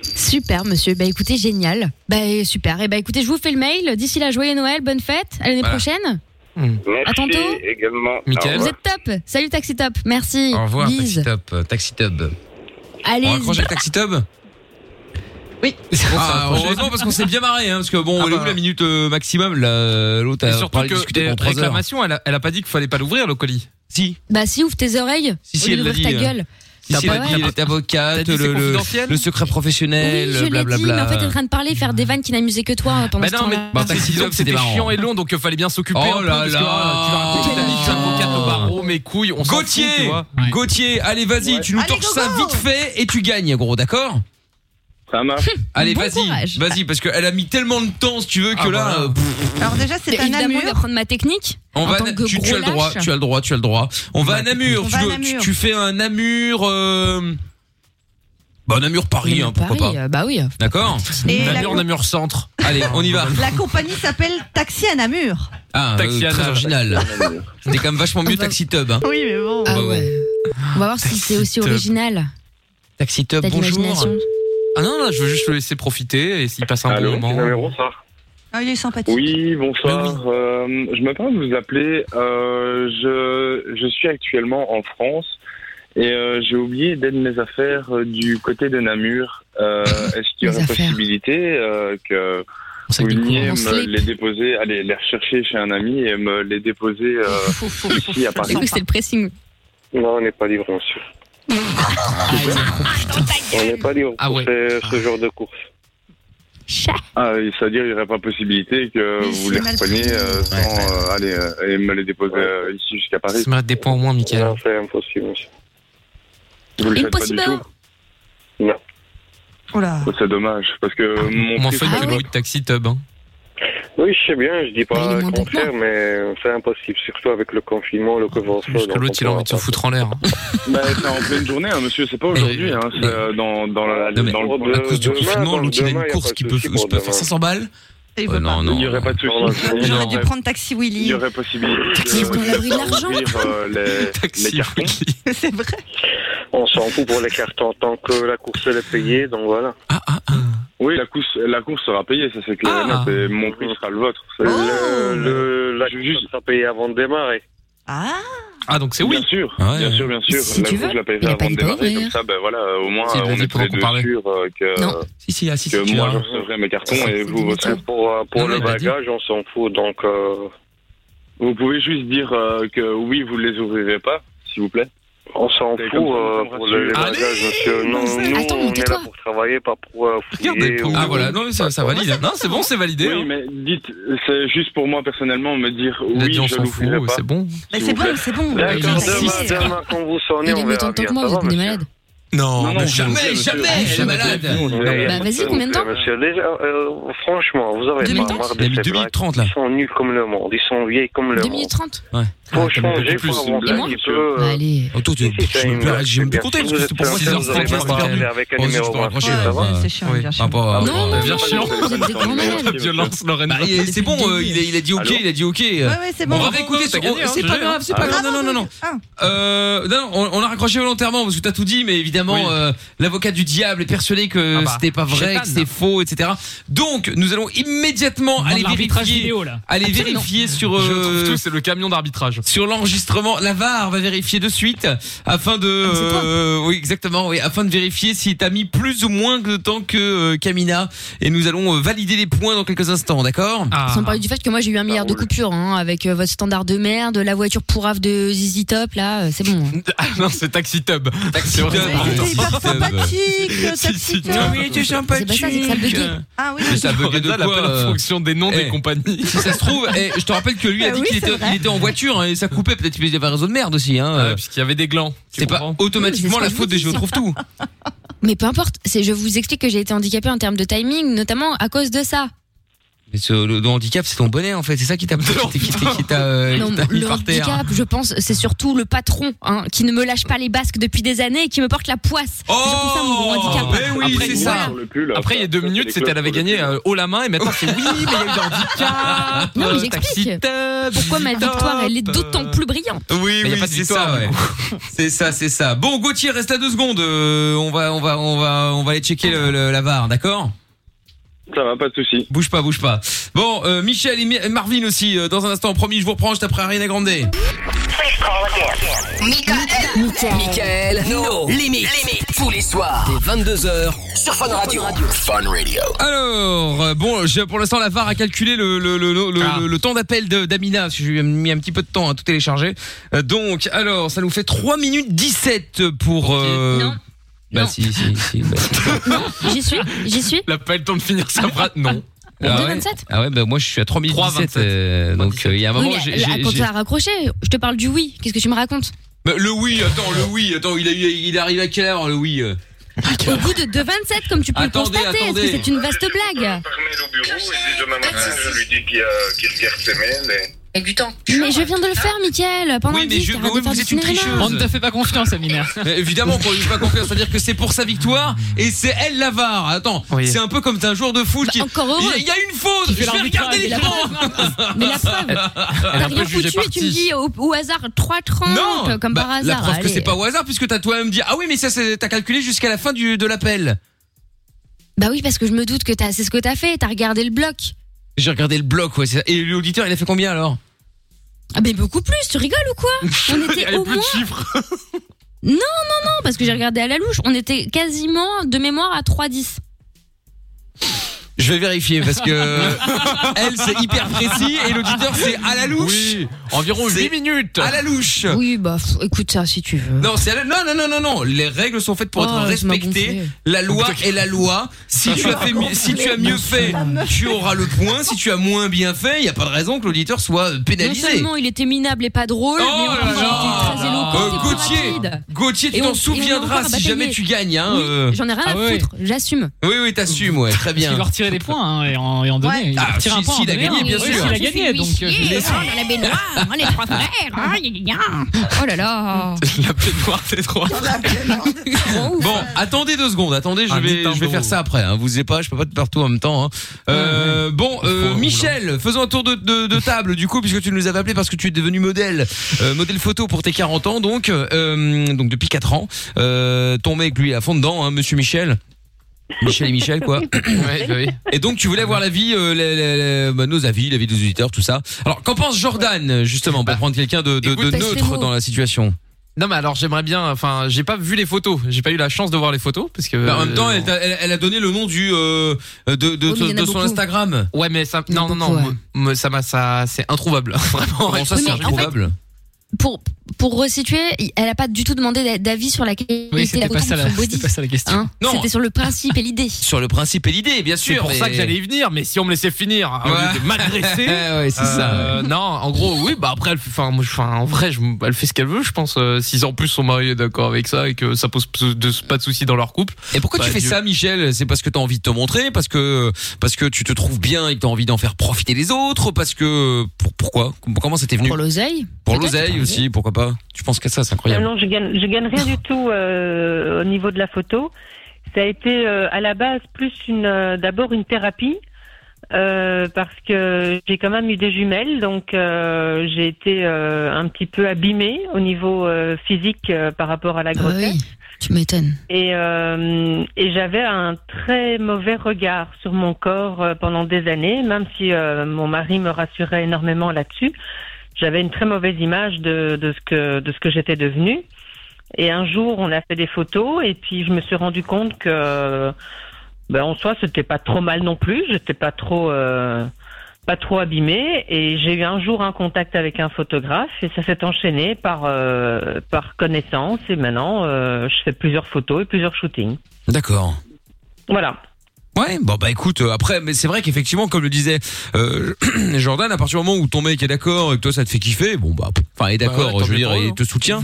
C: Super, monsieur. Bah écoutez, génial. Bah super. Et bah écoutez, je vous fais le mail. D'ici là, joyeux Noël, bonne fête, à l'année
J: Voilà.
C: prochaine.
K: Hmm.
J: Merci
C: À tantôt.
J: également.
B: Mickaël.
J: Au
C: Vous
J: revoir.
C: êtes top. Salut Taxi Top. Merci.
B: Au revoir,
C: Bise.
B: Taxi Top. euh, Taxi Tub.
C: Allez.
B: On raccroche avec
C: <laughs>
B: Taxi Tub
C: Oui.
B: Ah, heureusement parce qu'on s'est bien marré, hein, parce que
C: Ah,
B: bon, on
C: bah
B: est où la minute euh, maximum là, euh, L'autre
E: Et
B: a
E: surtout
B: parlé
E: que
B: discuté
E: la
B: pendant 3 heures.
E: réclamation, elle a, elle a pas dit qu'il fallait pas l'ouvrir le colis.
B: Si.
C: Bah si, ouvre tes oreilles.
E: Si, si,
C: au lieu
E: elle l'a
C: d'ouvrir ta
E: dit, euh.
C: gueule.
B: hein.
C: Ah, bah
B: Si, si,
E: T'as
B: elle
E: pas
B: a dit,
E: dit-
B: elle était avocate,
E: dit, c'est
B: le, le,
E: confidentiel
B: le secret professionnel,
C: Je l'ai dit, mais
B: blablabla. Mmh.
C: en fait, t'es en train de parler, faire des vannes qui n'amusaient que toi euh, pendant
E: Bah
C: ce
E: non, mais
C: temps-là.
B: Bah,
E: c'est-
B: Taxi
E: disons
B: Tub,
E: que c'était
B: c'était
E: chiant
B: marrant.
E: et long, donc euh, il fallait bien s'occuper.
B: Oh
E: un peu,
B: là
E: parce que,
B: là.
E: ah, tu vas raconter ta vie de avocate au bar. Oh, mais couilles, on s'en
B: Gauthier,
E: fout, tu vois.
B: Gauthier, allez vas-y, tu nous torches ça vite fait et tu gagnes, gros, d'accord
J: Ça marche.
B: <laughs> Allez,
C: Bon
B: vas-y,
C: courage.
B: vas-y, parce qu'elle a mis tellement de temps, si tu veux,
E: Ah
B: que là,
E: bah.
B: euh, pff,
D: Alors déjà, c'est un
C: Évidemment, il
D: amur.
C: va prendre ma technique.
B: on
C: en
B: va,
C: tant
B: à Na-
C: que
B: tu,
C: gros
B: tu as le droit,
C: lâche.
B: tu as le droit, tu as le droit. On va à Namur,
D: On
B: tu,
D: va à
B: dois- tu-
D: Namur.
B: tu fais un Namur, euh, bah Namur Paris, hein, pourquoi
C: Paris,
B: pas,
C: euh, bah oui.
B: d'accord
D: Et la-
B: Namur, Namur centre. Allez, on
E: <laughs>
B: y va.
D: La compagnie s'appelle Taxi à Namur.
B: Ah, euh,
E: Taxi à
B: très
E: Namur. <laughs>
B: original. C'était quand même vachement mieux Taxi Tub. Hein.
D: Oui, mais bon.
C: Ah
B: Bah ouais.
C: ouais. On va voir si c'est aussi
B: Top.
C: original.
B: Taxi Tub,
C: T'as de
B: bonjour.
C: l'imagination.
E: Ah non, là, je veux juste le laisser profiter et s'il passe un
K: Allô,
E: bon moment.
K: numéro, ça
D: Ah, il est sympathique.
K: Oui, bonsoir. Euh, je me permets de vous appeler. Euh, je, je suis actuellement en France et euh, j'ai oublié d'aider mes affaires euh, du côté de Namur. Euh, Est-ce qu'il y
C: Mes
K: aurait
C: affaires.
K: possibilité euh, que vous veniez
C: On
K: me
C: slip.
K: les déposer, aller les rechercher chez un ami et me les déposer euh, ici à
C: J'ai
K: Paris
C: cru que c'était le pressing.
J: Non, on n'est pas libre, monsieur. on n'est pas libre
E: Ah
J: pour
E: ouais.
J: faire ce genre de course.
K: Ah, et C'est-à-dire, il n'y aurait pas possibilité que
D: Mais
K: vous
D: c'est
K: les
D: mal
K: repreniez euh, sans euh, aller euh, et me les déposer euh, ici jusqu'à Paris.
E: Ça mérite des points au moins, Michael.
J: Non, c'est impossible, monsieur.
K: Vous le faites pas du
C: Impossible.
K: tout.
D: Oh là.
K: C'est dommage parce que mon
E: On m'en
K: fils-
E: fait
C: Ah
E: une
C: ouais.
E: de taxi tub. hein.
J: Oui, je sais bien, je dis
C: Bah, il est
J: pas le
C: moins bon que
J: contraire, mais c'est impossible, surtout avec le confinement, le couvre-feu.
E: Parce que
J: donc
E: l'autre,
J: on
E: il a
J: pourra
E: envie de se
J: pas.
E: foutre en
F: <laughs>
E: l'air. hein.
K: Bah, c'est en pleine journée, hein, monsieur, c'est pas aujourd'hui, hein, c'est euh, dans, dans, la,
B: Non, mais-
K: dans le
B: À cause du
J: Demain,
B: confinement,
J: donc
B: l'autre il a
J: demain,
B: une
J: y a
B: course
J: pas de
B: qui peut,
J: souci pour
B: je peux faire
J: demain.
B: 500 balles
D: Il
B: Ouais,
D: veut
B: Non,
D: pas.
K: Il n'y
B: non.
K: aurait pas de soucis.
D: J'aurais
K: Il y
D: dû
K: aurait-
D: prendre Taxi
K: Il
D: Willy.
K: y aurait possibilité
C: Taxi, on a pris de l'argent.
K: ouvrir euh, les, les
E: Taxi.
K: cartons.
D: C'est vrai.
J: On s'en fout pour les cartes en tant que la course elle est payée, donc voilà.
E: Ah, ah, ah.
K: Oui, la course, la course sera payée, ça c'est clair. et
E: Ah.
K: net, et mon prix sera le vôtre. C'est-
J: Le, le- la
K: Je veux
J: course
K: juste-
J: sera payée avant de démarrer.
D: Ah,
E: Ah, donc c'est oui.
K: Bien sûr,
B: Ah ouais.
K: bien sûr, bien sûr.
C: Si
K: la
C: tu
K: course,
C: veux.
K: je la
C: Il
K: payerai
C: a pas
K: avant de
C: dit pas
K: démarrer,
C: ouvrir.
K: comme ça, ben voilà, euh, au moins,
E: Si,
K: on
E: vas-y,
K: est tous les
E: pendant qu'on parlait.
K: deux sûrs euh, que,
C: Non.
B: Si, si, ah, si, si,
K: que
B: tu
K: moi je
B: verras.
K: recevrai mes cartons
C: C'est-
K: et
C: c'est
K: vous, votre
C: délicat.
J: Pour, euh, pour
B: Non,
J: le
B: il a dit.
J: bagage, on s'en fout, donc euh,
K: Vous pouvez juste dire euh, que oui, vous ne les ouvrirez pas, s'il vous plaît.
J: on s'en
K: Et
J: fout
K: comme ça,
J: euh,
K: on
J: pour le, les
E: rassure.
J: bagages, monsieur. Non,
C: Attends,
J: nous, on est
C: tais-toi.
J: là pour travailler, pas pour euh,
E: <laughs> Regarde,
J: fouiller.
E: des-
J: ou-
E: ah voilà, non mais ça, ça valide. Non, c'est bon, c'est validé.
K: Oui,
E: hein.
K: mais dites, c'est juste pour moi personnellement, me dire
E: Il a
K: oui,
E: dit on
K: je
E: s'en fout,
K: l'ouvrirai pas.
E: c'est bon.
D: bah,
K: S'il
D: c'est
K: vous plaît.
D: bon, c'est bon.
J: D'accord,
E: Il insiste.
J: demain, demain, quand vous sonnez,
C: Il est
J: on verra
C: autant
J: bien.
C: que moi, vous
J: ça
C: êtes
J: va,
C: des
J: monsieur
C: malades.
K: Non, non,
B: jamais,
K: monsieur,
B: jamais, elle
K: monsieur,
B: est
K: monsieur,
B: malade.
K: monsieur, monsieur, monsieur,
C: Bah, vas-y,
K: monsieur,
C: combien de temps
J: Monsieur, déjà, euh, franchement, vous avez
C: Deux
J: pas
C: minutes.
J: marre
B: Il a
J: de
B: mis
J: ces
B: 2
J: blagues.
B: minutes 30 là.
J: Ils sont nus comme le monde, ils sont vieilles comme le
C: 2
J: monde.
C: minutes 30
J: Faut changer,
K: plus,
J: faut
K: s'il vous
J: avancer
K: plaît,
J: un petit
K: monsieur.
J: peu.
C: Bah,
J: euh,
C: Allez.
B: Autour de.
J: si c'est
B: Je me
J: une-
B: perds- j'ai même
J: bien
B: plus compter
J: sûr,
B: parce
J: vous
B: que
J: êtes
B: pour moi,
J: sérieux,
B: 6h30,
J: vous avez pas
B: c'est perdu.
J: parlé avec un
B: Vas-y, je hein.
J: numéro
B: peux
J: un.
B: raccrocher,
J: Ça
B: là.
J: va
B: Ouais.
D: C'est chiant,
E: Oui.
D: bien
B: Ah,
D: chiant.
B: bah,
C: Non, non,
B: bah,
C: non,
B: bien
C: non,
B: chiant.
C: non, vous êtes des grands malades.
E: La violence, Lorraine.
B: Bah, il- c'est bon, euh, il a, il a dit ok,
K: Allô
B: il a dit ok. euh.
D: Ouais, ouais, c'est
B: On
D: bon.
B: va
E: Bravo,
B: réécouter,
E: t'as
B: c'est
E: gagné, hein,
B: c'est
E: je
B: pas
E: jure.
B: grave, c'est pas grave. Non, non, non, non.
D: Ah.
B: Euh, non, on, on a raccroché volontairement parce que t'as tout dit, mais évidemment, évidemment, euh, l'avocat du diable est persuadé que
E: Ah bah,
B: c'était pas vrai,
E: Shaitan.
B: que c'était faux, etc. Donc, nous allons immédiatement
E: demande
B: aller
E: l'arbitrage
B: vérifier,
E: vidéo, là.
B: aller
E: Absolument.
B: vérifier sur.
E: Je trouve tout,
B: c'est le camion d'arbitrage. Sur l'enregistrement, la VAR va vérifier de suite afin de.
E: Ah,
B: euh, oui, exactement. Oui, afin de vérifier si t'as mis plus ou moins de temps que euh, Kamina et nous allons euh, valider les points dans quelques instants, d'accord
C: Sans parler du fait que moi j'ai eu un milliard de coupures hein, avec euh, votre standard de merde, la voiture pourrave de Zizi Top, là, euh, c'est bon. hein.
B: <laughs> Ah,
E: non, c'est Taxi Tub. Taxi Tub.
B: Bah,
C: C'est pas ça, c'est que ça buguait.
D: Ah oui.
B: Mais ça buguait de
E: Lorenza
B: quoi euh,
E: l'appelle en fonction
B: des noms
E: des
B: compagnies. Si eh. <laughs> ça se trouve, eh, je te rappelle que lui a
E: Ah
B: dit
E: oui,
B: qu'il
E: c'est
B: était,
E: vrai.
B: il était en voiture hein, et ça coupait. Peut-être qu'il y avait un réseau de merde aussi. Hein. puisqu'il y avait des glands. C'est pas automatiquement
C: Oui, c'est
B: la
C: ce que
B: faute
C: je
B: des
C: vous
B: jeux
C: dis.
B: trouve tout.
C: Mais peu importe, c'est je vous explique que j'ai été handicapée en termes de timing, notamment à cause de ça.
B: Mais ce- le, le handicap, c'est ton bonnet en fait. C'est ça qui t'a qui t'a- qui t'a- qui t'a, euh,
C: Non,
B: qui t'a mis
C: le
B: par terre.
C: handicap, je pense, c'est surtout le patron hein, qui ne me lâche pas les basques depuis des années et qui me porte la poisse.
E: Oh,
C: C'est surtout ça mon gros handicap.
E: mais oui, c'est ça. Après, il y a deux minutes, c'était elle avait gagné euh, haut la main et maintenant c'est oui,
C: <laughs>
B: <laughs>
E: mais il y a eu handicap.
C: Ah, Non, mais
E: euh,
C: j'explique pourquoi ma victoire elle est d'autant plus brillante.
B: Oui,
E: Mais y a
B: oui,
E: pas de
B: c'est
E: victoire,
B: ça.
E: du
B: ouais. C'est ça, c'est ça. Bon, Gauthier, reste à deux secondes. euh, on va, on va, on va, on va aller checker le- le- la var, d'accord
K: Ça va, pas de souci.
B: Bouge pas, bouge pas. Bon, euh, Michel et Mi- et Marvin aussi. euh, dans un instant, promis, je vous reprends. Je t'apprends à Ariana Grande.
I: Michael.
A: Michael, no, limite, tous les soirs, dès 22h, sur Fun Radio. Fun Radio.
B: Alors, euh, bon, j'ai- pour l'instant, la VAR a calculé le, le, le, le, le- le temps d'appel de- d'Amina, parce que j'ai mis un petit peu de temps à tout télécharger. Euh, donc, alors, ça nous fait 3 minutes 17 pour... euh, Bah si, si, si. bah, si.
C: J'y suis, j'y suis.
E: Elle a pas eu le temps de finir sa phrase, non.
B: Ah ouais.
C: 2,27.
B: Ah ouais, bah moi je suis à 3 minutes 17. euh, donc, euh, il y a un moment,
C: oui, mais
B: j'ai- j'ai-
C: quand
B: j'ai-
C: tu as raccroché, je te parle du oui. Qu'est-ce que tu me racontes
B: Bah, le oui, attends, le oui, attends, il, a, eu- il arrive à quelle heure, le oui euh
C: Au bout de 2,27, comme tu peux
B: Attendez,
C: le constater,
B: attendez.
C: est-ce que c'est une vaste blague
J: Demain matin, je lui dis qu'il y a- qu'il regarde ses mails et-
C: Avec du temps. Mais je viens de le faire, Mickaël. Pendant
B: Oui,
C: le
B: mais
C: disque,
B: je-
C: arrête
B: oui,
C: de faire
B: vous
C: du
B: êtes une
C: cinéma.
B: tricheuse. On ne te
F: fait pas confiance,
C: <laughs>
F: Amina.
B: Mais évidemment qu'on lui fait pas confiance, c'est-à-dire que c'est pour sa victoire et c'est elle la VAR. Attends, c'est un peu comme un joueur de foot qui. il, y a- il y a une faute,
C: Bah,
B: je
C: Qui fait
B: vais regarder
C: l'arbitrage,
B: l'écran.
C: hein. Mais la preuve, t'as rien foutu et tu me dis au, au hasard 3,30
B: Non,
C: comme
B: Bah,
C: par hasard.
B: La preuve que
C: Allez.
B: c'est pas au hasard puisque t'as toi-même dit ah oui mais ça c'est- t'as calculé jusqu'à la fin du de l'appel.
C: Bah oui, parce que je me doute que t'as- c'est ce que t'as fait. T'as regardé le bloc.
B: J'ai regardé le bloc ouais c'est ça. et l'auditeur il a fait combien alors
C: Ah, mais beaucoup plus, tu rigoles
B: <laughs>
C: ou quoi On était au moins. Non, non, non, parce que j'ai regardé à la louche. On était quasiment de mémoire à 3,10.
B: Je vais vérifier
C: <laughs>
B: parce que elle c'est hyper précis et l'auditeur c'est à la louche. environ 8 minutes. À la louche.
C: Oui, bah pff, écoute ça si tu veux.
B: Non, c'est à la- non, non, non, non, non. Les règles sont faites pour
C: Oh,
B: être
C: je m'en
B: respectées.
C: gonflais.
B: La loi est la loi. Si tu as fait, mi- si tu as mieux fait, tu auras le point. Si tu as moins bien fait, il n'y a pas de raison que l'auditeur soit
C: Non
B: pénalisé.
C: seulement il était minable et pas drôle,
B: Oh
C: mais en plus, il était très éloquent.
B: Euh, Gauthier, Gauthier, tu
C: Et on- et
B: t'en
C: on est
B: souviendras
C: encore
B: si jamais
C: bataillé.
B: tu gagnes. Hein,
C: Oui,
B: euh.
C: J'en ai rien à foutre, j'assume.
B: Oui, oui, t'assumes, ouais, très bien.
F: Il va retirer des points hein, et, en, et en donner. il va
B: Ah,
F: retirer un
B: si-
F: point. en
B: s'il a
F: donner
B: gagné,
F: un.
B: bien
F: Oui,
B: sûr.
F: S'il a gagné, donc. euh, je laisse.
C: Oh, dans la baignoire, hein, les trois frères, hein, gna, gna, gna. Oh là là.
B: La baignoire des trois. bon, attendez deux secondes, attendez, je vais, je vais faire ça après. Hein. Vous êtes pas, je peux pas être partout en même temps. Hein. Euh, Bon, euh, Michel, faisons un tour de, de- de table du coup, puisque tu nous avais appelé parce que tu es devenu modèle, euh, modèle photo pour tes 40 ans, donc, euh, donc depuis 4 ans. Euh, ton mec, lui, est à fond dedans, hein, Monsieur Michel. Michel et Michel, quoi.
E: Ouais, bah <laughs> oui.
B: Et donc, tu voulais avoir l'avis, euh, la- la- la- bah, nos avis, l'avis des auditeurs, tout ça. Alors, qu'en pense Jordan, justement, pour prendre quelqu'un de, de- de
E: écoute,
B: neutre dans la situation
E: Non, mais alors j'aimerais bien. Enfin, j'ai pas vu les photos. J'ai pas eu la chance de voir les photos parce que. euh,
B: Bah, en même temps, elle, t'a- elle- elle a donné le nom du euh, de, de,
E: Oui, mais il y en a
B: de son
E: beaucoup.
B: Instagram.
E: Ouais, mais ça. Non, non, non.
B: beaucoup, ouais.
E: moi- moi, ça m'a. Ça, c'est introuvable. <laughs> Vraiment.
B: ça,
C: Oui, c'est mais en fait,
B: introuvable
C: Pour, pour resituer, elle a pas du tout demandé d'a- d'avis sur la qualité
B: Oui,
C: de la
B: c'était pas
C: coton
B: ça
C: de
B: la-
C: son body.
B: <laughs> c'était pas ça la question.
C: Hein,
B: Non.
C: C'était sur le principe et l'idée.
B: Sur le principe et l'idée, bien sûr.
E: C'est pour
B: mais-
E: ça que j'allais y venir, mais si on me laissait finir, hein, au lieu de m'agresser.
B: <laughs>
E: Euh,
B: Ouais, c'est ça, ouais.
E: Non, en gros, oui, bah après, elle, fait- enfin, moi, je- enfin, en vrai, je- elle fait ce qu'elle veut, je pense. euh, si en plus son mari est d'accord avec ça et que ça pose p- de- pas de soucis dans leur couple. Bah,
B: Et pourquoi tu fais ça, Michel C'est parce que t'as envie de te montrer, parce que parce que tu te trouves bien et que t'as envie d'en faire profiter les autres, parce que pour- pourquoi Comment c'était venu
C: Pour l'oseille
B: Pour
C: Peut-être,
B: l'oseille aussi, pourquoi pas Tu penses qu'à ça, c'est incroyable.
G: Euh, non, je gagne, je gagne rien du tout euh, au niveau de la photo. Ça a été euh, à la base plus une, euh, d'abord une thérapie euh, parce que j'ai quand même eu des jumelles, donc euh, j'ai été euh, un petit peu abîmée au niveau euh, physique euh, par rapport à la
C: Bah
G: grossesse.
C: oui, tu m'étonnes.
G: Et, euh, et j'avais un très mauvais regard sur mon corps euh, pendant des années, même si euh, mon mari me rassurait énormément là-dessus. J'avais une très mauvaise image de, de ce que de ce que j'étais devenue. Et un jour, on a fait des photos, et puis je me suis rendu compte que, ben, en soi, c'était pas trop mal non plus. J'étais pas trop euh, pas trop abîmée. Et j'ai eu un jour un contact avec un photographe, et ça s'est enchaîné par euh, par connaissance. Et maintenant, euh, je fais plusieurs photos et plusieurs shootings.
B: D'accord.
G: Voilà.
B: Ouais, bon bah écoute, euh, après, mais c'est vrai qu'effectivement, comme le disait euh, <clears throat> Jordan, à partir du moment où ton mec est d'accord et que toi ça te fait kiffer, bon bah, pff, enfin, est d'accord,
E: ouais, tant
B: je veux
E: mieux
B: dire,
E: pour eux,
B: il
E: hein.
B: te soutient.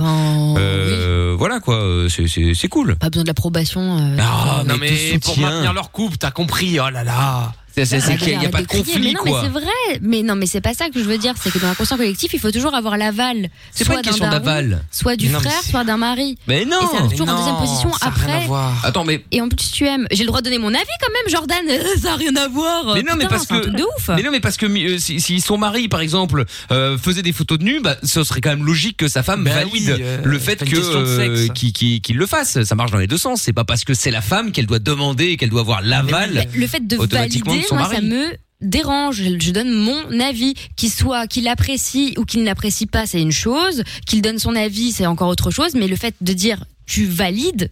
B: Euh, Voilà quoi, euh, c'est- c'est c'est cool.
C: Pas besoin de l'approbation. euh,
B: Ah,
E: non,
B: mais
E: mais pour maintenir leur couple, t'as compris, oh là là.
B: C'est c'est
C: Arrête
B: qu'il n'y a
C: d'arrêter
B: pas de
C: crier. mais
B: conflit
C: Ah, bah, non,
B: quoi.
C: Mais c'est vrai. Mais non, mais c'est pas ça que je veux dire. C'est que dans l'inconscient collectif, il faut toujours avoir l'aval.
B: C'est pas
C: soit
B: une
C: d'un
B: question
C: daron,
B: d'aval.
C: Soit du
B: Non, mais
C: frère,
B: c'est-
C: soit d'un mari.
B: Mais non.
C: Et ça arrive toujours
B: Mais
C: en deuxième
B: non,
C: position
B: ça a rien
C: après.
B: à voir. Attends, mais
C: Et en plus, tu aimes. J'ai le droit de donner mon avis quand même, Jordan. <laughs> ça a rien à voir.
B: Mais non, mais
C: Oh, Putain,
B: parce
C: c'est un
B: que.
C: truc de ouf.
B: Mais non, mais parce que euh, si, si son mari, par exemple, euh, faisait des photos de nu, bah, ce serait quand même logique que sa femme
E: Ben
B: valide
E: oui, euh,
B: le fait
E: c'est une
B: que euh,
E: question de sexe.
B: qu'il qu'il- qu'il le fasse. Ça marche dans les deux sens. C'est pas parce que c'est la femme qu'elle doit demander et qu'elle doit avoir l'aval.
C: Le fait de
B: automatiquement
C: valider,
B: de son
C: moi,
B: mari.
C: ça me dérange. Je, je donne mon avis. Qu'il soit, qu'il apprécie ou qu'il n'apprécie pas, c'est une chose. Qu'il donne son avis, c'est encore autre chose. Mais le fait de dire tu valides,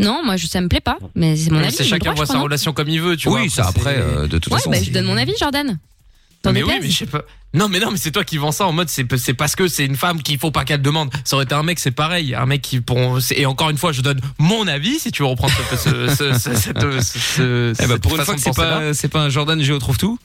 C: non, moi, je, ça me plaît pas. Mais c'est mon
E: Mais
C: avis.
E: c'est
C: j'ai le
E: chacun
C: droit, je
E: voit
C: crois,
E: sa
C: non
E: relation comme il veut, tu vois.
B: Oui, ça, après, euh, de toute
C: hein. Ouais,
B: façon.
C: bah,
B: c'est-
C: je donne mon avis, Jordan. T'en
E: mais oui,
C: déplaise
E: mais je sais pas. Non, mais non, mais c'est toi qui vends ça en mode c'est c'est parce que c'est une femme qu'il faut pas qu'elle demande. Ça aurait été un mec, c'est pareil. Un mec qui pour c'est- et encore une fois, je donne mon avis si tu veux reprendre ce, ce- ce- ce- cette, <laughs> ce- ce-
B: Eh ben,
E: cette
B: pour une
E: façon de
B: fois que c'est
E: penser-là.
B: pas, c'est pas un Jordan Géo trouve tout.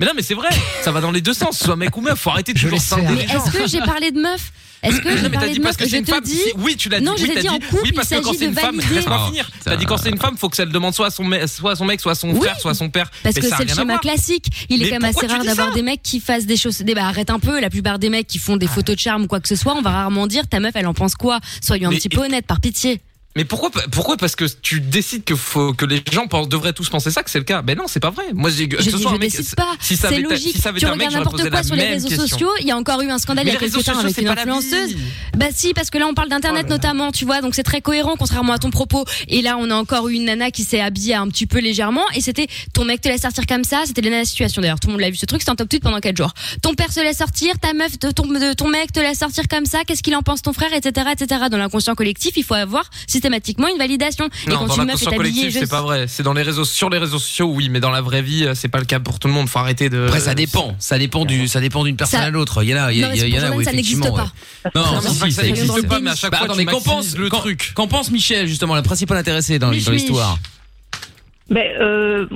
E: Mais non, mais c'est vrai. Ça va dans les deux sens. Soit mec ou meuf, faut arrêter de toujours scinder
C: Mais
E: les
B: hein.
E: gens.
C: est-ce que j'ai parlé de meuf Est-ce que
E: Non,
C: j'ai
E: mais t'as
C: parlé
E: dit
C: de
E: parce
C: meuf
E: que
C: Je
E: c'est une
C: te
E: femme.
C: dis.
E: Si- Oui, tu l'as dit.
C: Non, je
E: oui,
C: l'ai
E: t'as
C: dit en
E: Oui,
C: couple,
E: parce
C: il
E: que quand
C: s'agit
E: c'est
C: de
E: une femme,
C: valider.
E: laisse-moi
B: Oh,
E: finir.
B: putain.
E: T'as dit quand c'est une femme, faut que ça le demande soit à son, me- soit à son mec, soit à son
C: Oui.
E: frère, soit à son père.
C: Parce
E: mais
C: que
E: ça a
C: c'est le
E: rien à
C: schéma
E: voir.
C: classique. Il
E: Mais
C: est quand même assez
E: pourquoi tu
C: rare
E: dis
C: d'avoir
E: ça Ah.
C: des mecs qui fassent des choses. Des- bah, arrête un peu. La plupart des mecs qui font des photos de charme ou quoi que ce soit, on va rarement dire ta meuf, elle en pense quoi Soyons un
E: Mais-
C: petit peu honnête, par pitié.
E: Mais pourquoi pourquoi parce que tu décides que faut que les gens pensent, devraient tous penser ça que c'est le cas. Ben non, c'est pas vrai. Moi j'ai que
C: Je,
E: ce soit
C: je
E: un mec-
C: décide pas.
E: Si ça
C: c'est
E: avait été-
C: logique.
E: si ça avait
C: tu
E: été un mec,
C: regardes
E: j'aurais
C: n'importe
E: posé
C: quoi
E: la
C: sur les
E: même
C: réseaux
E: question.
C: sociaux. Il y a encore eu un scandale
E: Mais
C: il y a
E: les réseaux
C: quelques temps
E: sociaux,
C: avec
E: c'est
C: une
E: pas la vie. Oh
C: influenceuse. Bah si, parce que là on parle d'internet notamment, tu vois, donc c'est très cohérent contrairement à ton propos. Et là on a encore eu une nana qui s'est habillée un petit peu légèrement et c'était ton mec te laisse sortir comme ça, c'était la nana situation d'ailleurs, tout le monde l'a vu ce truc, c'était en top tweet pendant 4 jours. Ton père se laisse sortir, ta meuf, de ton, de ton mec te laisse sortir comme ça, qu'est-ce qu'il en pense ton frère, etc. etc. Dans l'inconscient collectif, il faut avoir systématiquement une validation. et
E: Non,
C: quand
E: dans
C: une meuf
E: l'inconscient
C: est habillée,
E: collectif,
C: je
E: c'est pas vrai. C'est dans les réseaux sur les réseaux sociaux, oui, mais dans la vraie vie, euh, c'est pas le cas pour tout le monde. Faut arrêter de.
B: Après, ça dépend. Ça dépend du, ça dépend d'une personne
C: Ça-
B: à l'autre. Il y en a, il y,
C: Non,
B: a-
C: mais
B: il y en a
C: pour
B: où
C: Jordan, ça n'existe
B: effectivement.
C: pas.
B: ouais. Non,
E: Non,
B: si,
E: mais
B: si,
E: c'est
B: ça
E: pas que ça
B: existe.
E: n'existe pas, mais à chaque
B: Bah,
E: fois,
B: attends,
E: tu
B: mais qu'en pense
E: maximises le
B: qu'en-
E: truc.
B: Qu'en pense Michel justement, la principale intéressée dans
D: Mich,
B: dans l'histoire
G: Mais euh,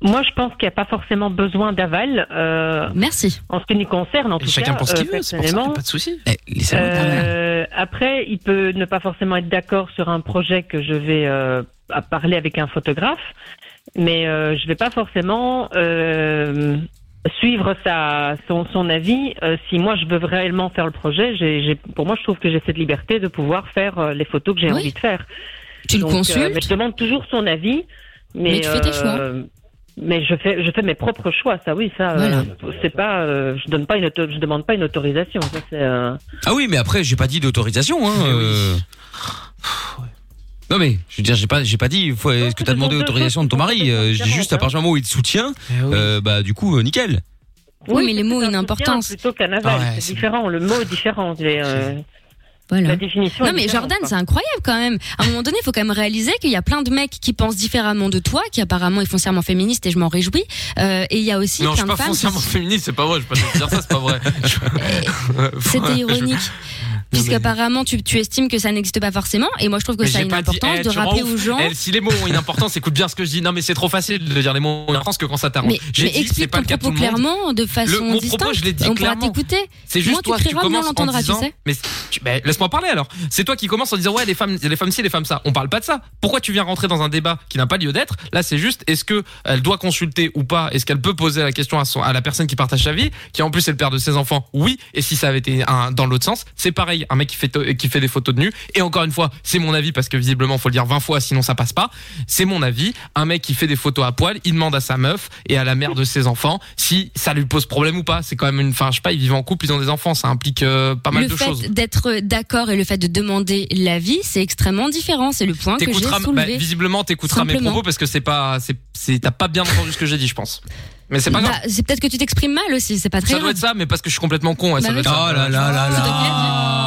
G: moi, je pense qu'il n'y a pas forcément besoin d'aval. euh,
C: Merci.
G: En ce qui nous concerne, en tout
E: Chacun
G: cas,
E: pense ce qu'il
G: euh,
E: veut, c'est pour ça, y a
G: personnellement.
E: pas de souci.
B: Eh, laissez-moi parler.
G: Euh, après, il peut ne pas forcément être d'accord sur un projet que je vais euh, à parler avec un photographe, mais euh, je vais pas forcément euh, suivre sa, son, son avis. Euh, si moi je veux réellement faire le projet, j'ai j'ai- pour moi, je trouve que j'ai cette liberté de pouvoir faire euh, les photos que j'ai
C: Oui.
G: envie de faire.
C: Tu le
G: Donc, euh,
C: consultes
G: mais je demande toujours son avis, mais, euh,
C: Mais tu fais tes choix.
G: Mais je fais, je fais mes propres choix, ça oui, ça. euh, c'est pas, euh, je donne pas une, auto- je demande pas une autorisation. Ça, c'est, euh,
B: Ah oui, mais après, j'ai pas dit d'autorisation. Hein, euh. Non mais, je veux dire, j'ai pas, j'ai pas dit. faut- Est-ce que t'as demandé l'autorisation de ton mari Euh, Je dis juste à partir du moment où il te soutient,
E: Eh
B: euh, bah du coup, euh, nickel.
C: Oui, mais les mots ont une importance.
G: Plutôt qu'un
F: Ah
E: Ah
G: aval,
B: Ouais,
G: Ah bah, c'est différent. Le mot est différent. Les, euh,
C: Voilà.
G: La définition.
C: Non
G: est
C: mais
G: différente,
C: Jordan,
G: quoi.
C: c'est incroyable quand même. À un moment donné, il faut quand même réaliser qu'il y a plein de mecs qui pensent différemment de toi, qui apparemment est foncièrement féministe et je m'en réjouis. Euh, et il y a aussi
E: Non, je suis
C: plein de
E: pas
C: femmes. qui-
E: foncièrement féministe, c'est pas vrai. Je peux pas te dire ça, c'est pas
C: <laughs>
E: vrai. Je-
C: Eh, C'était
E: Je- <laughs>
C: ironique, puisqu'apparemment tu, tu estimes que ça n'existe pas forcément. Et moi, je trouve que
E: Mais
C: ça a
E: j'ai
C: une
E: pas dit,
C: importance
E: eh,
C: de
E: tu
C: rappeler
E: rends ouf.
C: aux gens.
E: Eh, si les mots ont une importance, écoute bien ce que je dis. Non, mais c'est trop facile de dire les mots ont une importance que quand ça t'arrange.
C: mais
E: J'ai
C: mais
E: dit, c'est
C: explique
E: pas
C: ton
E: le cas de tout
C: propos
E: le monde.
C: clairement, de façon
E: mon propos,
C: distincte.
E: je l'ai dit
C: On pourra
E: clairement.
C: t'écouter.
E: C'est juste
C: Moins
E: toi,
C: tu
E: tu
C: crieras, mieux on
E: commences en
C: l'entendra, tu
E: disant.
C: sais.
E: Mais tu- mais laisse-moi parler alors. C'est toi qui commences en disant ouais les femmes, les femmes ci, les femmes ça. On parle pas de ça. Pourquoi tu viens rentrer dans un débat qui n'a pas lieu d'être Là, c'est juste est-ce que elle doit consulter ou pas Est-ce qu'elle peut poser la question à, son- à la personne qui partage sa vie, qui en plus est le père de ses enfants Oui. Et si ça avait été un, dans l'autre sens, c'est pareil. pareil, un mec qui fait, to- qui fait des photos de nu, et encore une fois, c'est mon avis parce que visiblement, faut le dire 20 fois, sinon ça passe pas. C'est mon avis. Un mec qui fait des photos à poil, il demande à sa meuf et à la mère de ses enfants si ça lui pose problème ou pas. C'est quand même une, enfin, je sais pas, ils vivent en couple, ils ont des enfants, ça implique euh, pas mal
C: le
E: de
C: fait
E: choses.
C: d'être d'accord et le fait de demander l'avis, c'est extrêmement différent. C'est le point que j'ai
E: T'écouteras, bah,
C: soulevé.
E: visiblement, t'écouteras mes
C: Simplement.
E: propos parce que c'est pas, c'est, c'est- t'as pas bien entendu ce que j'ai dit, je pense. Mais c'est pas
C: Bah,
E: grave.
C: c'est peut-être que tu t'exprimes mal aussi, c'est pas très
E: Ça doit
C: grave.
E: être ça, mais parce que je suis complètement con. ouais, ça
C: Bah
E: doit être
B: oui.
E: ça.
B: Oh là là là là.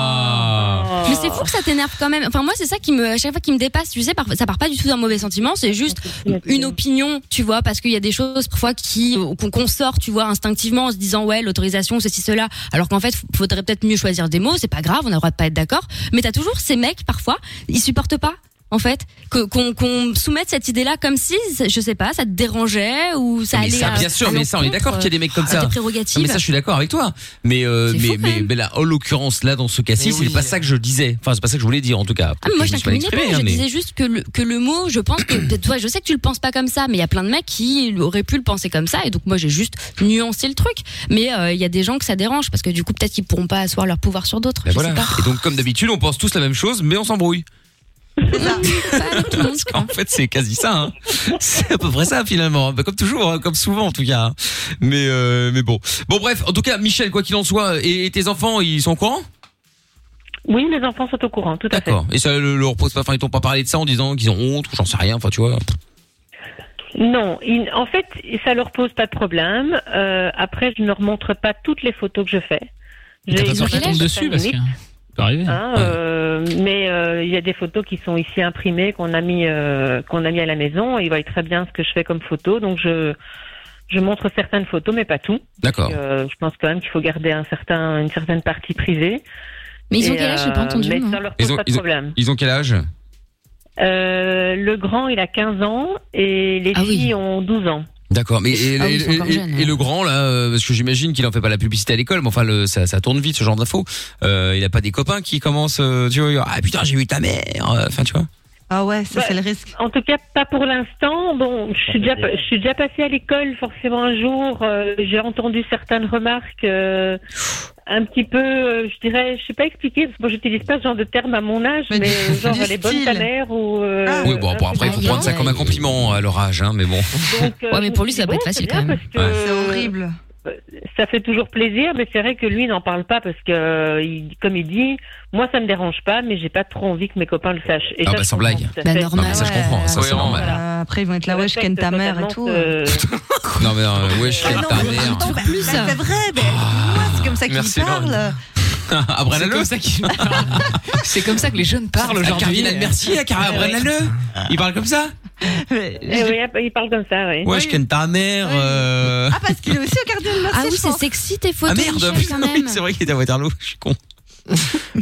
C: Mais c'est fou que ça t'énerve quand même. Enfin moi c'est ça qui me à chaque fois qui me dépasse, tu sais, par- ça part pas du tout d'un mauvais sentiment, c'est juste une opinion, tu vois, parce qu'il y a des choses parfois qui euh, qu'on qu'on sort, tu vois, instinctivement en se disant ouais l'autorisation ceci cela, alors qu'en fait f- faudrait peut-être mieux choisir des mots, c'est pas grave, on a le droit de pas être d'accord, mais t'as toujours ces mecs parfois, ils supportent pas. En fait, que- qu'on qu'on soumette cette idée-là comme si, je sais pas, ça te dérangeait ou ça
B: mais
C: allait.
B: ça,
C: à-
B: bien sûr,
C: à
B: mais ça, on est
C: l'encontre,
B: d'accord qu'il y a des mecs comme
C: à
B: ça.
C: tes
B: Non,
C: prérogatives.
B: mais ça, je suis d'accord avec toi. Mais, euh,
C: C'est fou,
B: mais,
C: quand
B: mais,
C: même.
B: mais là, en l'occurrence, là, dans ce cas-ci, c'est pas ça que je disais. Enfin, c'est pas ça que je voulais dire, en tout cas.
C: Ah, mais moi, je
B: me suis mal
C: t'incrimine pas.
B: exprimé,
C: je
B: hein, mais-
C: disais juste que le, que le mot, je pense que. peut-être, Toi, je sais que tu le penses pas comme ça, mais il y a plein de mecs qui auraient pu le penser comme ça. Et donc, moi, j'ai juste nuancé le truc. Mais euh, il y a des gens que ça dérange parce que du coup, peut-être qu'ils pourront pas asseoir leur pouvoir sur d'autres.
B: Bah
C: je
B: voilà.
C: sais pas.
B: Et donc, comme d'habitude, on pense tous la même chose, mais on s'embrouille.
C: Parce
B: qu'en fait, c'est quasi ça. hein. C'est à peu près ça finalement. Bah, comme toujours, hein, comme souvent en tout cas. hein. Mais euh, mais bon. Bon bref, en tout cas, Michel, quoi qu'il en soit, et, et tes enfants, ils sont au courant
G: Oui, mes enfants sont au courant, tout à fait.
B: D'accord. Et ça le, le repose pas. Enfin, ils t'ont pas parlé de ça en disant qu'ils ont honte ou j'en sais rien. Enfin, tu vois.
G: Non, il- en fait, ça leur pose pas de problème. Euh, après, je ne leur montre pas toutes les photos que je fais.
F: T'as
G: J'ai
F: pas
G: une
F: peur qu'ils tombent
G: limite,
F: dessus parce que.
G: limite,
F: peut arriver.
G: hein, euh, mais euh, il y a des photos qui sont ici imprimées qu'on a mis euh, qu'on a mis à la maison. Ils voient très bien ce que je fais comme photo, donc je je montre certaines photos, mais pas tout.
B: D'accord.
G: Parce que, euh, je pense quand même qu'il faut garder un certain une certaine partie privée.
C: Mais ils ont
G: Et,
C: quel âge J'ai pas
G: euh,
C: entendu,
G: Mais
C: moi.
G: ça leur pose pas de
B: ils,
G: problème.
B: ils ont quel âge
G: Euh, le grand, il a 15 ans et
C: Ah
G: les filles ont 12 ans.
B: D'accord. Mais et,
G: Ah oui, ils sont
B: et-
G: encore
B: et-
G: jeunes,
B: et le grand là, euh, parce que j'imagine qu'il en fait pas la publicité à l'école, mais enfin, le- ça, ça tourne vite ce genre d'infos. Euh, il a pas des copains qui commencent, euh, tu vois, ah putain, j'ai eu ta mère. euh, Enfin, tu vois.
G: Ah ouais, ça c'est le risque. En tout cas, pas pour l'instant. Bon, je suis déjà, pa- je suis déjà passée à l'école forcément un jour. euh, J'ai entendu certaines remarques, euh, un petit peu, euh, je dirais, je sais pas expliquer. Parce que moi, j'utilise pas ce genre de terme à mon âge, mais, genre
L: du
G: elle est bonne ta
L: style.
G: mère ou. euh,
B: oui, bon, bon, après, il faut prendre ça comme un compliment à leur âge, hein, mais bon.
G: donc, euh,
C: Ouais, mais pour lui,
G: je
C: ça va
G: me
C: pas
G: dis,
C: être facile
G: bon, c'est
C: quand
G: bien
C: même.
G: parce que- Euh, Ça fait toujours plaisir, mais c'est vrai que lui il n'en parle pas parce que, euh, il- comme il dit, moi ça me dérange pas, mais j'ai pas trop envie que mes copains le sachent. Et ça,
B: Ah <laughs> bah,
G: je
B: sans
G: comprends
B: blague.
G: tout à
B: Bah,
G: fait.
B: normal. Ah, ça, je comprends, ça, c'est
D: Cohérent.
B: normal.
D: Voilà, Après, ils vont être là, wesh, ken ta mère et <laughs> tout. euh.
B: Non, mais euh, wesh,
A: Ah,
B: quelle ta mère. <laughs>
D: Bah, bah, c'est vrai, mais moi, c'est comme
E: Ah,
D: ça qu'ils
B: Merci, Laurine. <laughs>
D: parlent.
B: Après,
F: C'est comme ça
B: <laughs>
F: qu'ils C'est comme ça que les jeunes parlent aujourd'hui.
B: Cardinal
E: hein,
B: Mercier,
F: Ah, ouais.
B: Cardinal Le. Il parle comme ça
G: Eh oui, il parle comme ça, oui.
B: Wesh, ken ta mère. euh,
D: Ah, parce qu'il est aussi au Cardinal Mercier.
C: Ah oui, c'est sexy tes
B: Ah
C: photos.
B: merde,
C: Michel,
B: putain,
C: quand
B: <laughs> oui,
C: même.
B: c'est vrai qu'il était à Waterloo, je suis con.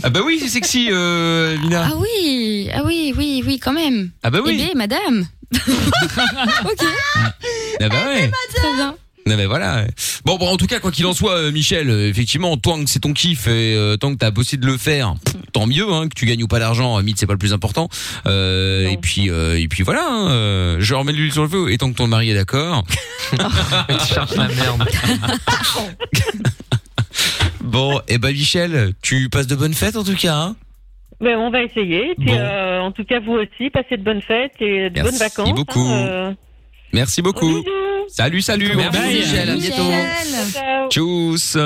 B: Ah bah oui, c'est sexy, euh, Lina.
C: Ah oui, ah oui, oui, oui, quand même.
B: Ah bah oui.
C: Eh bien, madame. ok,
B: Ah bah ouais.
C: très bien.
B: Non mais voilà. ouais. Bon, bon, en tout cas, quoi qu'il en soit, euh, Michel, euh, effectivement, tant que c'est ton kiff et euh, tant que t'as possible de le faire, pff, tant mieux, hein, que tu gagnes ou pas d'argent, euh, mythe c'est pas le plus important. Euh, et puis, euh, et puis voilà. hein, euh, je remets de l'huile sur le feu. Et tant que ton mari est d'accord.
E: Tu cherches la merde.
B: <laughs> Bon, et ben Michel, tu passes de bonnes fêtes en tout cas. Hein
G: Mais Ben, on va essayer. Puis,
B: Bon.
G: euh, en tout cas, vous aussi, passez de bonnes fêtes et de
B: Merci
G: bonnes vacances. hein, euh.
B: beaucoup. Merci beaucoup. Salut, salut. au revoir, Ah, Michel, à bientôt. Tchuss.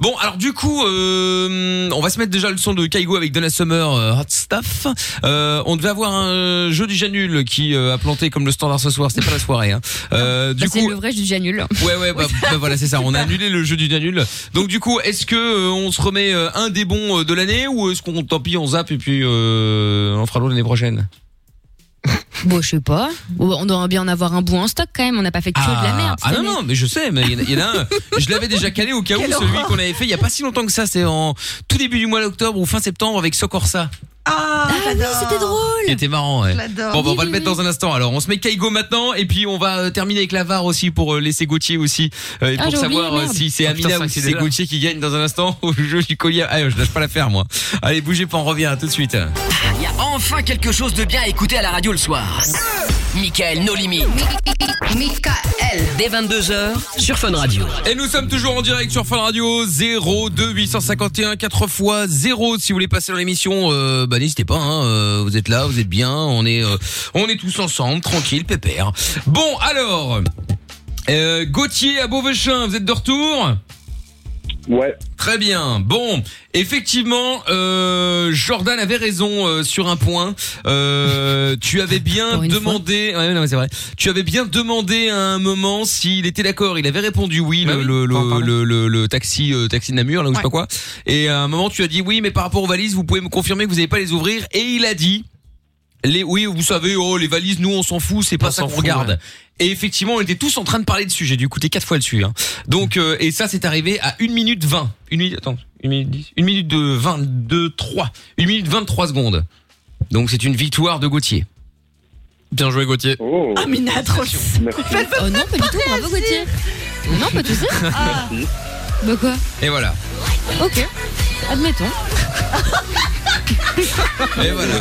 B: Bon, alors du coup, euh, on va se mettre déjà le son de Kaigo avec Donna Summer, euh, Hot Stuff. Euh, on devait avoir un euh, jeu du Janul qui euh, a planté comme le standard ce soir. C'était pas la soirée. Hein. Euh, du
C: Bah, c'est
B: coup,
C: le vrai, je dis déjà nul.
B: Ouais ouais bah, bah, voilà c'est ça on a annulé le jeu du Janul donc du coup est-ce que euh, on se remet euh, un des bons euh, de l'année ou est-ce qu'on tant pis on zappe et puis euh, on fera l'autre l'année prochaine
C: Bon, je sais pas. Bon, on devrait bien en avoir un bout en stock quand même. On n'a pas fait que de la merde.
B: Ah
C: cette
B: non,
C: année.
B: non, mais je sais, mais il y en a- il y, en a un. Je l'avais déjà calé au cas où, celui qu'on avait fait il y a pas si longtemps que ça. C'est en tout début du mois d'octobre ou fin septembre avec Socorsa.
D: Ah, oui, c'était drôle.
B: Qui était marrant, ouais.
D: Je l'adore.
B: Bon, bah, on va
D: Oui,
B: le mettre dans un instant. Alors, on se met Kaigo maintenant et puis on va euh, terminer avec la VAR aussi pour euh, laisser Gauthier aussi. euh, et
E: Ah,
B: pour
E: j'ai oublié,
B: savoir euh,
E: merde.
B: si c'est
E: Oh,
B: Amina
E: putain, ça,
B: ou si
E: c'est
B: c'est
E: déjà.
B: <laughs> Gauthier qui gagne dans un instant au jeu du collier. Ah, je lâche pas l'affaire, moi. Allez, bougez pas, on revient. À tout de suite.
A: Il y a enfin quelque chose de bien à écouter à la radio le soir. Michael No Limit. Michael. Dès 22h sur Fun Radio.
B: Et nous sommes toujours en direct sur Fun Radio 02 851 4 x 0 si vous voulez passer dans l'émission euh, bah n'hésitez pas hein, euh, vous êtes là vous êtes bien on est euh, on est tous ensemble tranquille pépère. Bon alors euh, Gauthier à Beauvechain vous êtes de retour
K: Ouais.
B: Très bien. Bon, effectivement, euh, Jordan avait raison euh, sur un point. Euh, tu avais bien demandé. Ouais, non, mais c'est vrai. Tu avais bien demandé à un moment s'il était d'accord. Il avait répondu oui. Le, le, le, le, le- le taxi, euh, taxi de Namur, là ou je sais pas quoi. Et à un moment, tu as dit oui, mais par rapport aux valises, vous pouvez me confirmer que vous n'allez pas les ouvrir. Et il a dit. Les, oui, vous savez, oh, les valises, nous, on s'en fout, c'est pas ça qu'on regarde. Et effectivement, on était tous en train de parler dessus. J'ai dû écouter quatre fois dessus. Hein. Donc, euh, et ça, c'est arrivé à 1 minute 20. Une minute, attends, une minute, dix, une minute de 22, 3. Une minute 23 secondes. Donc, c'est une victoire de Gauthier. Bien joué, Gauthier.
K: Oh,
C: Ah,
D: mais une atroce.
C: Oh non, pas du tout, bravo Gauthier. Non, pas tout ça.
B: Ah.
C: Bah quoi
B: Et voilà.
C: Ok, admettons.
B: Et voilà.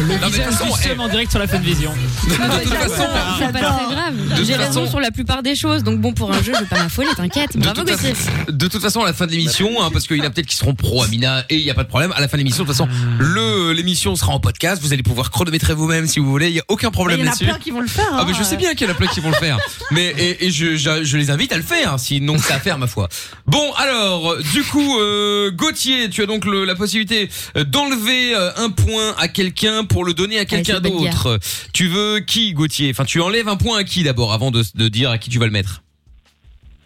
F: Le visage
B: façon, eh.
F: du seum en direct sur la
B: <laughs>
F: Funvision.
C: eh, De toute façon, c'est pas très grave.
B: toute
C: J'ai raison
B: façon-
C: sur la plupart des choses, donc bon, pour un jeu, je vais pas m'affoler, t'inquiète. Bravo Gauthier.
B: De toute façon, à la fin de l'émission, hein, parce qu'il y en a peut-être qui seront pro Amina et il n'y a pas de problème. À la fin de l'émission, de toute façon, le l'émission sera en podcast. Vous allez pouvoir chronométrer vous-même si vous voulez. Il n'y a aucun problème
D: Il y en a
B: là-dessus.
D: plein qui vont le faire. hein.
B: Ah mais je sais bien qu'il y en a plein qui vont le faire. Mais et, et je, je, je les invite à le faire, hein, sinon c'est à faire ma foi. Bon alors, euh, du coup, euh, Gauthier, tu as donc le- la possibilité euh, d'enlever euh, un point à quelqu'un pour le donner à quelqu'un
E: c'est bonne
B: d'autre.
E: guerre.
B: Euh, Tu veux qui, Gauthier Enfin, tu enlèves un point à qui d'abord avant de, de dire à qui tu vas le mettre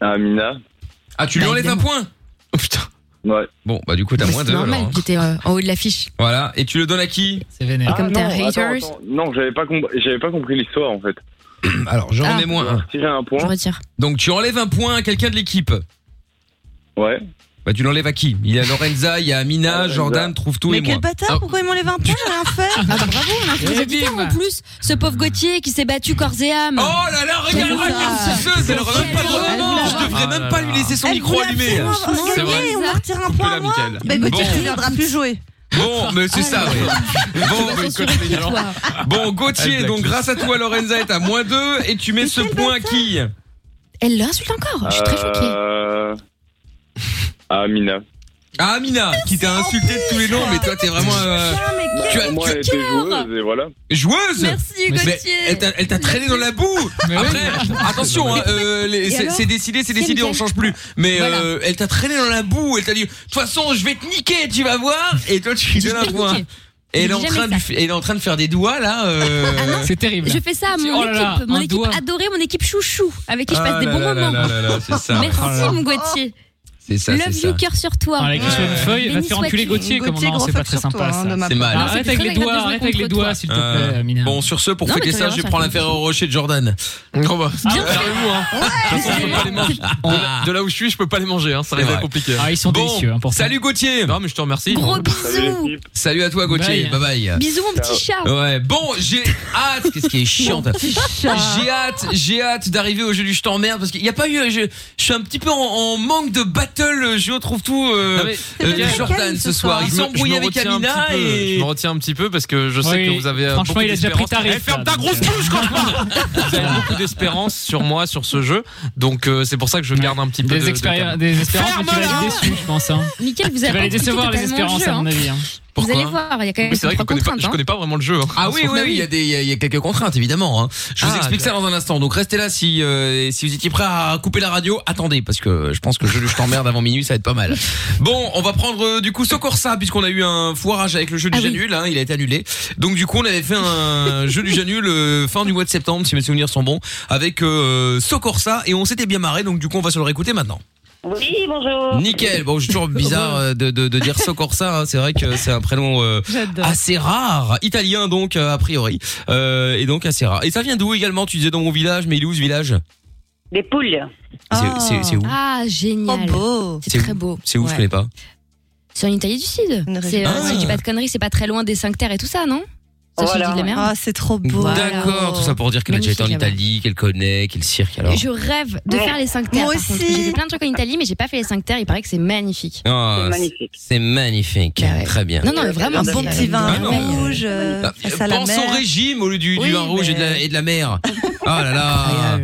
K: Amina.
B: Ah, tu lui
K: Bah,
B: enlèves un
K: évidemment.
B: point Oh putain.
K: Ouais.
B: Bon, bah du coup, t'as
C: Bah,
B: moins
C: C'est
B: de.
C: normal, t'étais euh, en haut de l'affiche.
B: Voilà, et tu le donnes à qui
F: C'est
C: vénère.
J: Ah,
C: Et comme t'as
K: non, attends,
C: haters.
K: attends. Non, j'avais pas, comp- j'avais pas compris l'histoire en fait.
B: Alors, je remets moins un.
K: Tirer un point.
B: Donc tu enlèves un point à quelqu'un de l'équipe.
K: Ouais.
B: Bah tu l'enlèves à qui Il y a Lorenza, il y a Amina, Jordan, trouve tout et
D: Mais
B: moi.
D: quel bâtard,
B: Ah,
D: pourquoi ils m'ont les 20 points, j'ai rien fait
C: Ah bah bravo, on a fait
B: Et
C: des auditeurs en plus. Ce pauvre Gauthier qui s'est battu corps et âme.
B: Oh là là, regarde la carcisseuse, elle aurait même pas le droit. Je devrais
E: Ah
B: même
E: là
B: pas
E: là.
B: lui laisser son
E: Elle
B: micro
E: voulait
B: allumé.
E: absolument
B: là.
E: C'est vrai.
D: on va retirer un point à moi.
B: Mickaël.
D: Bah écoute,
B: Bon.
D: tu ne viendras plus jouer.
B: Bon, mais c'est ça, oui. Bon, bah, Bon, Gauthier,
E: Elle blacklist.
B: donc grâce à toi, Lorenza est à moins 2 et tu mets ce point à qui
C: Elle l'insulte encore, je suis très choquée.
K: Euh... Amina.
B: Ah, Amina, qui t'a insulté de tous les noms, mais toi, t'es vraiment. euh, tu as-
K: Moi,
B: tu-
K: elle était joueuse et voilà.
B: Joueuse
K: Merci,
B: Mais
K: Gauthier.
B: elle t'a- Elle t'a traîné dans la boue Après, attention, hein, euh, les-
K: Et
B: c'est
K: alors
B: c'est décidé, c'est
K: C'est
B: décidé, on
K: nickel.
B: change plus. Mais euh, elle t'a traîné dans la boue, elle t'a dit, de toute façon, je vais te niquer, tu vas voir Et toi, tu lui donnes un
C: te
B: point.
C: niquer.
B: Et elle est,
C: Je
B: en
C: dis
B: train
C: jamais Ah
B: de, lui- elle est en train de faire des doigts là. euh.
F: C'est terrible.
C: Je fais ça à mon
F: Oh là là,
C: équipe, mon
F: un
C: équipe
F: doigt.
C: adorée, mon équipe chouchou, avec qui je passe
B: Ah
C: des
B: là
C: bons
B: là là
C: moments.
B: là là là, c'est ça.
C: Merci
B: Oh là là.
C: mon Gauthier.
B: C'est ça, c'est
C: Love
B: ça.
C: you, cœur sur toi.
F: Ah, elle a écrit sur une feuille, va
C: Béni
F: faire enculer
C: sois-tu.
F: Gauthier, comme non, c'est pas très sympa
C: hein,
F: ça.
B: C'est mal.
C: Non,
F: Arrête
C: c'était
F: avec
C: très
F: les
C: agréable de
F: doigts,
C: jouer
F: arrête avec les
C: contre
F: doigts,
C: toi.
F: s'il te
B: Euh,
F: plaît, Amina.
B: bon, sur ce, pour
F: Non, mais
B: fêter
F: t'as
B: ça,
F: l'air
B: je vais
F: gentil.
B: prendre un fer au rocher
C: <laughs>
B: de Jordan. Oh bah,
F: Ah, ouais.
E: De là- De là où je suis, je peux pas les manger, hein, ça risque
B: vrai.
E: d'être compliqué.
F: Ah, ils sont
E: Bon,
F: délicieux, hein, pour ça.
B: Salut Gauthier
E: Non, mais je te remercie.
C: Gros bisous.
B: Salut à toi Gauthier, bye
E: Bye.
B: bye.
C: Bisous mon petit chat.
B: Ouais, bon, j'ai hâte. Qu'est-ce qui est chiant
C: Mon
B: t'as-
C: petit chat.
B: J'ai hâte, j'ai hâte d'arriver au jeu du je t'emmerde parce qu'il n'y a pas eu. euh, Je, je suis un petit peu en, en manque de battle. euh, Je trouve tout. euh,
E: Non, mais-
B: euh,
E: C'est très
B: Jordan
E: calme, ce
B: ce soir.
E: soir.
B: Il
E: Je me- je
B: s'embrouille
E: me
B: avec
E: retiens un petit
B: Amina
E: peu,
B: et.
E: je me retiens un petit peu parce que je sais
F: Oui,
E: que vous avez euh,
F: franchement,
E: beaucoup
F: il a déjà pris ta
E: d'espérance.
F: ref,
E: Eh, ferme
F: là,
E: ta
F: donc,
E: grosse
F: euh.
E: bouche quand je parle. Vous avez beaucoup d'espérance sur moi sur ce jeu. Donc euh, c'est pour ça que je garde un petit peu
F: Des
E: de- de
F: expéri-
E: calme.
F: des espérances, mais tu vas
E: Ferme-la
F: être déçu, je pense. hein.
C: Mickaël, vous
F: Tu vas
C: avez
F: les décevoir, les espérances, à mon avis. hein.
C: Vous
B: Pourquoi
C: allez voir, il y a quand même
E: Mais c'est vrai
C: trois
E: que je connais pas-
C: contraintes. Bah
E: je
C: hein.
E: connais pas vraiment le jeu. hein.
B: Ah oui, oui, oui, il y, a des- il y a- il y a quelques contraintes évidemment. hein. Je vous
E: Ah,
B: explique ça
C: bah.
B: dans un instant. Donc restez là si euh, si vous étiez prêt à couper la radio. Attendez parce que je pense que le jeu du je t'emmerde avant minuit ça va être pas mal. Bon, on va prendre euh, du coup Socorsa puisqu'on a eu un foirage avec le
C: Ah
B: jeu du Janul. hein, il a été annulé. Donc du coup on avait fait un <laughs> jeu du Janul euh, fin du mois de septembre si mes souvenirs sont bons avec euh, Socorsa et on s'était bien marré. Donc du coup on va se le réécouter maintenant.
G: Oui, bonjour.
B: Nickel. Bon, c'est
C: <laughs>
B: toujours bizarre euh, de, de, de dire Socorsa. hein. C'est vrai que c'est un prénom euh,
G: J'adore.
B: assez rare, italien donc euh, a priori, Euh, et donc assez rare. Et ça vient d'où également Tu disais dans mon village, mais il est où ce village
G: Des poules.
B: C'est- c'est- c'est où
C: Ah, génial. C'est
G: Oh,
B: C'est
C: très
B: où
C: beau.
B: C'est où Je
C: Ouais.
B: connais pas.
C: C'est en Italie du Sud. C'est, euh,
B: Ah.
C: Si je dis pas de conneries, c'est pas très loin des Cinq Terres et tout ça, non Ça, j'ai dit de la merde.
G: Ah, c'est trop beau.
B: D'accord, tout ça pour dire qu'elle a déjà été en
C: Magnifique,
B: Italie, qu'elle connaît, qu'elle cirque alors.
C: Je rêve de faire les 5 terres. Moi aussi. J'ai fait plein de trucs en Italie, mais j'ai pas fait les 5 terres. Il paraît que c'est magnifique.
B: Ah,
C: C'est
B: c'est-
C: magnifique.
B: C'est magnifique. Très bien.
C: Bah Non, non, mais vraiment.
G: Un bon
C: c'est-
G: petit vin
B: Ah non.
G: rouge euh,
B: Ah,
G: face à la
B: Pense
G: mer.
B: au régime au lieu du, du vin rouge et de, la, et de
G: <laughs>
B: la mer. Ah là là.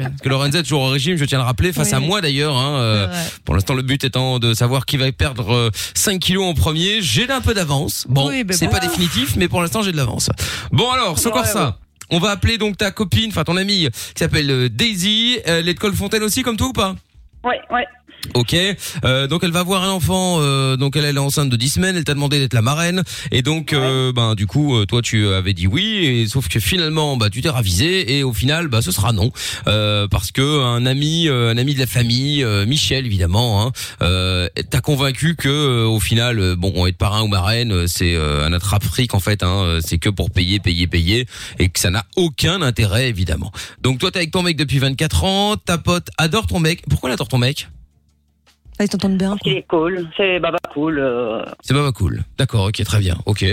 B: Parce que Lorenzo est toujours au régime, je tiens à le rappeler, face à moi d'ailleurs. hein, euh, Pour l'instant, le but étant de savoir qui va perdre euh, 5 kilos en premier. J'ai là un peu d'avance. Bon,
K: Oui, mais
B: c'est
K: bon.
B: pas définitif, mais pour l'instant, j'ai de l'avance. Bon alors, c'est encore ça. On va appeler donc ta copine, enfin ton amie, qui s'appelle euh, Daisy. Elle est de Colfontaine aussi, comme toi ou pas
M: Ouais, ouais.
B: Ok, euh, donc elle va avoir un enfant, euh, donc elle, elle est enceinte de 10 semaines, elle t'a demandé d'être la marraine, et donc euh, ben du coup euh, toi tu avais dit oui, et sauf que finalement bah tu t'es ravisé et au final bah ce sera non Euh, parce que un ami, euh, un ami de la famille, euh, Michel évidemment, hein, euh, t'a convaincu que euh, au final euh, bon être parrain ou marraine euh, c'est euh, un attraperie en fait, hein, euh, c'est que pour payer, payer, payer, et que ça n'a aucun intérêt évidemment. Donc toi t'es avec ton mec depuis 24 ans, ta pote adore ton mec, pourquoi elle adore ton mec
G: Ah, ils t'entendent bien.
M: Il est cool, c'est baba cool. euh,
B: C'est pas cool. D'accord, ok, très bien, ok.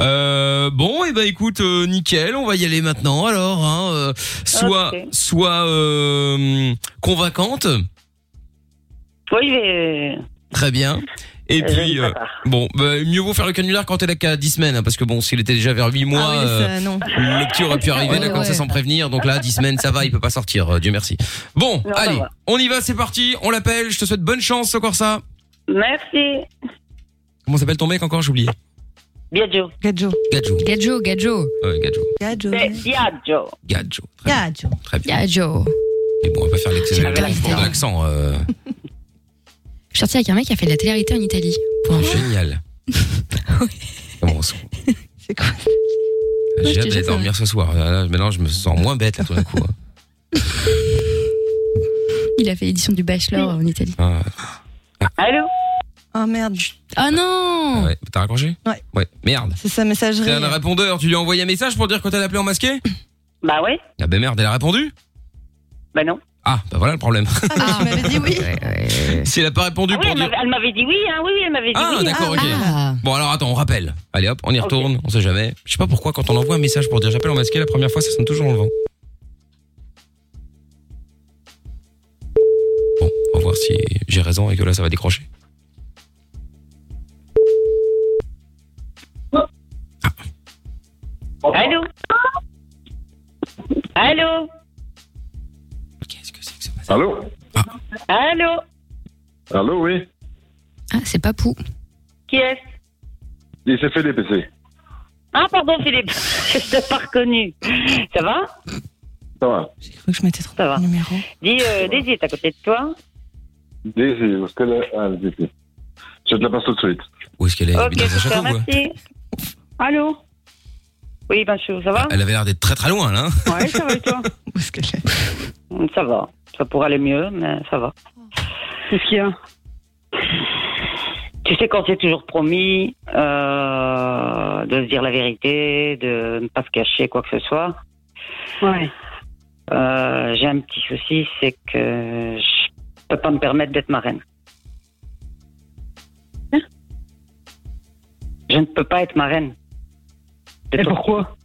B: Euh, bon, et ben écoute, euh, nickel, on va y aller maintenant. Alors, hein, euh, soit,
M: Ok.
B: soit euh, convaincante,
M: Oui, euh, mais.
B: très bien. Et
M: Euh,
B: puis,
M: je ne sais
B: euh,
M: pas.
B: bon, bah, mieux vaut faire le canular quand elle a qu'à 10 semaines, hein, parce que bon, s'il était déjà vers 8 mois,
G: Ah oui, ça,
B: euh,
G: non.
B: le petit aurait pu arriver
G: <laughs> Ouais,
B: là comme ça
G: ouais.
B: sans prévenir. Donc là, 10 semaines, ça va, il peut pas sortir, euh, Dieu merci. Bon,
M: bah
B: allez, on y va, c'est parti, on l'appelle, je te souhaite bonne chance, encore ça.
M: Merci.
B: Comment s'appelle ton mec encore, j'ai oublié.
M: Biagio.
G: Gadjo.
B: Gadjo.
C: Gadjo, Gadjo.
B: Euh, Gadjo.
G: Gadjo.
M: Eh, Biagio.
B: Gadjo.
G: Gadjo.
B: Très bien.
C: Gadjo.
B: On va pas faire l'excès-
C: J'ai pas
B: l'accent.
C: l'idée.
B: l'accent, euh,
C: Je suis sortie avec un mec qui a fait de la télé-réalité en
G: <laughs>
C: Italie. Point.
B: Génial. Comment C'est quoi J'ai hâte d'aller dormir ce soir. Ah, Là, là, Maintenant, je me sens moins bête là tout d'un
G: <laughs>
B: coup. hein.
C: Il a fait l'édition du Bachelor en Italie.
B: Ah,
M: Allô
G: Oh merde.
C: Oh non
B: Ah ouais. T'as raccroché
G: Ouais.
B: Ouais. Merde.
G: C'est sa messagerie.
B: T'as un répondeur. Tu lui as envoyé un message pour dire que t'as appelé en masqué
M: Bah ouais.
B: Ah ben merde, elle a répondu
M: Bah non.
B: Ah, bah voilà le problème.
G: Ah, tu
B: <laughs>
G: m'avais dit oui.
B: si elle a pas répondu
M: bah, Ah oui,
B: pour
M: elle
B: dire.
M: m'avait- elle m'avait dit oui, hein, oui, oui, elle m'avait dit
B: Ah,
M: oui.
B: d'accord, ok. Bon, alors attends, on rappelle. Allez hop, on y retourne, on sait jamais. Je sais pas pourquoi, quand on envoie un message pour dire j'appelle en masqué, la première fois, ça sonne toujours en levant. Bon, on va voir si j'ai raison et que là, ça va décrocher.
M: Allô Allô
J: Allô
M: Allô
J: Allô, oui
C: Ah, c'est pas pou.
M: Qui est
J: Il s'est fait dépecer.
M: Ah, pardon, Philippe. <laughs> Je t'ai pas reconnu. Ça va
J: Ça va.
G: Faut que je m'étais trompé
M: Ça va.
G: de numéro.
M: Dis, euh, Daisy, est à côté de toi
J: Daisy, où est-ce qu'elle est Ah, elle est ici. Je te la passe tout de suite.
B: Où est-ce qu'elle est
M: Ok, super, merci. Allô Oui, bonjour, ça va
B: Elle avait l'air d'être très très loin, là. hein.
M: Ouais, ça va et toi Mm, Ça va. Ça pourrait aller mieux, mais ça va. Qu'est-ce qu'il y a Tu sais qu'on s'est toujours promis euh, de se dire la vérité, de ne pas se cacher quoi que ce soit.
L: Ouais.
M: Euh, J'ai un petit souci, c'est que je peux pas me permettre d'être marraine. Je ne peux pas être marraine. Et pourquoi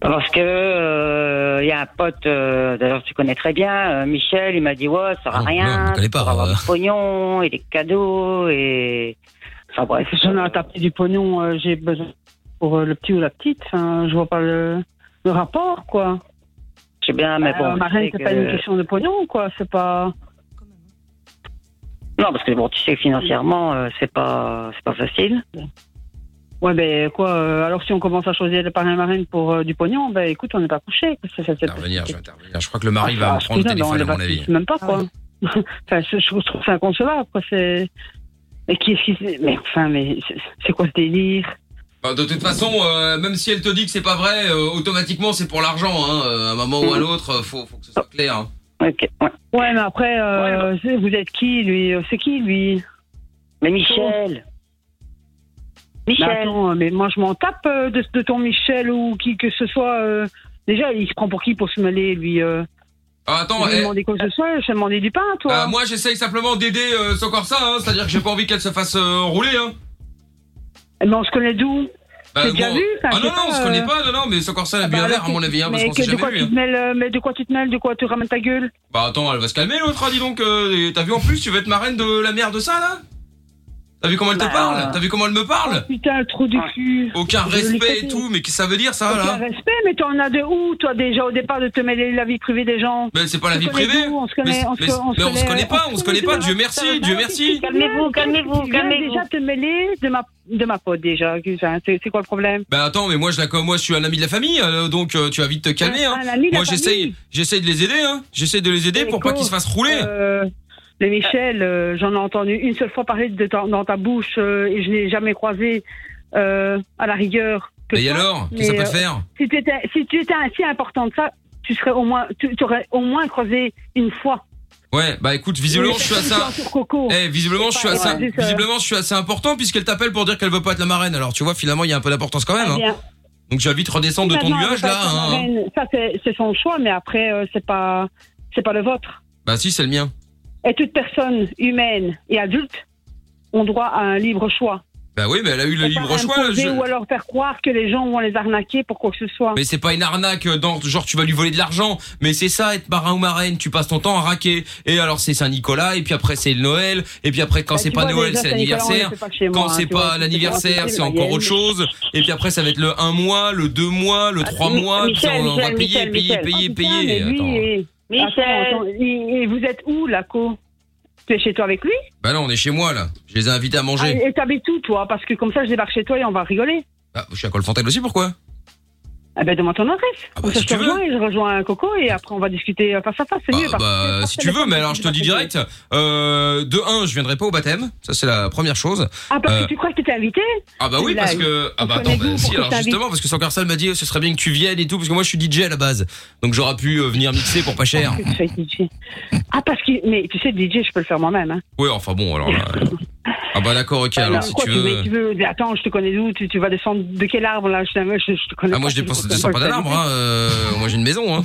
M: Parce que euh, il y a un pote, euh, d'ailleurs tu connais très bien, euh, Michel, il m'a dit ouais, ça sert à
B: Ah, non, je
M: rien,
B: ne connais
M: tu
B: pas,
M: pourras avoir
B: euh.
M: du pognon et des cadeaux et enfin bref.
L: Ah bah, J'en ai à taper du pognon, euh, j'ai besoin pour euh, le petit ou la petite. Enfin, je vois pas le, le rapport, quoi.
M: Je sais bien, Ah, mais bon.
L: Euh, ma
M: tu sais
L: reine, c'est pas
M: que-
L: une question de pognon, quoi. C'est pas.
M: Non, parce que bon, tu sais que financièrement, euh, c'est pas, c'est pas facile.
L: Ouais, ben quoi. euh, alors, si on commence à choisir le parrain et marraine pour euh, du pognon, ben écoute, on n'est pas couché. C'est ça, c'est-
B: Intervenir, je vais intervenir. Ah, Je crois que le mari va me prendre le
L: Ah, Excusez-moi,
B: téléphone, à
L: on les
B: mon avis.
L: vacille même pas, quoi.
M: Ah
L: <laughs> enfin, je, je trouve ça inconcevable, quoi. C'est. Mais qui est-ce qui. Mais enfin, mais c'est- c'est quoi ce délire
B: Bah, de toute façon, euh, même si elle te dit que c'est pas vrai, euh, automatiquement c'est pour l'argent. Hein. Euh, À un moment ou à l'autre, euh, faut, faut que ce soit clair. hein.
L: Ouais, mais après, euh, c'est- vous êtes qui, lui euh, C'est qui, lui
M: Mais Michel.
L: Mais
M: Michel.
L: attends, mais moi, je m'en tape euh, de, de ton Michel ou qui que ce soit. euh, déjà, il se prend pour qui pour se mêler, lui euh,
B: Ah, attends,
L: Je vais
B: eh,
L: demander quoi que ce soit, je vais demander du pain, toi.
B: euh, moi j'essaye simplement d'aider euh, ce corps ça, hein. c'est-à-dire que j'ai pas envie qu'elle se fasse euh, rouler. Hein.
L: Mais on Eh ben, se connaît d'où
B: Bah,
L: T'as déjà
B: moi-
L: vu Enfin,
B: Ah
L: je
B: non,
L: sais
B: non, on se
L: euh,
B: connaît pas, non, non, mais c'est encore ça la
L: bah,
B: bière
L: alors
B: verte, à
L: que-
B: mon avis, hein, parce
L: mais
B: qu'on s'est
L: que- de
B: jamais
L: quoi
B: vu.
L: tu
B: hein.
L: te mêles, euh, Mais de quoi tu te mêles De quoi tu ramènes ta gueule
B: Bah attends, elle va se calmer l'autre, hein, dis donc, euh, et t'as vu en plus, tu veux être marraine de la mère de ça là T'as vu comment elle te
L: Bah,
B: parle T'as vu comment elle me parle
L: Putain, trop de cul.
B: Aucun
L: Je l'ai
B: respect
L: fait.
B: et tout, mais qu'est-ce que ça veut dire ça
L: Aucun
B: là
L: respect, mais t'en as de où, toi, déjà, au départ, de te mêler de la vie privée des gens
B: Mais c'est pas la
L: On se
B: vie
L: connaît
B: privée
L: d'où On se connaît,
B: Mais-
L: on se-
B: mais- mais on se connaît pas, on se connaît pas, Dieu merci,
L: Ah,
B: Dieu
L: si,
B: merci.
L: si, Calmez-vous, calmez-vous,
M: Tu viens
L: calmez-vous. déjà te mêler de ma, de ma peau, déjà, Guzin. C'est c'est quoi le problème
B: Bah attends, mais moi je la co- moi je suis un ami de la famille, euh, donc euh, tu vas vite te calmer.
L: Un-
B: hein.
L: Ah, un ami de la
B: Moi j'essaye, j'essaye de les aider, hein. J'essaye de les aider pour pas qu'ils se fassent rouler.
L: Euh, Mais Michel, euh, j'en ai entendu une seule fois parler de ta- dans ta bouche euh, et je n'ai jamais croisé euh, à la rigueur. que
B: Mais
L: toi.
B: alors, Oh, qu'est-ce
L: Mais,
B: que ça peut
L: euh,
B: te faire
L: si tu, étais, si tu étais ainsi importante, ça, tu serais au moins, tu tu aurais au moins croisé une fois.
B: Ouais, bah écoute, visiblement
L: Mais
B: je suis à
L: surtout <laughs>
B: ça.
L: sur Coco.
B: Eh, visiblement je suis
L: pas
B: assez,
L: grave.
B: visiblement je suis assez important puisqu'elle t'appelle pour dire qu'elle veut pas être la marraine. Alors tu vois, finalement il y a un peu d'importance quand même.
L: Ah,
B: Hein.
L: bien.
B: Donc tu vas vite redescendre de ton
L: Maintenant,
B: nuage
L: ça,
B: là.
L: ça
B: hein.
L: m'amène- Ça, c'est c'est son choix, mais après, euh, c'est pas, c'est pas le vôtre.
B: Bah si, c'est le mien.
L: Et toute personne humaine et adulte ont droit à un libre choix.
B: Bah oui, mais elle a eu le libre choix. là,
L: Imposer
B: je-
L: Ou alors faire croire que les gens vont les arnaquer pour quoi que ce soit.
B: Mais c'est pas une arnaque euh, dans genre tu vas lui voler de l'argent, mais c'est ça être marin ou marraine, tu passes ton temps à raquer. Et alors c'est Saint Nicolas et puis après c'est le Noël et puis après quand
L: Bah,
B: c'est
L: tu
B: pas
L: vois,
B: Noël,
L: déjà,
B: c'est
L: Saint-Nicolas, on le
B: l'anniversaire.
L: fait pas chez moi,
B: Quand
L: hein,
B: c'est
L: tu vois,
B: pas
L: c'est
B: l'anniversaire,
L: pas
B: c'est
L: la
B: encore
L: Mayenne.
B: autre chose. Et puis après ça va être le 1 mois, le 2 mois, le 3
L: Ah, Mi-
B: mois, puis
L: Michel,
B: on, on va
L: Michel,
B: payer,
L: Michel,
B: payer,
L: Michel.
B: payer,
L: Oh, putain,
B: payer.
L: mais lui,
B: Attends.
L: il est-
M: Michel.
L: Attends, attends, il- Et vous êtes où, là, co Tu es chez toi avec lui
B: Bah non, on est chez moi là. Je les ai invités à
L: Ah,
B: manger.
L: Et t'habites où, toi Parce que comme ça, je débarque chez toi et on va rigoler.
B: Bah, je suis à Colfontaine aussi, pourquoi
L: Eh ben, demande ton adresse. Comme ça,
B: Ah, bah, si
L: je te
B: tu veux.
L: rejoins et je rejoins un coco et après, on va discuter euh, face à face. C'est mieux.
B: Ah
L: parce que-
B: bah si tu veux, mais alors je te dis direct, euh, de 1, je viendrai pas au baptême, ça c'est la première chose.
L: Ah, parce
B: Euh,
L: que tu crois que t'étais invité
B: Ah bah oui
L: Là,
B: parce
L: il-
B: que ah
L: il
B: bah
L: connaît
B: attends bah,
L: d'où pour
B: si
L: que
B: alors
L: t'invites.
B: justement parce que Sankar Sal m'a dit euh, ce serait bien que tu viennes et tout parce que moi je suis DJ à la base donc j'aurais pu euh, venir mixer pour pas <laughs> cher.
L: Que tu sois DJ. Ah, parce que. Mais tu sais, DJ, je peux le faire moi-même. Hein.
B: Ouais enfin bon alors là, euh, ah bah d'accord ok alors
L: Alors,
B: si
L: quoi,
B: tu veux
L: mais tu veux- mais Attends, je te connais d'où tu, tu vas descendre de quel arbre là je, je- je te connais.
B: ah moi
L: pas,
B: je dépense
L: te
B: des pas
L: connais
B: d'un arbre hein, euh, moi j'ai une maison hein.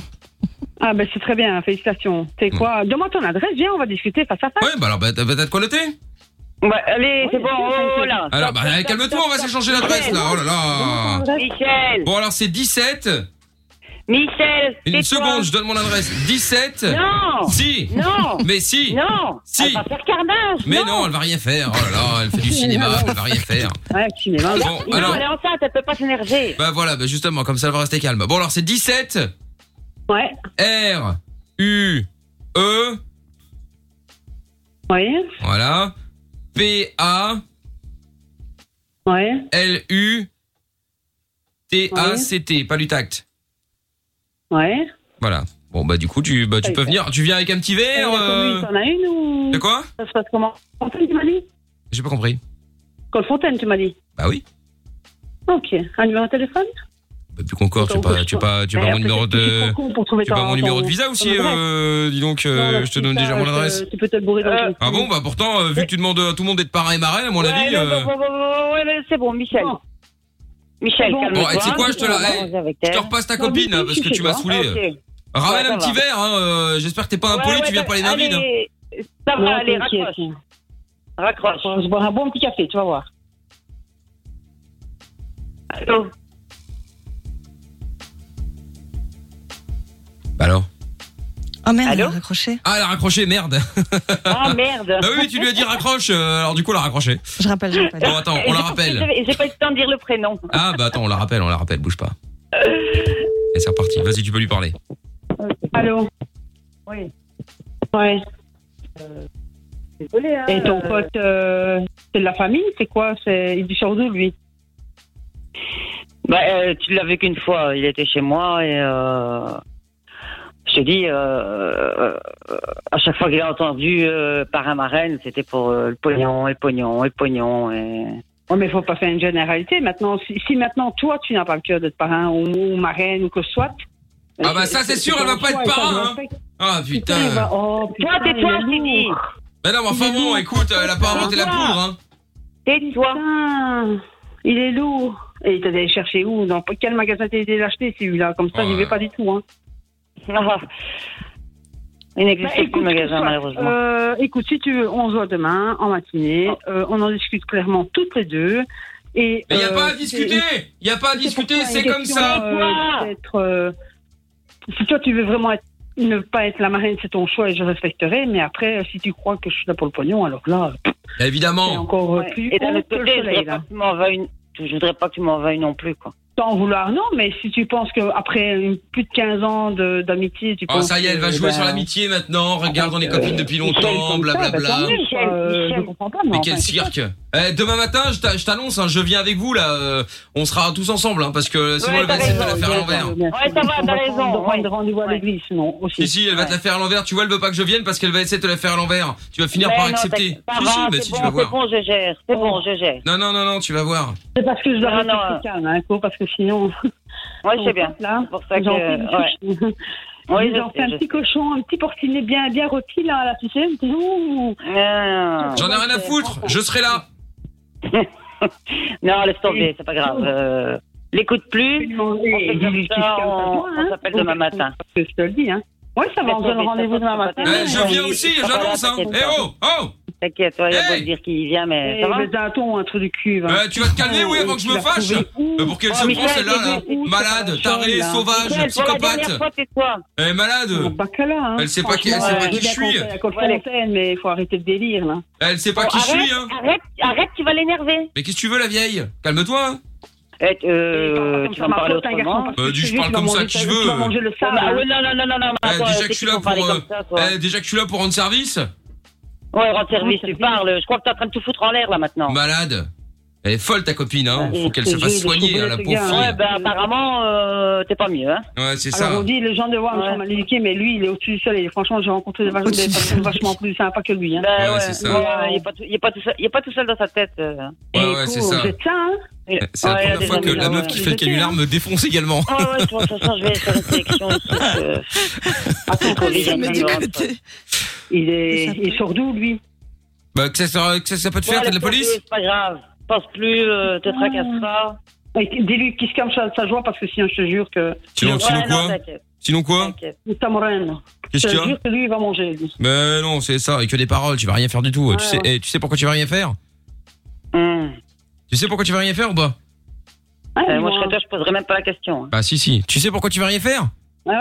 L: Ah, ben c'est très bien, félicitations. T'es quoi Demande ton adresse, viens, on va discuter face à face.
B: Mm. Ouais bah alors bah, t'as bah, t'as de quoi noter
M: Bah, allez, c'est bon, oh là.
B: Alors bah allez, calme-toi on va s'échanger l'adresse là oh là là.
M: Michel,
B: Bon alors c'est 17
M: Michel,
B: une
M: tais-toi.
B: seconde je donne mon adresse 17
M: Non.
B: si
M: Non.
B: mais si
M: Non.
B: Si.
M: Elle va faire carnage.
B: mais non elle va rien faire oh là là elle fait
L: <laughs>
B: du cinéma elle va rien faire.
L: Ouais, cinéma.
B: Bon,
M: Non,
B: alors-
M: elle est enceinte, elle peut pas s'énerver.
B: Bah voilà, bah justement, comme ça elle va rester calme. Bon alors c'est 17
L: Ouais.
B: R U E
L: Ouais.
B: voilà P A
L: Ouais.
B: L U T A C T, pas du tact.
L: Ouais.
B: Voilà. Bon bah du coup tu bah tu peux venir, tu viens avec un petit verre. euh,
L: T'en as une ou.
B: De quoi
L: Ça se passe comment Colfontaine, tu m'as dit
B: J'ai pas compris.
L: Colfontaine, tu m'as dit
B: Bah oui.
L: Ok. Un numéro de téléphone
B: Bah, plus Concorde, tu pas tu pas tu
L: Eh,
B: pas mon
L: après,
B: numéro
L: c'est- c'est
B: de
L: trop con pour trouver
B: Euh, tu pas
L: ton-
B: mon numéro
L: ton-
B: de visa
L: ton
B: aussi
L: adresse.
B: euh, dis donc euh,
L: Non,
B: je te donne déjà mon
L: euh,
B: adresse.
L: Tu peux te le bourrer dans le
B: Ah bon bah pourtant euh, vu que tu demandes à tout le monde d'être parrain et marraine à mon
M: Ouais,
B: avis
M: non,
B: euh,
M: non, non, non, ouais, ouais, c'est bon, Michel.
L: Ah.
M: Michel,
B: Bon,
M: calme-toi.
B: eh, tu sais quoi, je te la- eh, je te repasse ta copine hein, parce que tu m'as saoulé. Ramène
M: Ouais, ça
B: un petit
M: va.
B: verre, hein, euh, j'espère que t'es pas impoli, tu viens pas les nerfs vides. hein.
M: Ça
L: Non,
M: va, allez,
L: t'inquiète.
M: raccroche. Raccroche.
L: On se boire un bon petit café, tu vas voir.
M: Allô
B: Bah alors
D: Oh merde, elle a raccroché.
B: Ah, elle a raccroché, merde
M: Ah merde
B: Bah oui, mais tu lui as dit raccroche, euh, alors du coup, elle a raccroché.
D: Je rappelle, je rappelle.
B: Bon, attends, on la rappelle.
M: J'ai j'ai pas eu le temps de dire le prénom.
B: Ah, bah attends, on la rappelle, on la rappelle, bouge pas. Et c'est reparti, vas-y, tu peux lui parler.
L: Allô
M: Oui.
L: Ouais.
M: Désolé, hein.
L: Et ton
M: euh,
L: pote, euh, c'est de la famille C'est quoi C'est Il est sur nous, lui
M: Bah, euh, tu l'as vu qu'une fois. Il était chez moi et euh, je te dis, euh, euh, à chaque fois qu'il a entendu euh, par un marraine, c'était pour euh, le pognon, et le pognon, et le pognon. Et...
L: Ouais, mais faut pas faire une généralité. Maintenant, si, si maintenant, toi, tu n'as pas le cœur d'être parrain ou, ou marraine ou que ce soit.
B: Ah, bah ça, c'est sûr, elle va pas être parrain, hein. Ah,
L: Il va-
B: putain
L: oh, putain,
M: Toi, tais-toi,
L: il est
M: je t'ai dit.
L: lourd.
B: Bah non, mais enfin bon, écoute, elle a pas inventé la poudre, hein.
M: Tais-toi.
L: Putain, il est lourd. Et t'es allé chercher où Dans quel magasin t'es allé l'acheter celui-là Comme ça,
B: Ouais.
L: j'y vais pas du tout. Hein.
M: Ah. <laughs> Il n'existe
L: Bah,
M: plus
L: écoute,
M: de magasin,
L: soit,
M: malheureusement. Oh.
L: euh, écoute, si tu veux, on se voit demain en matinée. Euh, on en discute clairement toutes les deux. Et,
B: Mais y a
L: euh,
B: pas à discuter
L: c'est-
B: Y a pas à discuter,
L: pour
B: c'est
L: une
B: comme
L: question,
B: ça.
L: euh, d'être, euh, si toi tu veux vraiment être- ne pas être la marraine, c'est ton choix et je respecterai. Mais après, euh, si tu crois que je suis là pour le pognon, alors là, c'est
B: Bah, Évidemment.
L: encore euh,
M: Ouais.
L: plus
M: Et d'un
L: haut
M: autre
L: que le
M: côté, je
L: soleil,
M: voudrais
L: là.
M: pas que tu m'en veuilles- je voudrais pas que tu m'en veuilles non plus, quoi.
L: Sans vouloir, non, mais si tu penses qu'après plus de 15 ans de- d'amitié, tu
B: Oh,
L: penses
B: ça y est, elle va
L: que,
B: jouer
L: ben, Ah,
B: sur l'amitié maintenant. Regarde, on est copines depuis longtemps,
L: bah,
B: blablabla.
L: Euh, je comprends pas, mais
B: Mais
L: enfin,
B: quel
L: c'est ça.
B: cirque Eh, Demain matin, je t'a- je t'annonce, hein, je viens avec vous là. euh, on sera tous ensemble, hein, parce que sinon
L: Ouais,
B: elle va
L: t'as
B: essayer de te la
L: raison,
B: faire hein. à
L: t'as
B: l'envers.
L: raison, bien sûr.
M: Ouais, ça va,
L: On
M: t'as
L: va
M: raison,
L: prendre
M: ouais.
L: rendez-vous à l'église, non, aussi.
B: Si, si, elle va te la faire à l'envers. Tu vois, elle veut pas que je vienne parce qu'elle va essayer de te la faire à l'envers. Tu vas finir
M: Mais
B: par
M: non,
B: accepter.
M: t'inquiète, ça
B: Si,
M: va,
B: si, bah
M: c'est
B: si,
M: bon,
B: tu vas voir.
M: C'est bon, je gère. C'est bon, je gère.
B: Non, non, non, non, tu vas voir.
L: C'est parce que je dois
M: Non,
L: rester
M: non, euh,
L: plus calme, hein, Co, parce que sinon.
M: <laughs> Ouais, je sais bien.
L: Là,
M: C'est pour ça que-
L: j'en fais du
M: ouais. <laughs>
L: sushi.
M: Oui, je
L: J'en fais
M: sais,
L: un
M: je
L: petit cochon, un petit porcinet bien, bien rôti, là, là, tu sais.
B: J'en
M: J'en
B: ai rien à foutre. Je serai là.
M: Non, laisse tomber, c'est pas grave. Euh, L'écoute plus. On fait comme ça, on on s'appelle demain matin.
L: hein. Je te le dis, hein. Oui, ça va, on se donne rendez-vous demain matin.
B: Eh, je viens aussi,
M: Ça va,
B: j'annonce, hein.
M: t'inquiète
B: Eh
M: pas.
B: oh, oh
M: T'inquiète, ouais, il y a beau dire qu'il vient, mais
L: Eh,
M: ça va
L: mais d'un ton, un truc de cul. va.
B: Euh, tu vas te calmer, oui, avant que je
L: Tu
B: me
L: l'as
B: fâche
L: trouvé où
B: Euh, Pour qu'elle
L: Oh,
B: se
L: Michel,
B: prend celle-là,
L: t'es
B: là.
L: où, c'est pas
B: Malade, tarée,
L: Michel,
B: sauvage,
L: euh, là.
B: psychopathe Elle est malade
L: Bon, bah, que là, hein.
B: Elle sait pas qui- elle sait
L: Franchement,
B: pas
L: euh,
B: qui
L: il est
B: je suis.
L: à Conte- à Conte-Fontaine, mais il faut arrêter le délire, là.
B: Elle sait pas
M: Bon,
B: qui je
M: arrête,
B: suis, hein
M: Arrête, arrête, tu vas l'énerver.
B: Mais qu'est-ce que tu veux, la vieille Calme-toi hein.
M: Eh, euh, tu vas me parler
L: faute, un
M: autrement.
L: garçon.
B: Bah, dis, je parle comme ça qui je
L: Tu vas
B: veux
L: manger le sable.
M: Ah ouais, non, non, non, non, non. mais
B: Eh,
M: attends,
B: Déjà
M: c'est
B: que je
M: qu'il
B: suis là
M: faut parler
B: pour... euh,
M: comme ça, toi.
B: eh, Déjà que je suis là pour rendre service
M: Ouais, rendre service, tu parles. Je crois que t'es en train de tout foutre en l'air là maintenant.
B: Malade Elle est folle, ta copine, hein Faut
M: Et
B: qu'elle
M: je
B: se
M: te
B: fasse
M: jure,
B: soigner,
M: je
B: hein,
M: te
B: la
M: jure,
B: pauvre
M: ce gars, Ouais,
B: fille
M: bah apparemment, euh, t'es pas mieux, hein.
B: Ouais, c'est
L: Alors
B: ça
L: on dit les gens de Worms sont mal éduqués, mais lui il est au-dessus du soleil. Et franchement, j'ai rencontré des vachement- des personnes vachement plus sympas que lui. Hein.
M: Bah,
B: ouais, c'est ça.
M: Ouais, il est pas tout- il est pas tout seul- il est pas tout seul dans sa tête. euh.
B: Ouais, ouais, c'est ça Eh,
L: C'est ça, hein
M: Il-
B: C'est la
M: ouais, il a
B: première
M: des
B: fois que
M: amis,
B: la
M: ouais.
B: meuf qui fait
M: hein.
B: le canular me défonce également
M: Ouais, Ah ouais, de toute façon, je vais faire une sélection ici.
L: Ah,
B: <laughs>
M: euh, Attends qu'on vive un peu Europe.
L: Il est, il est surdou, lui.
B: Bah, que ça, sera- que ça, ça peut te faire,
M: Ouais,
B: t'as de
M: laisse
B: la
M: tomber,
B: police
M: C'est pas grave. Pense plus, euh, te tracasse pas.
L: Ah. Et Dis-lui qu'il se calme sa, sa joie parce que sinon, je te jure que.
B: Sinon, sinon
M: Ouais, non,
B: quoi
M: t'inquiète.
B: Sinon quoi
L: Ça me règne.
B: Qu'est-ce
L: Je
B: qu'il y
L: te
B: a
L: jure que lui il va manger, lui.
B: Mais Bah, non, c'est ça, et que des paroles, tu vas rien faire du tout.
L: Ouais,
B: tu, sais,
L: ouais.
B: eh, tu sais pourquoi tu vas rien faire
M: Hum.
B: Tu sais pourquoi tu vas rien faire ou pas
L: Ouais,
M: Euh, moi,
L: dis-moi.
M: je serais toi, je poserais même pas la question. hein.
B: Bah si, si. Tu sais pourquoi tu vas rien faire
L: Ah ouais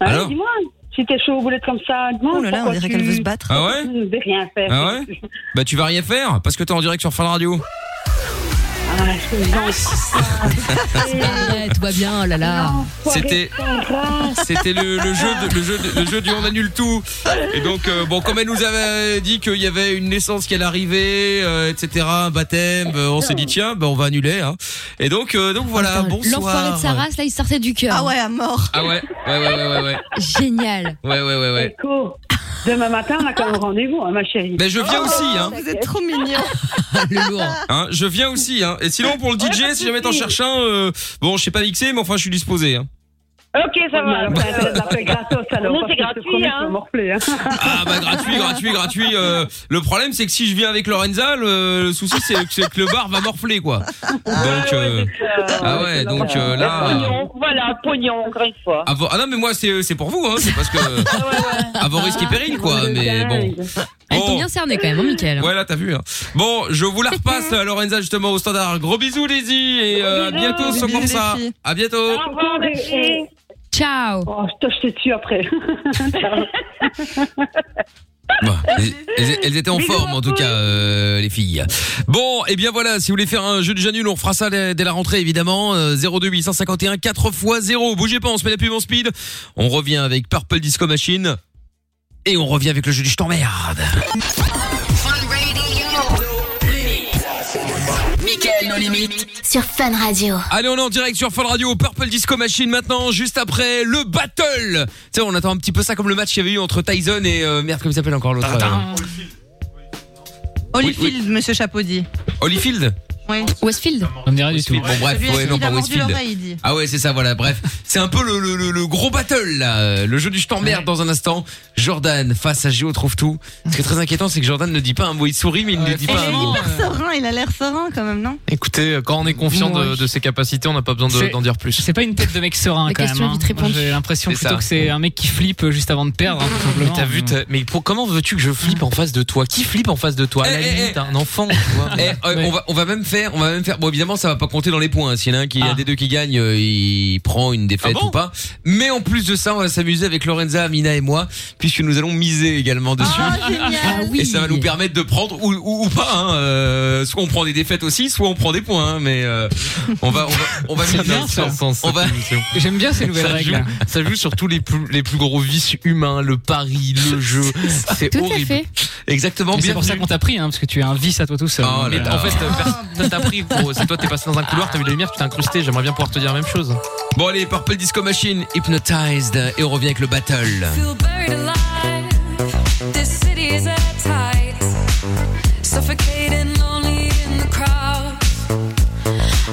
L: Ah ouais,
B: Alors
L: Dis-moi, si t'es chaud aux boulettes comme ça, dis-moi.
B: Oh là là, on dirait qu'elle veut se battre. Ah ouais
L: Je vais rien faire.
B: Ah ouais Bah tu vas rien faire parce que t'es en direct sur Fun Radio.
L: Ah, je suis
C: tout va bien, oh là là.
B: C'était c'était le, le jeu de- le jeu de- le jeu du on annule tout. Et donc euh, bon comme elle nous avait dit qu'il y avait une naissance qui allait arriver, euh, etc. Un baptême, euh, on s'est dit tiens bah on va annuler. hein. Et donc euh, donc voilà bonsoir.
C: L'enfoiré de sa race, là, il sortait du cœur. Ah ouais, à mort.
B: Ah ouais ouais ouais ouais ouais ouais
C: Génial.
B: ouais ouais ouais. ouais.
L: Nico, demain matin, on a quand même rendez-vous, hein, ma chérie.
B: Mais je viens aussi, hein.
L: Vous êtes trop
B: <laughs>
L: mignon.
C: le lourd.
B: <laughs> Hein, je viens aussi hein. Et sinon pour le
L: Ouais, pas
B: DJ
L: de
B: si jamais t'en
L: soucis.
B: cherches un euh, bon je sais pas mixer mais enfin je suis disposé hein.
M: Ok, ça va.
L: Ouais, mais ça, ça fait gratos, alors,
M: Nous,
L: parce
M: c'est
L: que je te
M: gratuit,
L: promets, tu vas
M: hein.
L: morfler, hein.
B: Ah bah gratuit, gratuit, gratuit. euh, le problème c'est que si je viens avec Lorenza, le, le souci c'est que, c'est que le bar va morfler quoi. Donc euh, ah ouais, donc euh, là.
M: Pognon, voilà, pognon, encore une fois.
B: à vo- Ah non mais moi c'est c'est pour vous hein, c'est parce que
C: Ah
B: à vos risques et périls quoi. Mais bon.
C: Elles t'ont
B: Bon.
C: bien cerné quand même, hein, Mickaël.
B: Ouais là t'as vu. Hein. Bon, je vous
C: <laughs>
B: la repasse euh, Lorenza justement au standard. Gros bisous Daisy et euh, à
C: bisous.
B: bientôt sur
C: Bisous, les
B: ça.
C: filles.
B: À bientôt.
C: Ciao.
L: Oh, je te je te tue après.
B: Elles, elles- elles étaient en forme en tout cas euh, les filles. Bon et bien voilà si vous voulez faire un jeu déjà nul on fera ça dès, dès la rentrée évidemment euh, 02 851 4 x 0 bougez pas on se met la pub en speed on revient avec Purple Disco Machine et on revient avec le jeu du je t'emmerde.
I: Mickaël, nos limites. Sur Fun Radio.
B: Allez, on est en direct sur Fun Radio, Purple Disco Machine maintenant, juste après le battle. Tu sais, on attend un petit peu ça comme le match qu'il y avait eu entre Tyson et euh, merde, comment il s'appelle encore l'autre euh,
D: Holyfield, monsieur Chapeau dit.
B: Holyfield
C: Westfield
F: Ça me dirait du tout.
B: Bon, bref,
C: Celui à
B: ouais,
C: qui
B: non,
C: il a
B: pas
C: mordu
B: Westfield.
C: l'oreille, il dit.
B: Ah ouais, c'est ça, voilà, bref. C'est un peu le, le- le- le gros battle, là. Le jeu du je t'emmerde dans un instant. Jordan, face à Géo, trouve tout. Ce qui est très inquiétant, c'est que Jordan ne dit pas un mot. Il sourit, mais il ne dit
D: Il
B: pas un
D: est
B: mot.
D: hyper serein, il a l'air serein quand même, non
E: Écoutez, euh, quand on est confiant de, de ses capacités, on n'a pas besoin de-
F: C'est-
E: d'en dire plus.
F: C'est pas une tête de mec serein
E: La
F: quand même.
E: question
F: hein.
E: vite répondue.
F: Moi, J'ai l'impression
E: C'est
F: plutôt
E: ça.
F: que c'est un mec qui flippe euh, juste avant de perdre. hein, tout
E: Mais
F: simplement.
E: t'as vu, t'as- mais pour- comment veux-tu que je flippe en face de toi Qui flippe en face de toi À la
B: Eh, eh,
E: limite, un enfant, tu vois.
B: Eh, euh, on, va, on va même faire, on va même faire. Bon, évidemment, ça va pas compter dans les points. hein. S'il y en a un qui, un des deux qui gagne, euh, il prend une défaite
E: Ah bon
B: ou pas. Mais en plus de ça, on va s'amuser avec Lorenza, Amina et moi, puisque nous allons miser également dessus.
F: Ah,
E: Ah
B: Et ça va nous permettre de prendre ou, ou, ou pas. hein, euh, soit on prend des défaites aussi, soit on prend des points. hein, mais euh, on va, on va, on va miser.
E: bien, ça.
B: On va.
F: J'aime bien ces nouvelles
E: ça
F: règles.
E: Joue, ça joue sur tous les plus, les plus gros vices humains, le pari, le jeu. C'est
F: Tout à
E: horrible.
F: fait.
B: Exactement. Oh
F: Mais C'est pour ça qu'on t'a pris, hein, parce que tu es un vice à toi tout seul.
E: Mais en fait, euh, personne t'a pris, gros. C'est toi, t'es passé dans un couloir, t'as vu la lumière, tu t'es incrusté. J'aimerais bien pouvoir te dire la même chose.
B: Bon, allez, Purple Disco Machine, Hypnotized, et on revient avec le battle.
N: Feel buried alive. This city is at its height. Suffocating, lonely in the crowd.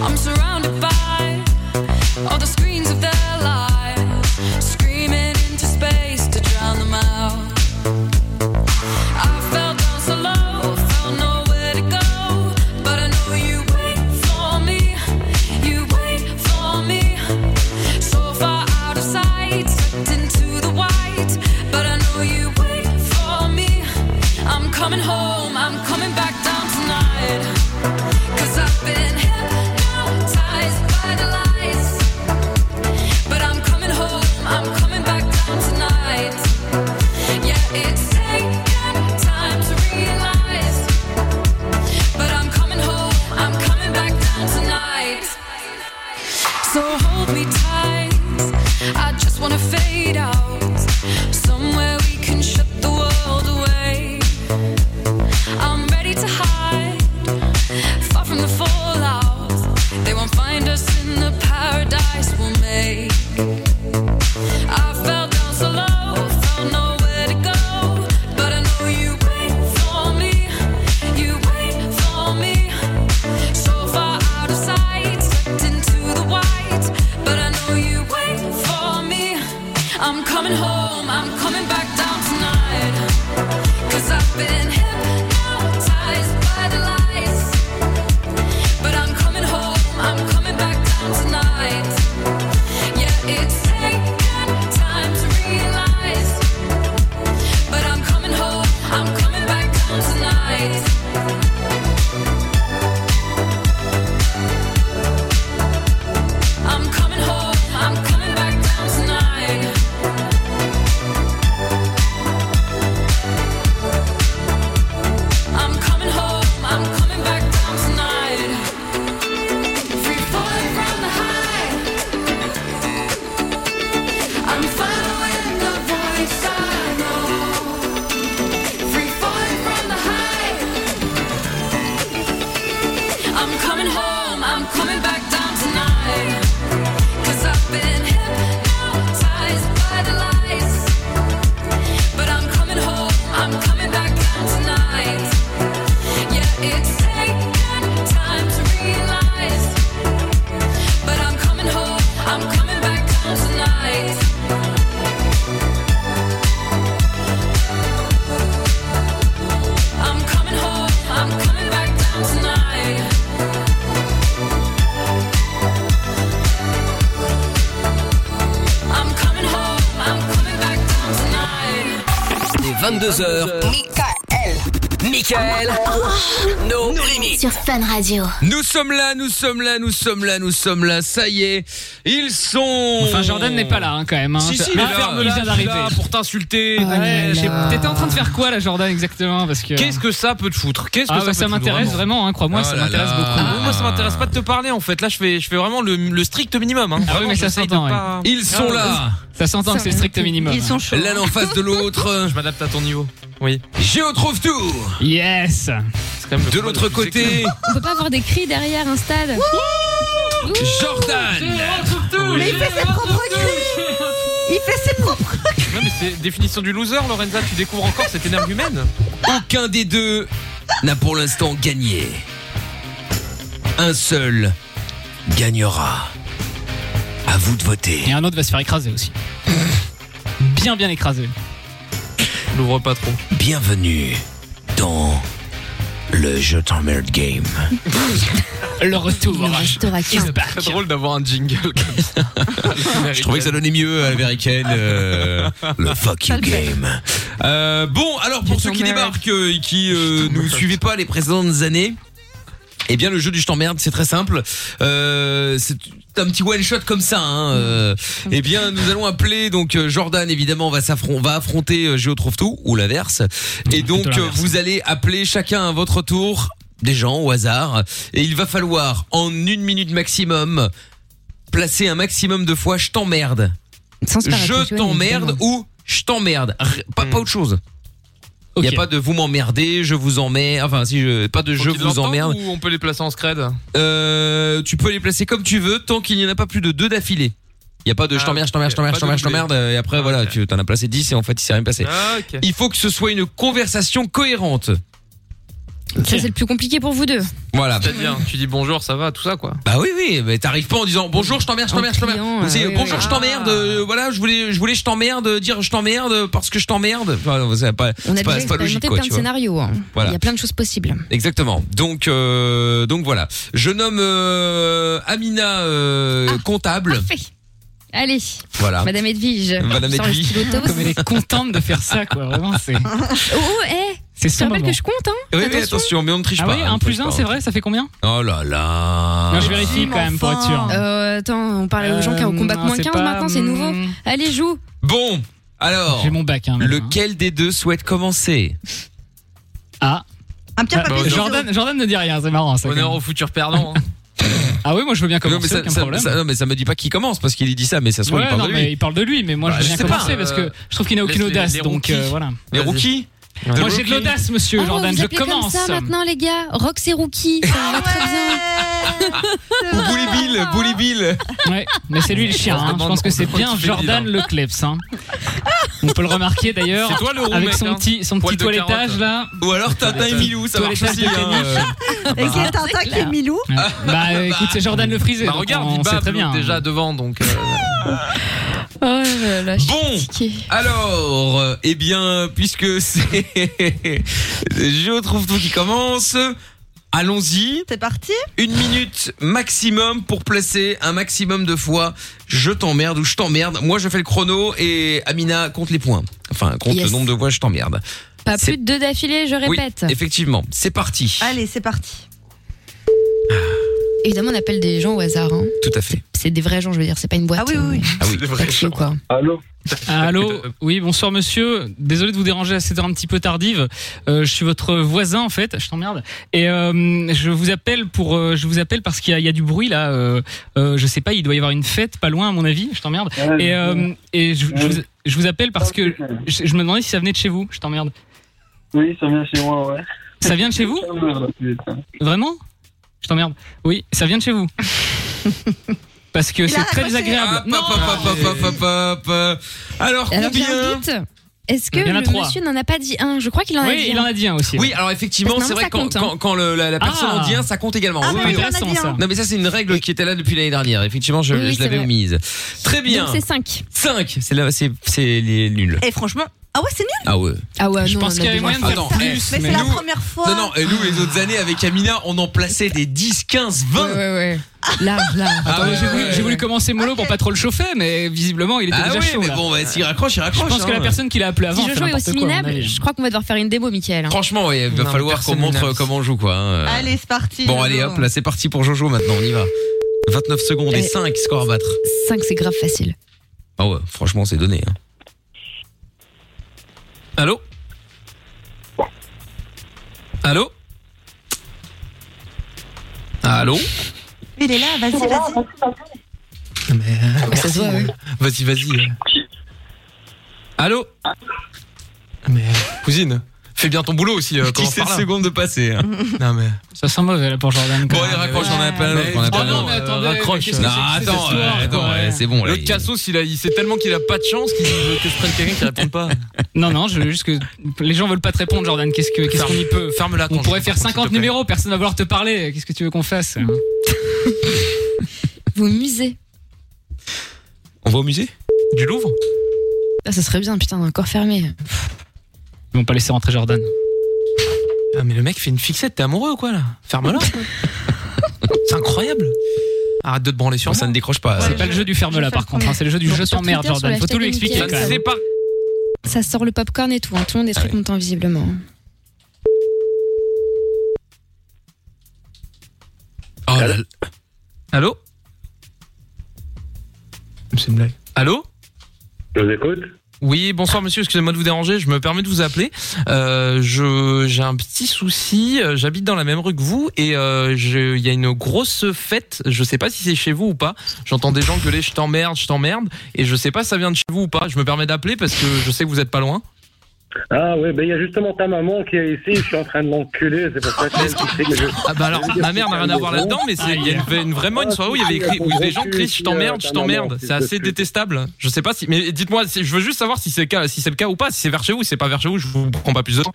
N: I'm surrounded by all the screens of their lives, screaming into space to drown them out. I fell down so low, felt nowhere to go, but I know you wait for me. You wait for me. So far out of sight, slipped into the white. But I know you wait for me. I'm coming home, I'm coming back down tonight. Cause I've been hypnotized by the lights. But I'm coming home, I'm coming back down tonight. Yeah, it's taken time to realize. But I'm coming home, I'm coming back down tonight. So hold me tight. I just wanna fade out. Somewhere we can shut the world away. I'm ready to hide, far from the fallout. They won't find us in the paradise we'll make. I fell down so low, found nowhere to go. But I know you wait for me. You wait for me. So far out of sight, slipped into the white. But I know you wait for me. I'm coming home, I'm coming back down tonight. Cause I've been hypnotized by the lights. But I'm coming home, I'm coming back down tonight. Yeah, it's taken time to realize. But I'm coming home, I'm coming back down tonight. I'm coming home, I'm coming back down tonight. I'm coming home, I'm coming back down tonight. Free falling from the high. I'm following the voice I know. Free falling from the high. I'm coming home, I'm coming back down tonight. Cause I've been hypnotized by the lights. But I'm coming home, I'm coming back down tonight. Yeah, it's taken time to realize. But I'm coming home, I'm coming back down tonight. I'm coming home, I'm coming back down tonight. I'm coming home, I'm coming back down tonight.
A: Les 22h.
I: Michael.
A: Michael. No, limites.
I: Ah. Sur Fun Radio.
B: Nous sommes là, nous sommes là, nous sommes là, nous sommes là. Ça y est, ils sont.
F: Enfin, Jordan n'est pas là hein, quand même. Hein.
B: Si, si, il
F: mais
B: est là, il
F: vient
B: est
F: d'arriver.
B: là
E: pour t'insulter.
F: Oh
B: Ouais, je sais pas.
F: T'étais en train de faire quoi là, Jordan, exactement Parce que.
E: Qu'est-ce que ça peut te foutre Qu'est-ce que
F: Ah
E: ça,
F: ouais,
E: peut
F: ça
E: te foutre,
F: m'intéresse vraiment, hein, crois-moi,
B: Oh
F: ça
E: là
F: m'intéresse
E: là.
F: beaucoup.
E: Ah, moi, ça m'intéresse pas de te parler en fait. Là, je fais, je fais vraiment le, le strict minimum. Hein.
F: Ah oui,
E: Vraiment,
F: mais ça
E: j'essaye de
F: s'entend. ouais.
E: pas- Ah,
F: Ça s'entend que c'est le strict minimum. hein.
B: L'un en face
D: <laughs>
B: de l'autre.
E: Je m'adapte à ton niveau. Oui.
B: Géo trouve tout.
F: Yes.
B: De l'autre côté,
C: On peut pas avoir des cris derrière un stade.
B: Jordan.
D: Mais il fait ses propres cris
F: <laughs>
D: Il fait ses propres
E: Non, mais c'est définition du loser, Lorenza. Tu découvres encore cette énergie humaine.
B: Aucun des deux n'a pour l'instant gagné. Un seul gagnera. À vous de voter.
F: Et un autre va se faire écraser aussi. Bien, bien <laughs> écrasé.
E: L'ouvre pas trop.
B: Bienvenue dans le Je t'emmerde game.
F: Le retour.
C: Il nous restera qu'un.
E: C'est drôle d'avoir un jingle comme ça.
B: Je trouvais que ça donnait mieux à l'américaine. euh, le fuck you game. Euh, bon, alors pour ceux qui débarquent euh, et qui euh, ne suivaient pas les précédentes années, eh bien le jeu du je t'emmerde, c'est très simple. Euh, c'est un petit one shot comme ça. Hein. euh. eh bien, nous allons appeler donc euh, Jordan. Évidemment, va s'affron- va affronter euh, Géo trouve tout ou l'inverse. Et donc
E: plutôt
B: euh, vous allez appeler chacun à votre tour des gens au hasard. Et il va falloir en une minute maximum placer un maximum de fois je t'emmerde.
C: Sans se paraître
B: Je
C: cruel,
B: t'emmerde ou je t'emmerde. R- Pas, pas autre chose. Il n'y a pas de vous m'emmerdez, je vous emmerde. Enfin, si je, pas de
E: Faut
B: je
E: qu'ils
B: vous
E: l'entendent
B: emmerde.
E: Ou on peut les placer en scred
B: Euh, tu peux les placer comme tu veux tant qu'il n'y en a pas plus de deux d'affilée. Il n'y a pas de je t'emmerde, je t'emmerde, je t'emmerde, je t'emmerde, je t'emmerde, euh, et après voilà, tu t'en as placé 10 et en fait il s'est rien passé.
E: ok.
B: Il faut que ce soit une conversation cohérente.
C: Ça, c'est le plus compliqué pour vous deux.
B: Voilà.
E: C'est-à-dire, tu dis bonjour, ça va, tout ça quoi.
B: Bah oui, oui, mais t'arrives pas en disant bonjour, je t'emmerde, je
E: En
B: t'emmerde, je t'emmerde.
E: criant,
B: Vous
E: euh,
B: dites,
E: oui,
B: bonjour,
E: oui.
B: je t'emmerde, euh,
C: Ah.
B: voilà, je voulais, je voulais, je t'emmerde, euh, dire je t'emmerde euh, parce que je t'emmerde. Enfin, non, c'est pas,
C: On a
B: c'est pas,
C: déjà
B: c'est pas logique,
C: expérimenté
B: quoi,
C: plein
B: tu
C: de
B: vois.
C: scénarios. hein.
B: Voilà. Euh.
C: Il y a plein de choses possibles.
B: Exactement. Donc, euh, donc voilà. Je nomme euh, Amina euh,
C: Ah.
B: comptable.
C: Parfait. Allez.
B: Voilà.
C: Madame Edwige.
B: Madame
C: Ah, Sors le
B: Edwige.
C: stylo toast.
D: <laughs>
F: Comme elle est contente de faire ça, quoi. Vraiment, c'est.
C: Oh, oh, hé.
F: C'est
C: Je te
F: son
C: rappelle
F: moment.
C: que je compte, hein.
B: Oui, oui, attention, mais on ne triche
F: Ah
B: pas.
F: oui,
B: on
F: 1
B: ne triche
F: plus
B: pas.
F: 1, c'est vrai, ça fait combien
B: Oh là là.
F: Non, je vérifie quand même, pour être sûr.
C: Euh, attends, on parlait aux gens qui ont au combat
F: Euh,
C: moins
F: c'est
C: 15
F: pas,
C: maintenant, c'est nouveau. Allez, joue.
B: Bon, alors.
F: J'ai mon bac, hein.
B: Lequel des deux souhaite commencer
F: Ah.
D: Un petit
F: Ah,
B: papier
F: Jordan, Jordan ne dit rien, c'est marrant ça.
E: Honneur au futur perdant.
F: Ah oui, moi je veux bien
B: non mais,
F: commencer,
B: ça,
F: aucun
B: ça-
F: problème.
B: ça- non, mais ça me dit pas qui commence parce qu'il dit ça, mais ça se trouve
F: Ouais,
B: il parle
F: non,
B: de
F: mais
B: lui.
F: il parle de lui, mais <laughs> moi je
B: Bah,
F: veux
B: je
F: bien
B: sais pas,
F: commencer parce
B: euh,
F: que je trouve qu'il n'a aucune
B: laisse les-
F: audace,
B: les
F: donc euh,
B: rookies.
F: voilà.
B: Les rookies Les
F: Moi j'ai de
B: rookies.
F: l'audace, monsieur
C: Oh,
F: Jordan,
C: vous
F: je
C: appelez comme
F: commence.
C: ça maintenant, les gars. Rox et Rookie. Ça
D: Ah
C: va
D: <laughs>
C: très bien.
B: Bully Bill, Bully Bill.
F: Ouais, mais c'est lui le chien,
E: On se
F: hein. je
E: demande-
F: pense que
E: on
F: c'est
E: se demande
F: bien
E: qui fait le
F: Jordan le Klebs. hein. On peut le remarquer d'ailleurs
E: C'est toi le roux,
F: avec
E: mec,
F: son
E: hein.
F: petit, son petit
E: Poil de
F: toilettage
E: carotte.
F: là.
B: Ou alors Tintin et Milou, ça marche
F: Toilettage
B: aussi.
F: de
B: hein, euh.
D: Et qui est Tintin qui est Milou
F: Bah
B: <laughs>
F: euh, écoute, c'est Jordan le frisé.
E: Bah
F: donc
E: regarde,
F: on
E: il
F: sait
E: bat
F: très bien.
E: déjà devant donc. euh,
F: <laughs>
C: Oh là là, je suis
B: Bon.
C: fatiguée.
B: Alors, euh, eh bien, puisque c'est <laughs> Je trouve tout qui commence, allons-y.
D: C'est parti
B: Une minute maximum pour placer un maximum de fois je t'emmerde ou je t'emmerde. Moi, je fais le chrono et Amina compte les points. Enfin, compte
C: Yes.
B: le nombre de fois je t'emmerde.
C: Pas
B: C'est-
C: plus de deux d'affilée, je
B: Oui,
C: répète.
B: effectivement. C'est parti.
D: Allez, c'est parti.
C: Évidemment, on appelle des gens au hasard. hein.
B: Tout à fait.
C: C'est des vrais gens, je veux dire, c'est pas une boîte.
D: Ah oui, oui, oui.
B: Ah oui.
C: Papier, quoi.
K: Allô
F: Ah, Allô Oui, bonsoir monsieur. Désolé de vous déranger à cette heure un petit peu tardive. Euh, je suis votre voisin en fait, je t'emmerde. Et euh, je vous appelle pour euh, je vous appelle parce qu'il y, a- il y a du bruit là euh, euh, je sais pas, il doit y avoir une fête pas loin à mon avis, je t'emmerde. Et euh, et je, je vous, je vous appelle parce que je, je me demandais si ça venait de chez vous, je t'emmerde.
K: Oui, ça vient chez moi, ouais.
F: Ça vient de
K: <laughs>
F: chez vous Vraiment Je t'emmerde. Oui, ça vient de chez vous. Parce que c'est très désagréable.
B: Hop, hop, hop, hop, hop, hop, hop, hop. Alors,
C: Alors j'ai un
B: combien
C: doute. Est-ce que
B: Il y en a
C: le
B: trois.
C: monsieur n'en a pas dit un Je crois qu'il en a
F: Oui,
C: dit
F: il
C: un.
F: en a dit un aussi.
B: Oui, alors effectivement,
C: Parce que non,
B: c'est vrai
C: ça
B: quand,
C: compte, hein.
B: quand, quand le- la, la personne
F: Ah.
B: en dit un, ça compte également.
D: Ah,
B: Oui,
D: bah
B: oui.
D: oui, on a
F: intéressant,
D: dit
F: ça.
D: un.
B: Non mais ça c'est une règle qui était là depuis l'année dernière. Effectivement, je,
C: Oui,
B: je
C: c'est
B: l'avais
C: vrai.
B: omise. Très bien.
C: Donc c'est 5.
B: 5, c'est là c'est c'est les nuls.
D: Et franchement, ah ouais, c'est nul
B: Ah ouais.
C: Ah ouais,
F: Je
C: non,
F: pense
C: on
F: qu'il y avait
C: des
F: moyen de
C: droits.
F: faire
B: Attends,
F: plus.
D: Mais
F: mais-
D: c'est la
B: nous-
D: première fois.
B: Non non, et nous les autres années avec Amina, on en plaçait des 10, 15, 20.
C: Ouais, ouais, ouais. Là,
F: <laughs>
C: là.
B: Ah
F: Attends,
B: ouais,
F: j'ai
B: ouais,
F: voulu,
B: ouais.
F: j'ai voulu commencer mollo pour pas trop le chauffer, mais visiblement il était
B: Ah
F: déjà
B: oui,
F: chaud.
B: mais
F: là.
B: bon, bah, s'il raccroche, il
F: je
B: raccroche.
F: pense que
B: hein.
F: la personne qui l'a appelé avant.
C: Si
F: fait
C: Jojo est
F: n'importe
C: aussi
F: quoi, à mon
C: minable,
F: avis.
C: je crois qu'on va devoir faire une démo, Michael. hein.
B: Franchement, ouais, il va
E: Non,
B: falloir qu'on
E: personne
B: montre
E: n'a-
B: comment on joue quoi. hein.
D: Allez, c'est parti.
B: Bon, allez hop, là c'est parti pour Jojo maintenant, on y va. 29 secondes et
C: Allez.
B: 5 score à battre.
C: 5, c'est grave facile.
B: Ah ouais, franchement, c'est donné hein. Allô Allô Allô
D: Il est là, vas-y, vas-y.
B: Ah,
C: ça se voit, ouais.
E: Vas-y,
B: euh,
E: vas-y. Allô Mais cousine,
B: Fais bien ton boulot aussi. Euh, commence
L: 17
B: par là.
L: secondes de passer. hein.
B: Non mais.
F: Ça sent mauvais là pour Jordan.
L: Bon, allez, raccroche, on en appelle un autre. on
B: Ah, Mais-
L: appelle
B: Oh
L: un
B: non,
L: autre.
B: mais attendez,
L: raccroche.
B: qu'est-ce que
L: Non,
B: c'est que cette
L: attends,
B: histoire,
L: euh, attends,
B: quoi
L: ouais, c'est bon, là.
B: L'autre Cassos, il, a- il sait tellement qu'il a pas de chance qu'il veut que je prenne quelqu'un qui répond pas.
F: Non, non, je veux juste que les gens veulent pas te répondre, Jordan. Qu'est-ce que- qu'est-ce qu'on y peut
B: Ferme la
F: On pourrait faire 50 numéros, personne va vouloir te parler. Qu'est-ce que tu veux qu'on fasse hein
C: Vous musez.
L: On va au musée
B: Du Louvre
C: Ah, ça serait bien, putain, encore fermé.
F: Ils vont pas laisser rentrer Jordan.
B: Ah, mais le mec fait une fixette, t'es amoureux ou quoi là
C: <laughs>
B: Ferme-la quoi. C'est incroyable Arrête de te branler sur Ça
L: ne décroche pas.
F: C'est pas le jeu du ferme-là par contre, hein, c'est le jeu du
C: Donc,
F: je
C: sur
F: t'emmerde,
C: Twitter, sur
F: Jordan. Faut tout lui
C: l'hashtag
F: expliquer.
C: MTL,
F: quand même.
C: c'est
B: pas-
C: Ça sort le popcorn et tout, hein. tout le monde est
B: Ah
C: très content visiblement.
B: Oh Allô C'est une blague. Allô
K: Je vous écoute.
B: Oui, bonsoir monsieur, excusez-moi de vous déranger, je me permets de vous appeler. Euh, je j'ai un petit souci, euh, j'habite dans la même rue que vous et euh, je- il y a une grosse fête, je sais pas si c'est chez vous ou pas. J'entends des gens gueuler je t'emmerde, je t'emmerde et je sais pas si ça vient de chez vous ou pas. Je me permets d'appeler parce que je sais que vous êtes pas loin.
K: Ah ouais, ben il y a justement ta maman qui est ici, je suis en train de l'enculer, c'est pour ça que c'est elle qui sait que je...
B: Ah bah alors, ma mère n'a rien à voir là-dedans, mais c'est- il y a une- une- vraiment
L: Ah,
B: une soirée où il y avait écrit, où des gens crient je t'emmerde, je t'emmerde. C'est assez détestable. Je sais pas si, mais dites-moi, si- je veux juste savoir si c'est le cas, si c'est le cas ou pas, si c'est vers chez vous, si c'est pas vers chez vous, je vous prends pas plus de temps.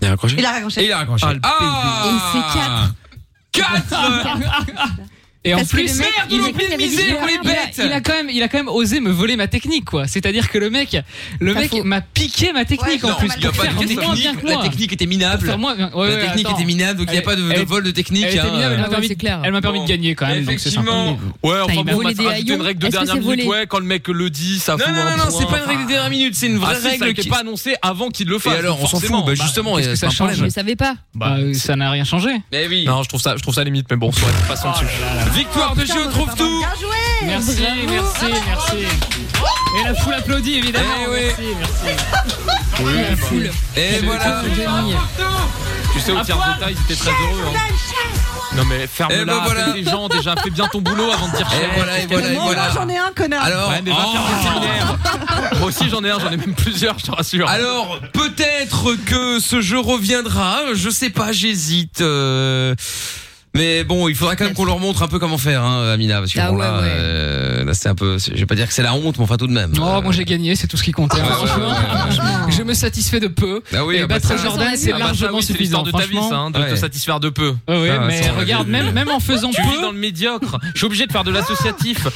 L: Il a raccroché
B: Il a raccroché.
L: Il a raccroché.
B: Ah, le
L: Ah <laughs>
F: Et en
B: Parce que
F: plus,
B: le mec, Merde, il ils ont écrit pris des misères pour les
F: il, a,
B: bêtes.
F: il a quand même, il a quand même osé me voler ma technique, quoi. C'est-à-dire que le mec, le mec m'a piqué ma technique en
L: Non,
F: plus.
L: il y a
F: pour
L: pas de
F: faire
L: technique.
F: moins bien que
L: La
F: moi.
L: technique était minable.
F: Pour faire moins bien- ouais,
L: La
F: ouais,
L: technique
F: attends.
L: était minable, donc il n'y a
F: Elle-
L: pas de, de
F: elle-
L: vol de technique.
F: Elle était
L: hein.
F: minable, elle m'a permis, elle m'a permis de gagner quand même. donc c'est sympa.
B: Effectivement. Ouais,
F: Putain,
B: enfin
F: il m'a
B: bon, on
F: volé des
B: va rajouter une
F: haillons.
B: règle de
F: Est-ce que
B: dernière
F: c'est
B: minute.
F: volé
B: Ouais, quand le mec le dit, ça
L: Non,
B: fout
L: non,
B: un
L: non, non,
B: point.
L: c'est pas une règle de dernière minute, c'est une vraie
B: Ah si, ça
L: règle
B: était
L: qui-
B: pas annoncée avant qu'il le
L: Et
B: fasse.
L: alors, on s'en fout,
B: forcément.
L: bah, justement,
B: qu'est-ce
L: et
B: que
L: c'est un
F: Ah,
L: problème.
C: Je le savais pas.
F: Bah, euh, ça n'a rien changé. Ah,
L: Mais oui.
B: Non, je trouve ça, je trouve ça limite, mais bon, soit passons dessus. Victoire de Géo trouve tout.
E: Bien joué
F: Merci, merci, merci. Et la foule applaudit évidemment.
B: Eh
F: Merci, merci.
E: La
F: Ah, foule.
L: Et voilà.
B: Tu sais, au tiers de taille, ils étaient très heureux. hein. Non, mais
L: Eh ben
B: ferme-la,
L: voilà.
B: fais les gens, déjà, fais bien ton boulot avant de dire
L: Et
B: chef.
L: voilà, et voilà, et voilà.
E: J'en ai un, connard
L: Alors,
B: Eh, Ouais, mais va
L: oh.
B: faire des séminaires. Moi aussi, j'en ai un, j'en ai même plusieurs, je te rassure.
L: Alors peut-être que ce jeu reviendra, je sais pas, j'hésite. euh, Mais bon, il faudra quand même qu'on leur montre un peu comment faire, hein, Amina, parce que
F: Ah
L: bon,
F: ouais,
L: là,
F: ouais.
L: euh, là, c'est un peu, c'est- je vais pas dire que c'est la honte, mais enfin tout de même. Euh,
F: Oh, moi j'ai gagné, c'est tout ce qui comptait.
L: Ah, ouais,
F: Franchement, je me satisfais de peu.
L: Ah oui,
F: et
L: ah bah,
F: battre
L: ça-
F: Jordan, c'est
B: Ah bah, ça,
F: largement
B: oui, c'est l'histoire
F: suffisant.
B: de ta vie, ça, hein, de te
L: Ouais.
B: satisfaire de peu.
F: Ouais, ouais,
B: Ça,
F: mais
B: ça,
F: regarde, même, même en faisant
B: Tu
F: peu.
B: vis dans le médiocre. Je suis obligé de faire de l'associatif.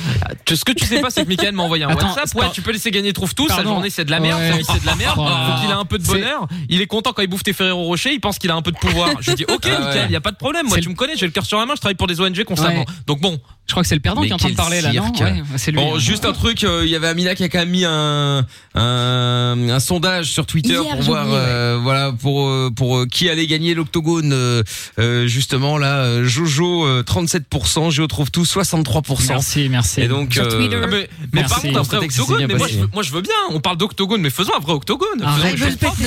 B: Tu- Ce que tu sais pas, c'est que Michael m'a envoyé un
F: Attends,
B: WhatsApp.
F: c'est
B: Ouais,
F: pas-
B: tu peux laisser gagner trouve tout. Sa
F: Pardon.
B: journée, c'est de la merde.
F: Ouais.
B: Sa vie, c'est de la merde.
F: Ah.
B: Faut qu'il a un peu de
F: C'est-
B: bonheur. Il est content quand il bouffe tes Ferrero Rocher. Il pense qu'il a un peu de pouvoir. Je lui dis, ok,
L: Ah ouais.
B: Michael, y a pas de problème. Moi,
F: C'est
B: tu
F: le-
B: me connais. J'ai le cœur sur la main. Je travaille pour des ONG constamment.
F: Ouais.
B: Donc bon.
F: Je crois que c'est le perdant qui est en train de parler là, non Ouais, c'est lui. hein.
L: Bon, juste un truc, euh, il y avait Amina qui a quand même mis un un, un sondage sur Twitter
F: Hier,
L: pour
F: j'ai
L: voir,
F: oublié, ouais.
L: euh, voilà, pour euh, pour euh, qui allait gagner l'octogone. euh, euh, justement là, euh, Jojo euh, 37%, Jojo trouve tout 63%.
F: Merci, merci.
L: Et donc, euh,
B: Ah, mais mais
F: Merci.
B: par contre, après
F: Constatez que ça s'est
B: Octogone,
F: bien
B: mais moi
F: passé.
B: je, moi je veux bien, on parle d'Octogone, mais faisons un vrai Octogone.
F: Arrête,
B: Faisons une
F: je
B: chose propre.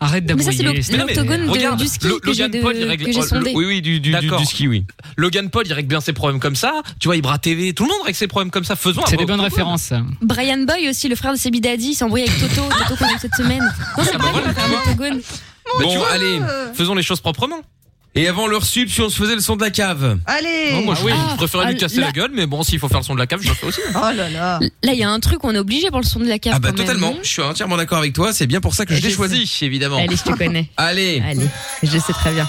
F: Arrête
C: Mais ça,
F: d'abouiller.
C: c'est l'oct- l'octogone de-
B: Regarde,
C: du ski
B: Lo-
C: que j'ai
B: Logan
C: de-
B: Paul, il règle-
C: que j'ai
B: oh,
C: sondé.
B: le- oui, oui,
L: du, du,
B: D'accord.
L: du ski, oui.
B: Logan Paul, il règle bien ses problèmes comme ça. Tu vois, Ibra TV, tout le monde règle ses problèmes comme ça. Faisons un Bah,
F: C'est
B: vrai
F: des bonnes
B: Octogone.
F: références. ça.
C: Brian Boy aussi, le frère de Sebi Daddy, il s'est embrouillé avec Toto, Toto qu'on a eu cette semaine. Non, c'est vrai, on a fait un octogone.
L: Bon, allez,
B: euh, faisons les choses proprement.
L: Et avant leur sub, si on se faisait le son de la cave.
C: Allez
B: Non, moi, je, je préférais lui
C: ah,
B: casser
C: là-
B: la gueule, mais bon, s'il faut faire le son de la cave, je le fais aussi.
C: Oh là là Là, il y a un truc, on est obligé pour le son de la cave.
L: Ah bah
C: quand même,
L: totalement,
C: non
L: je suis entièrement d'accord avec toi, c'est bien pour ça que je l'ai
C: Je
L: choisi, évidemment.
C: Allez, je te
L: <laughs>
C: connais.
L: Allez.
C: Allez, je sais très bien.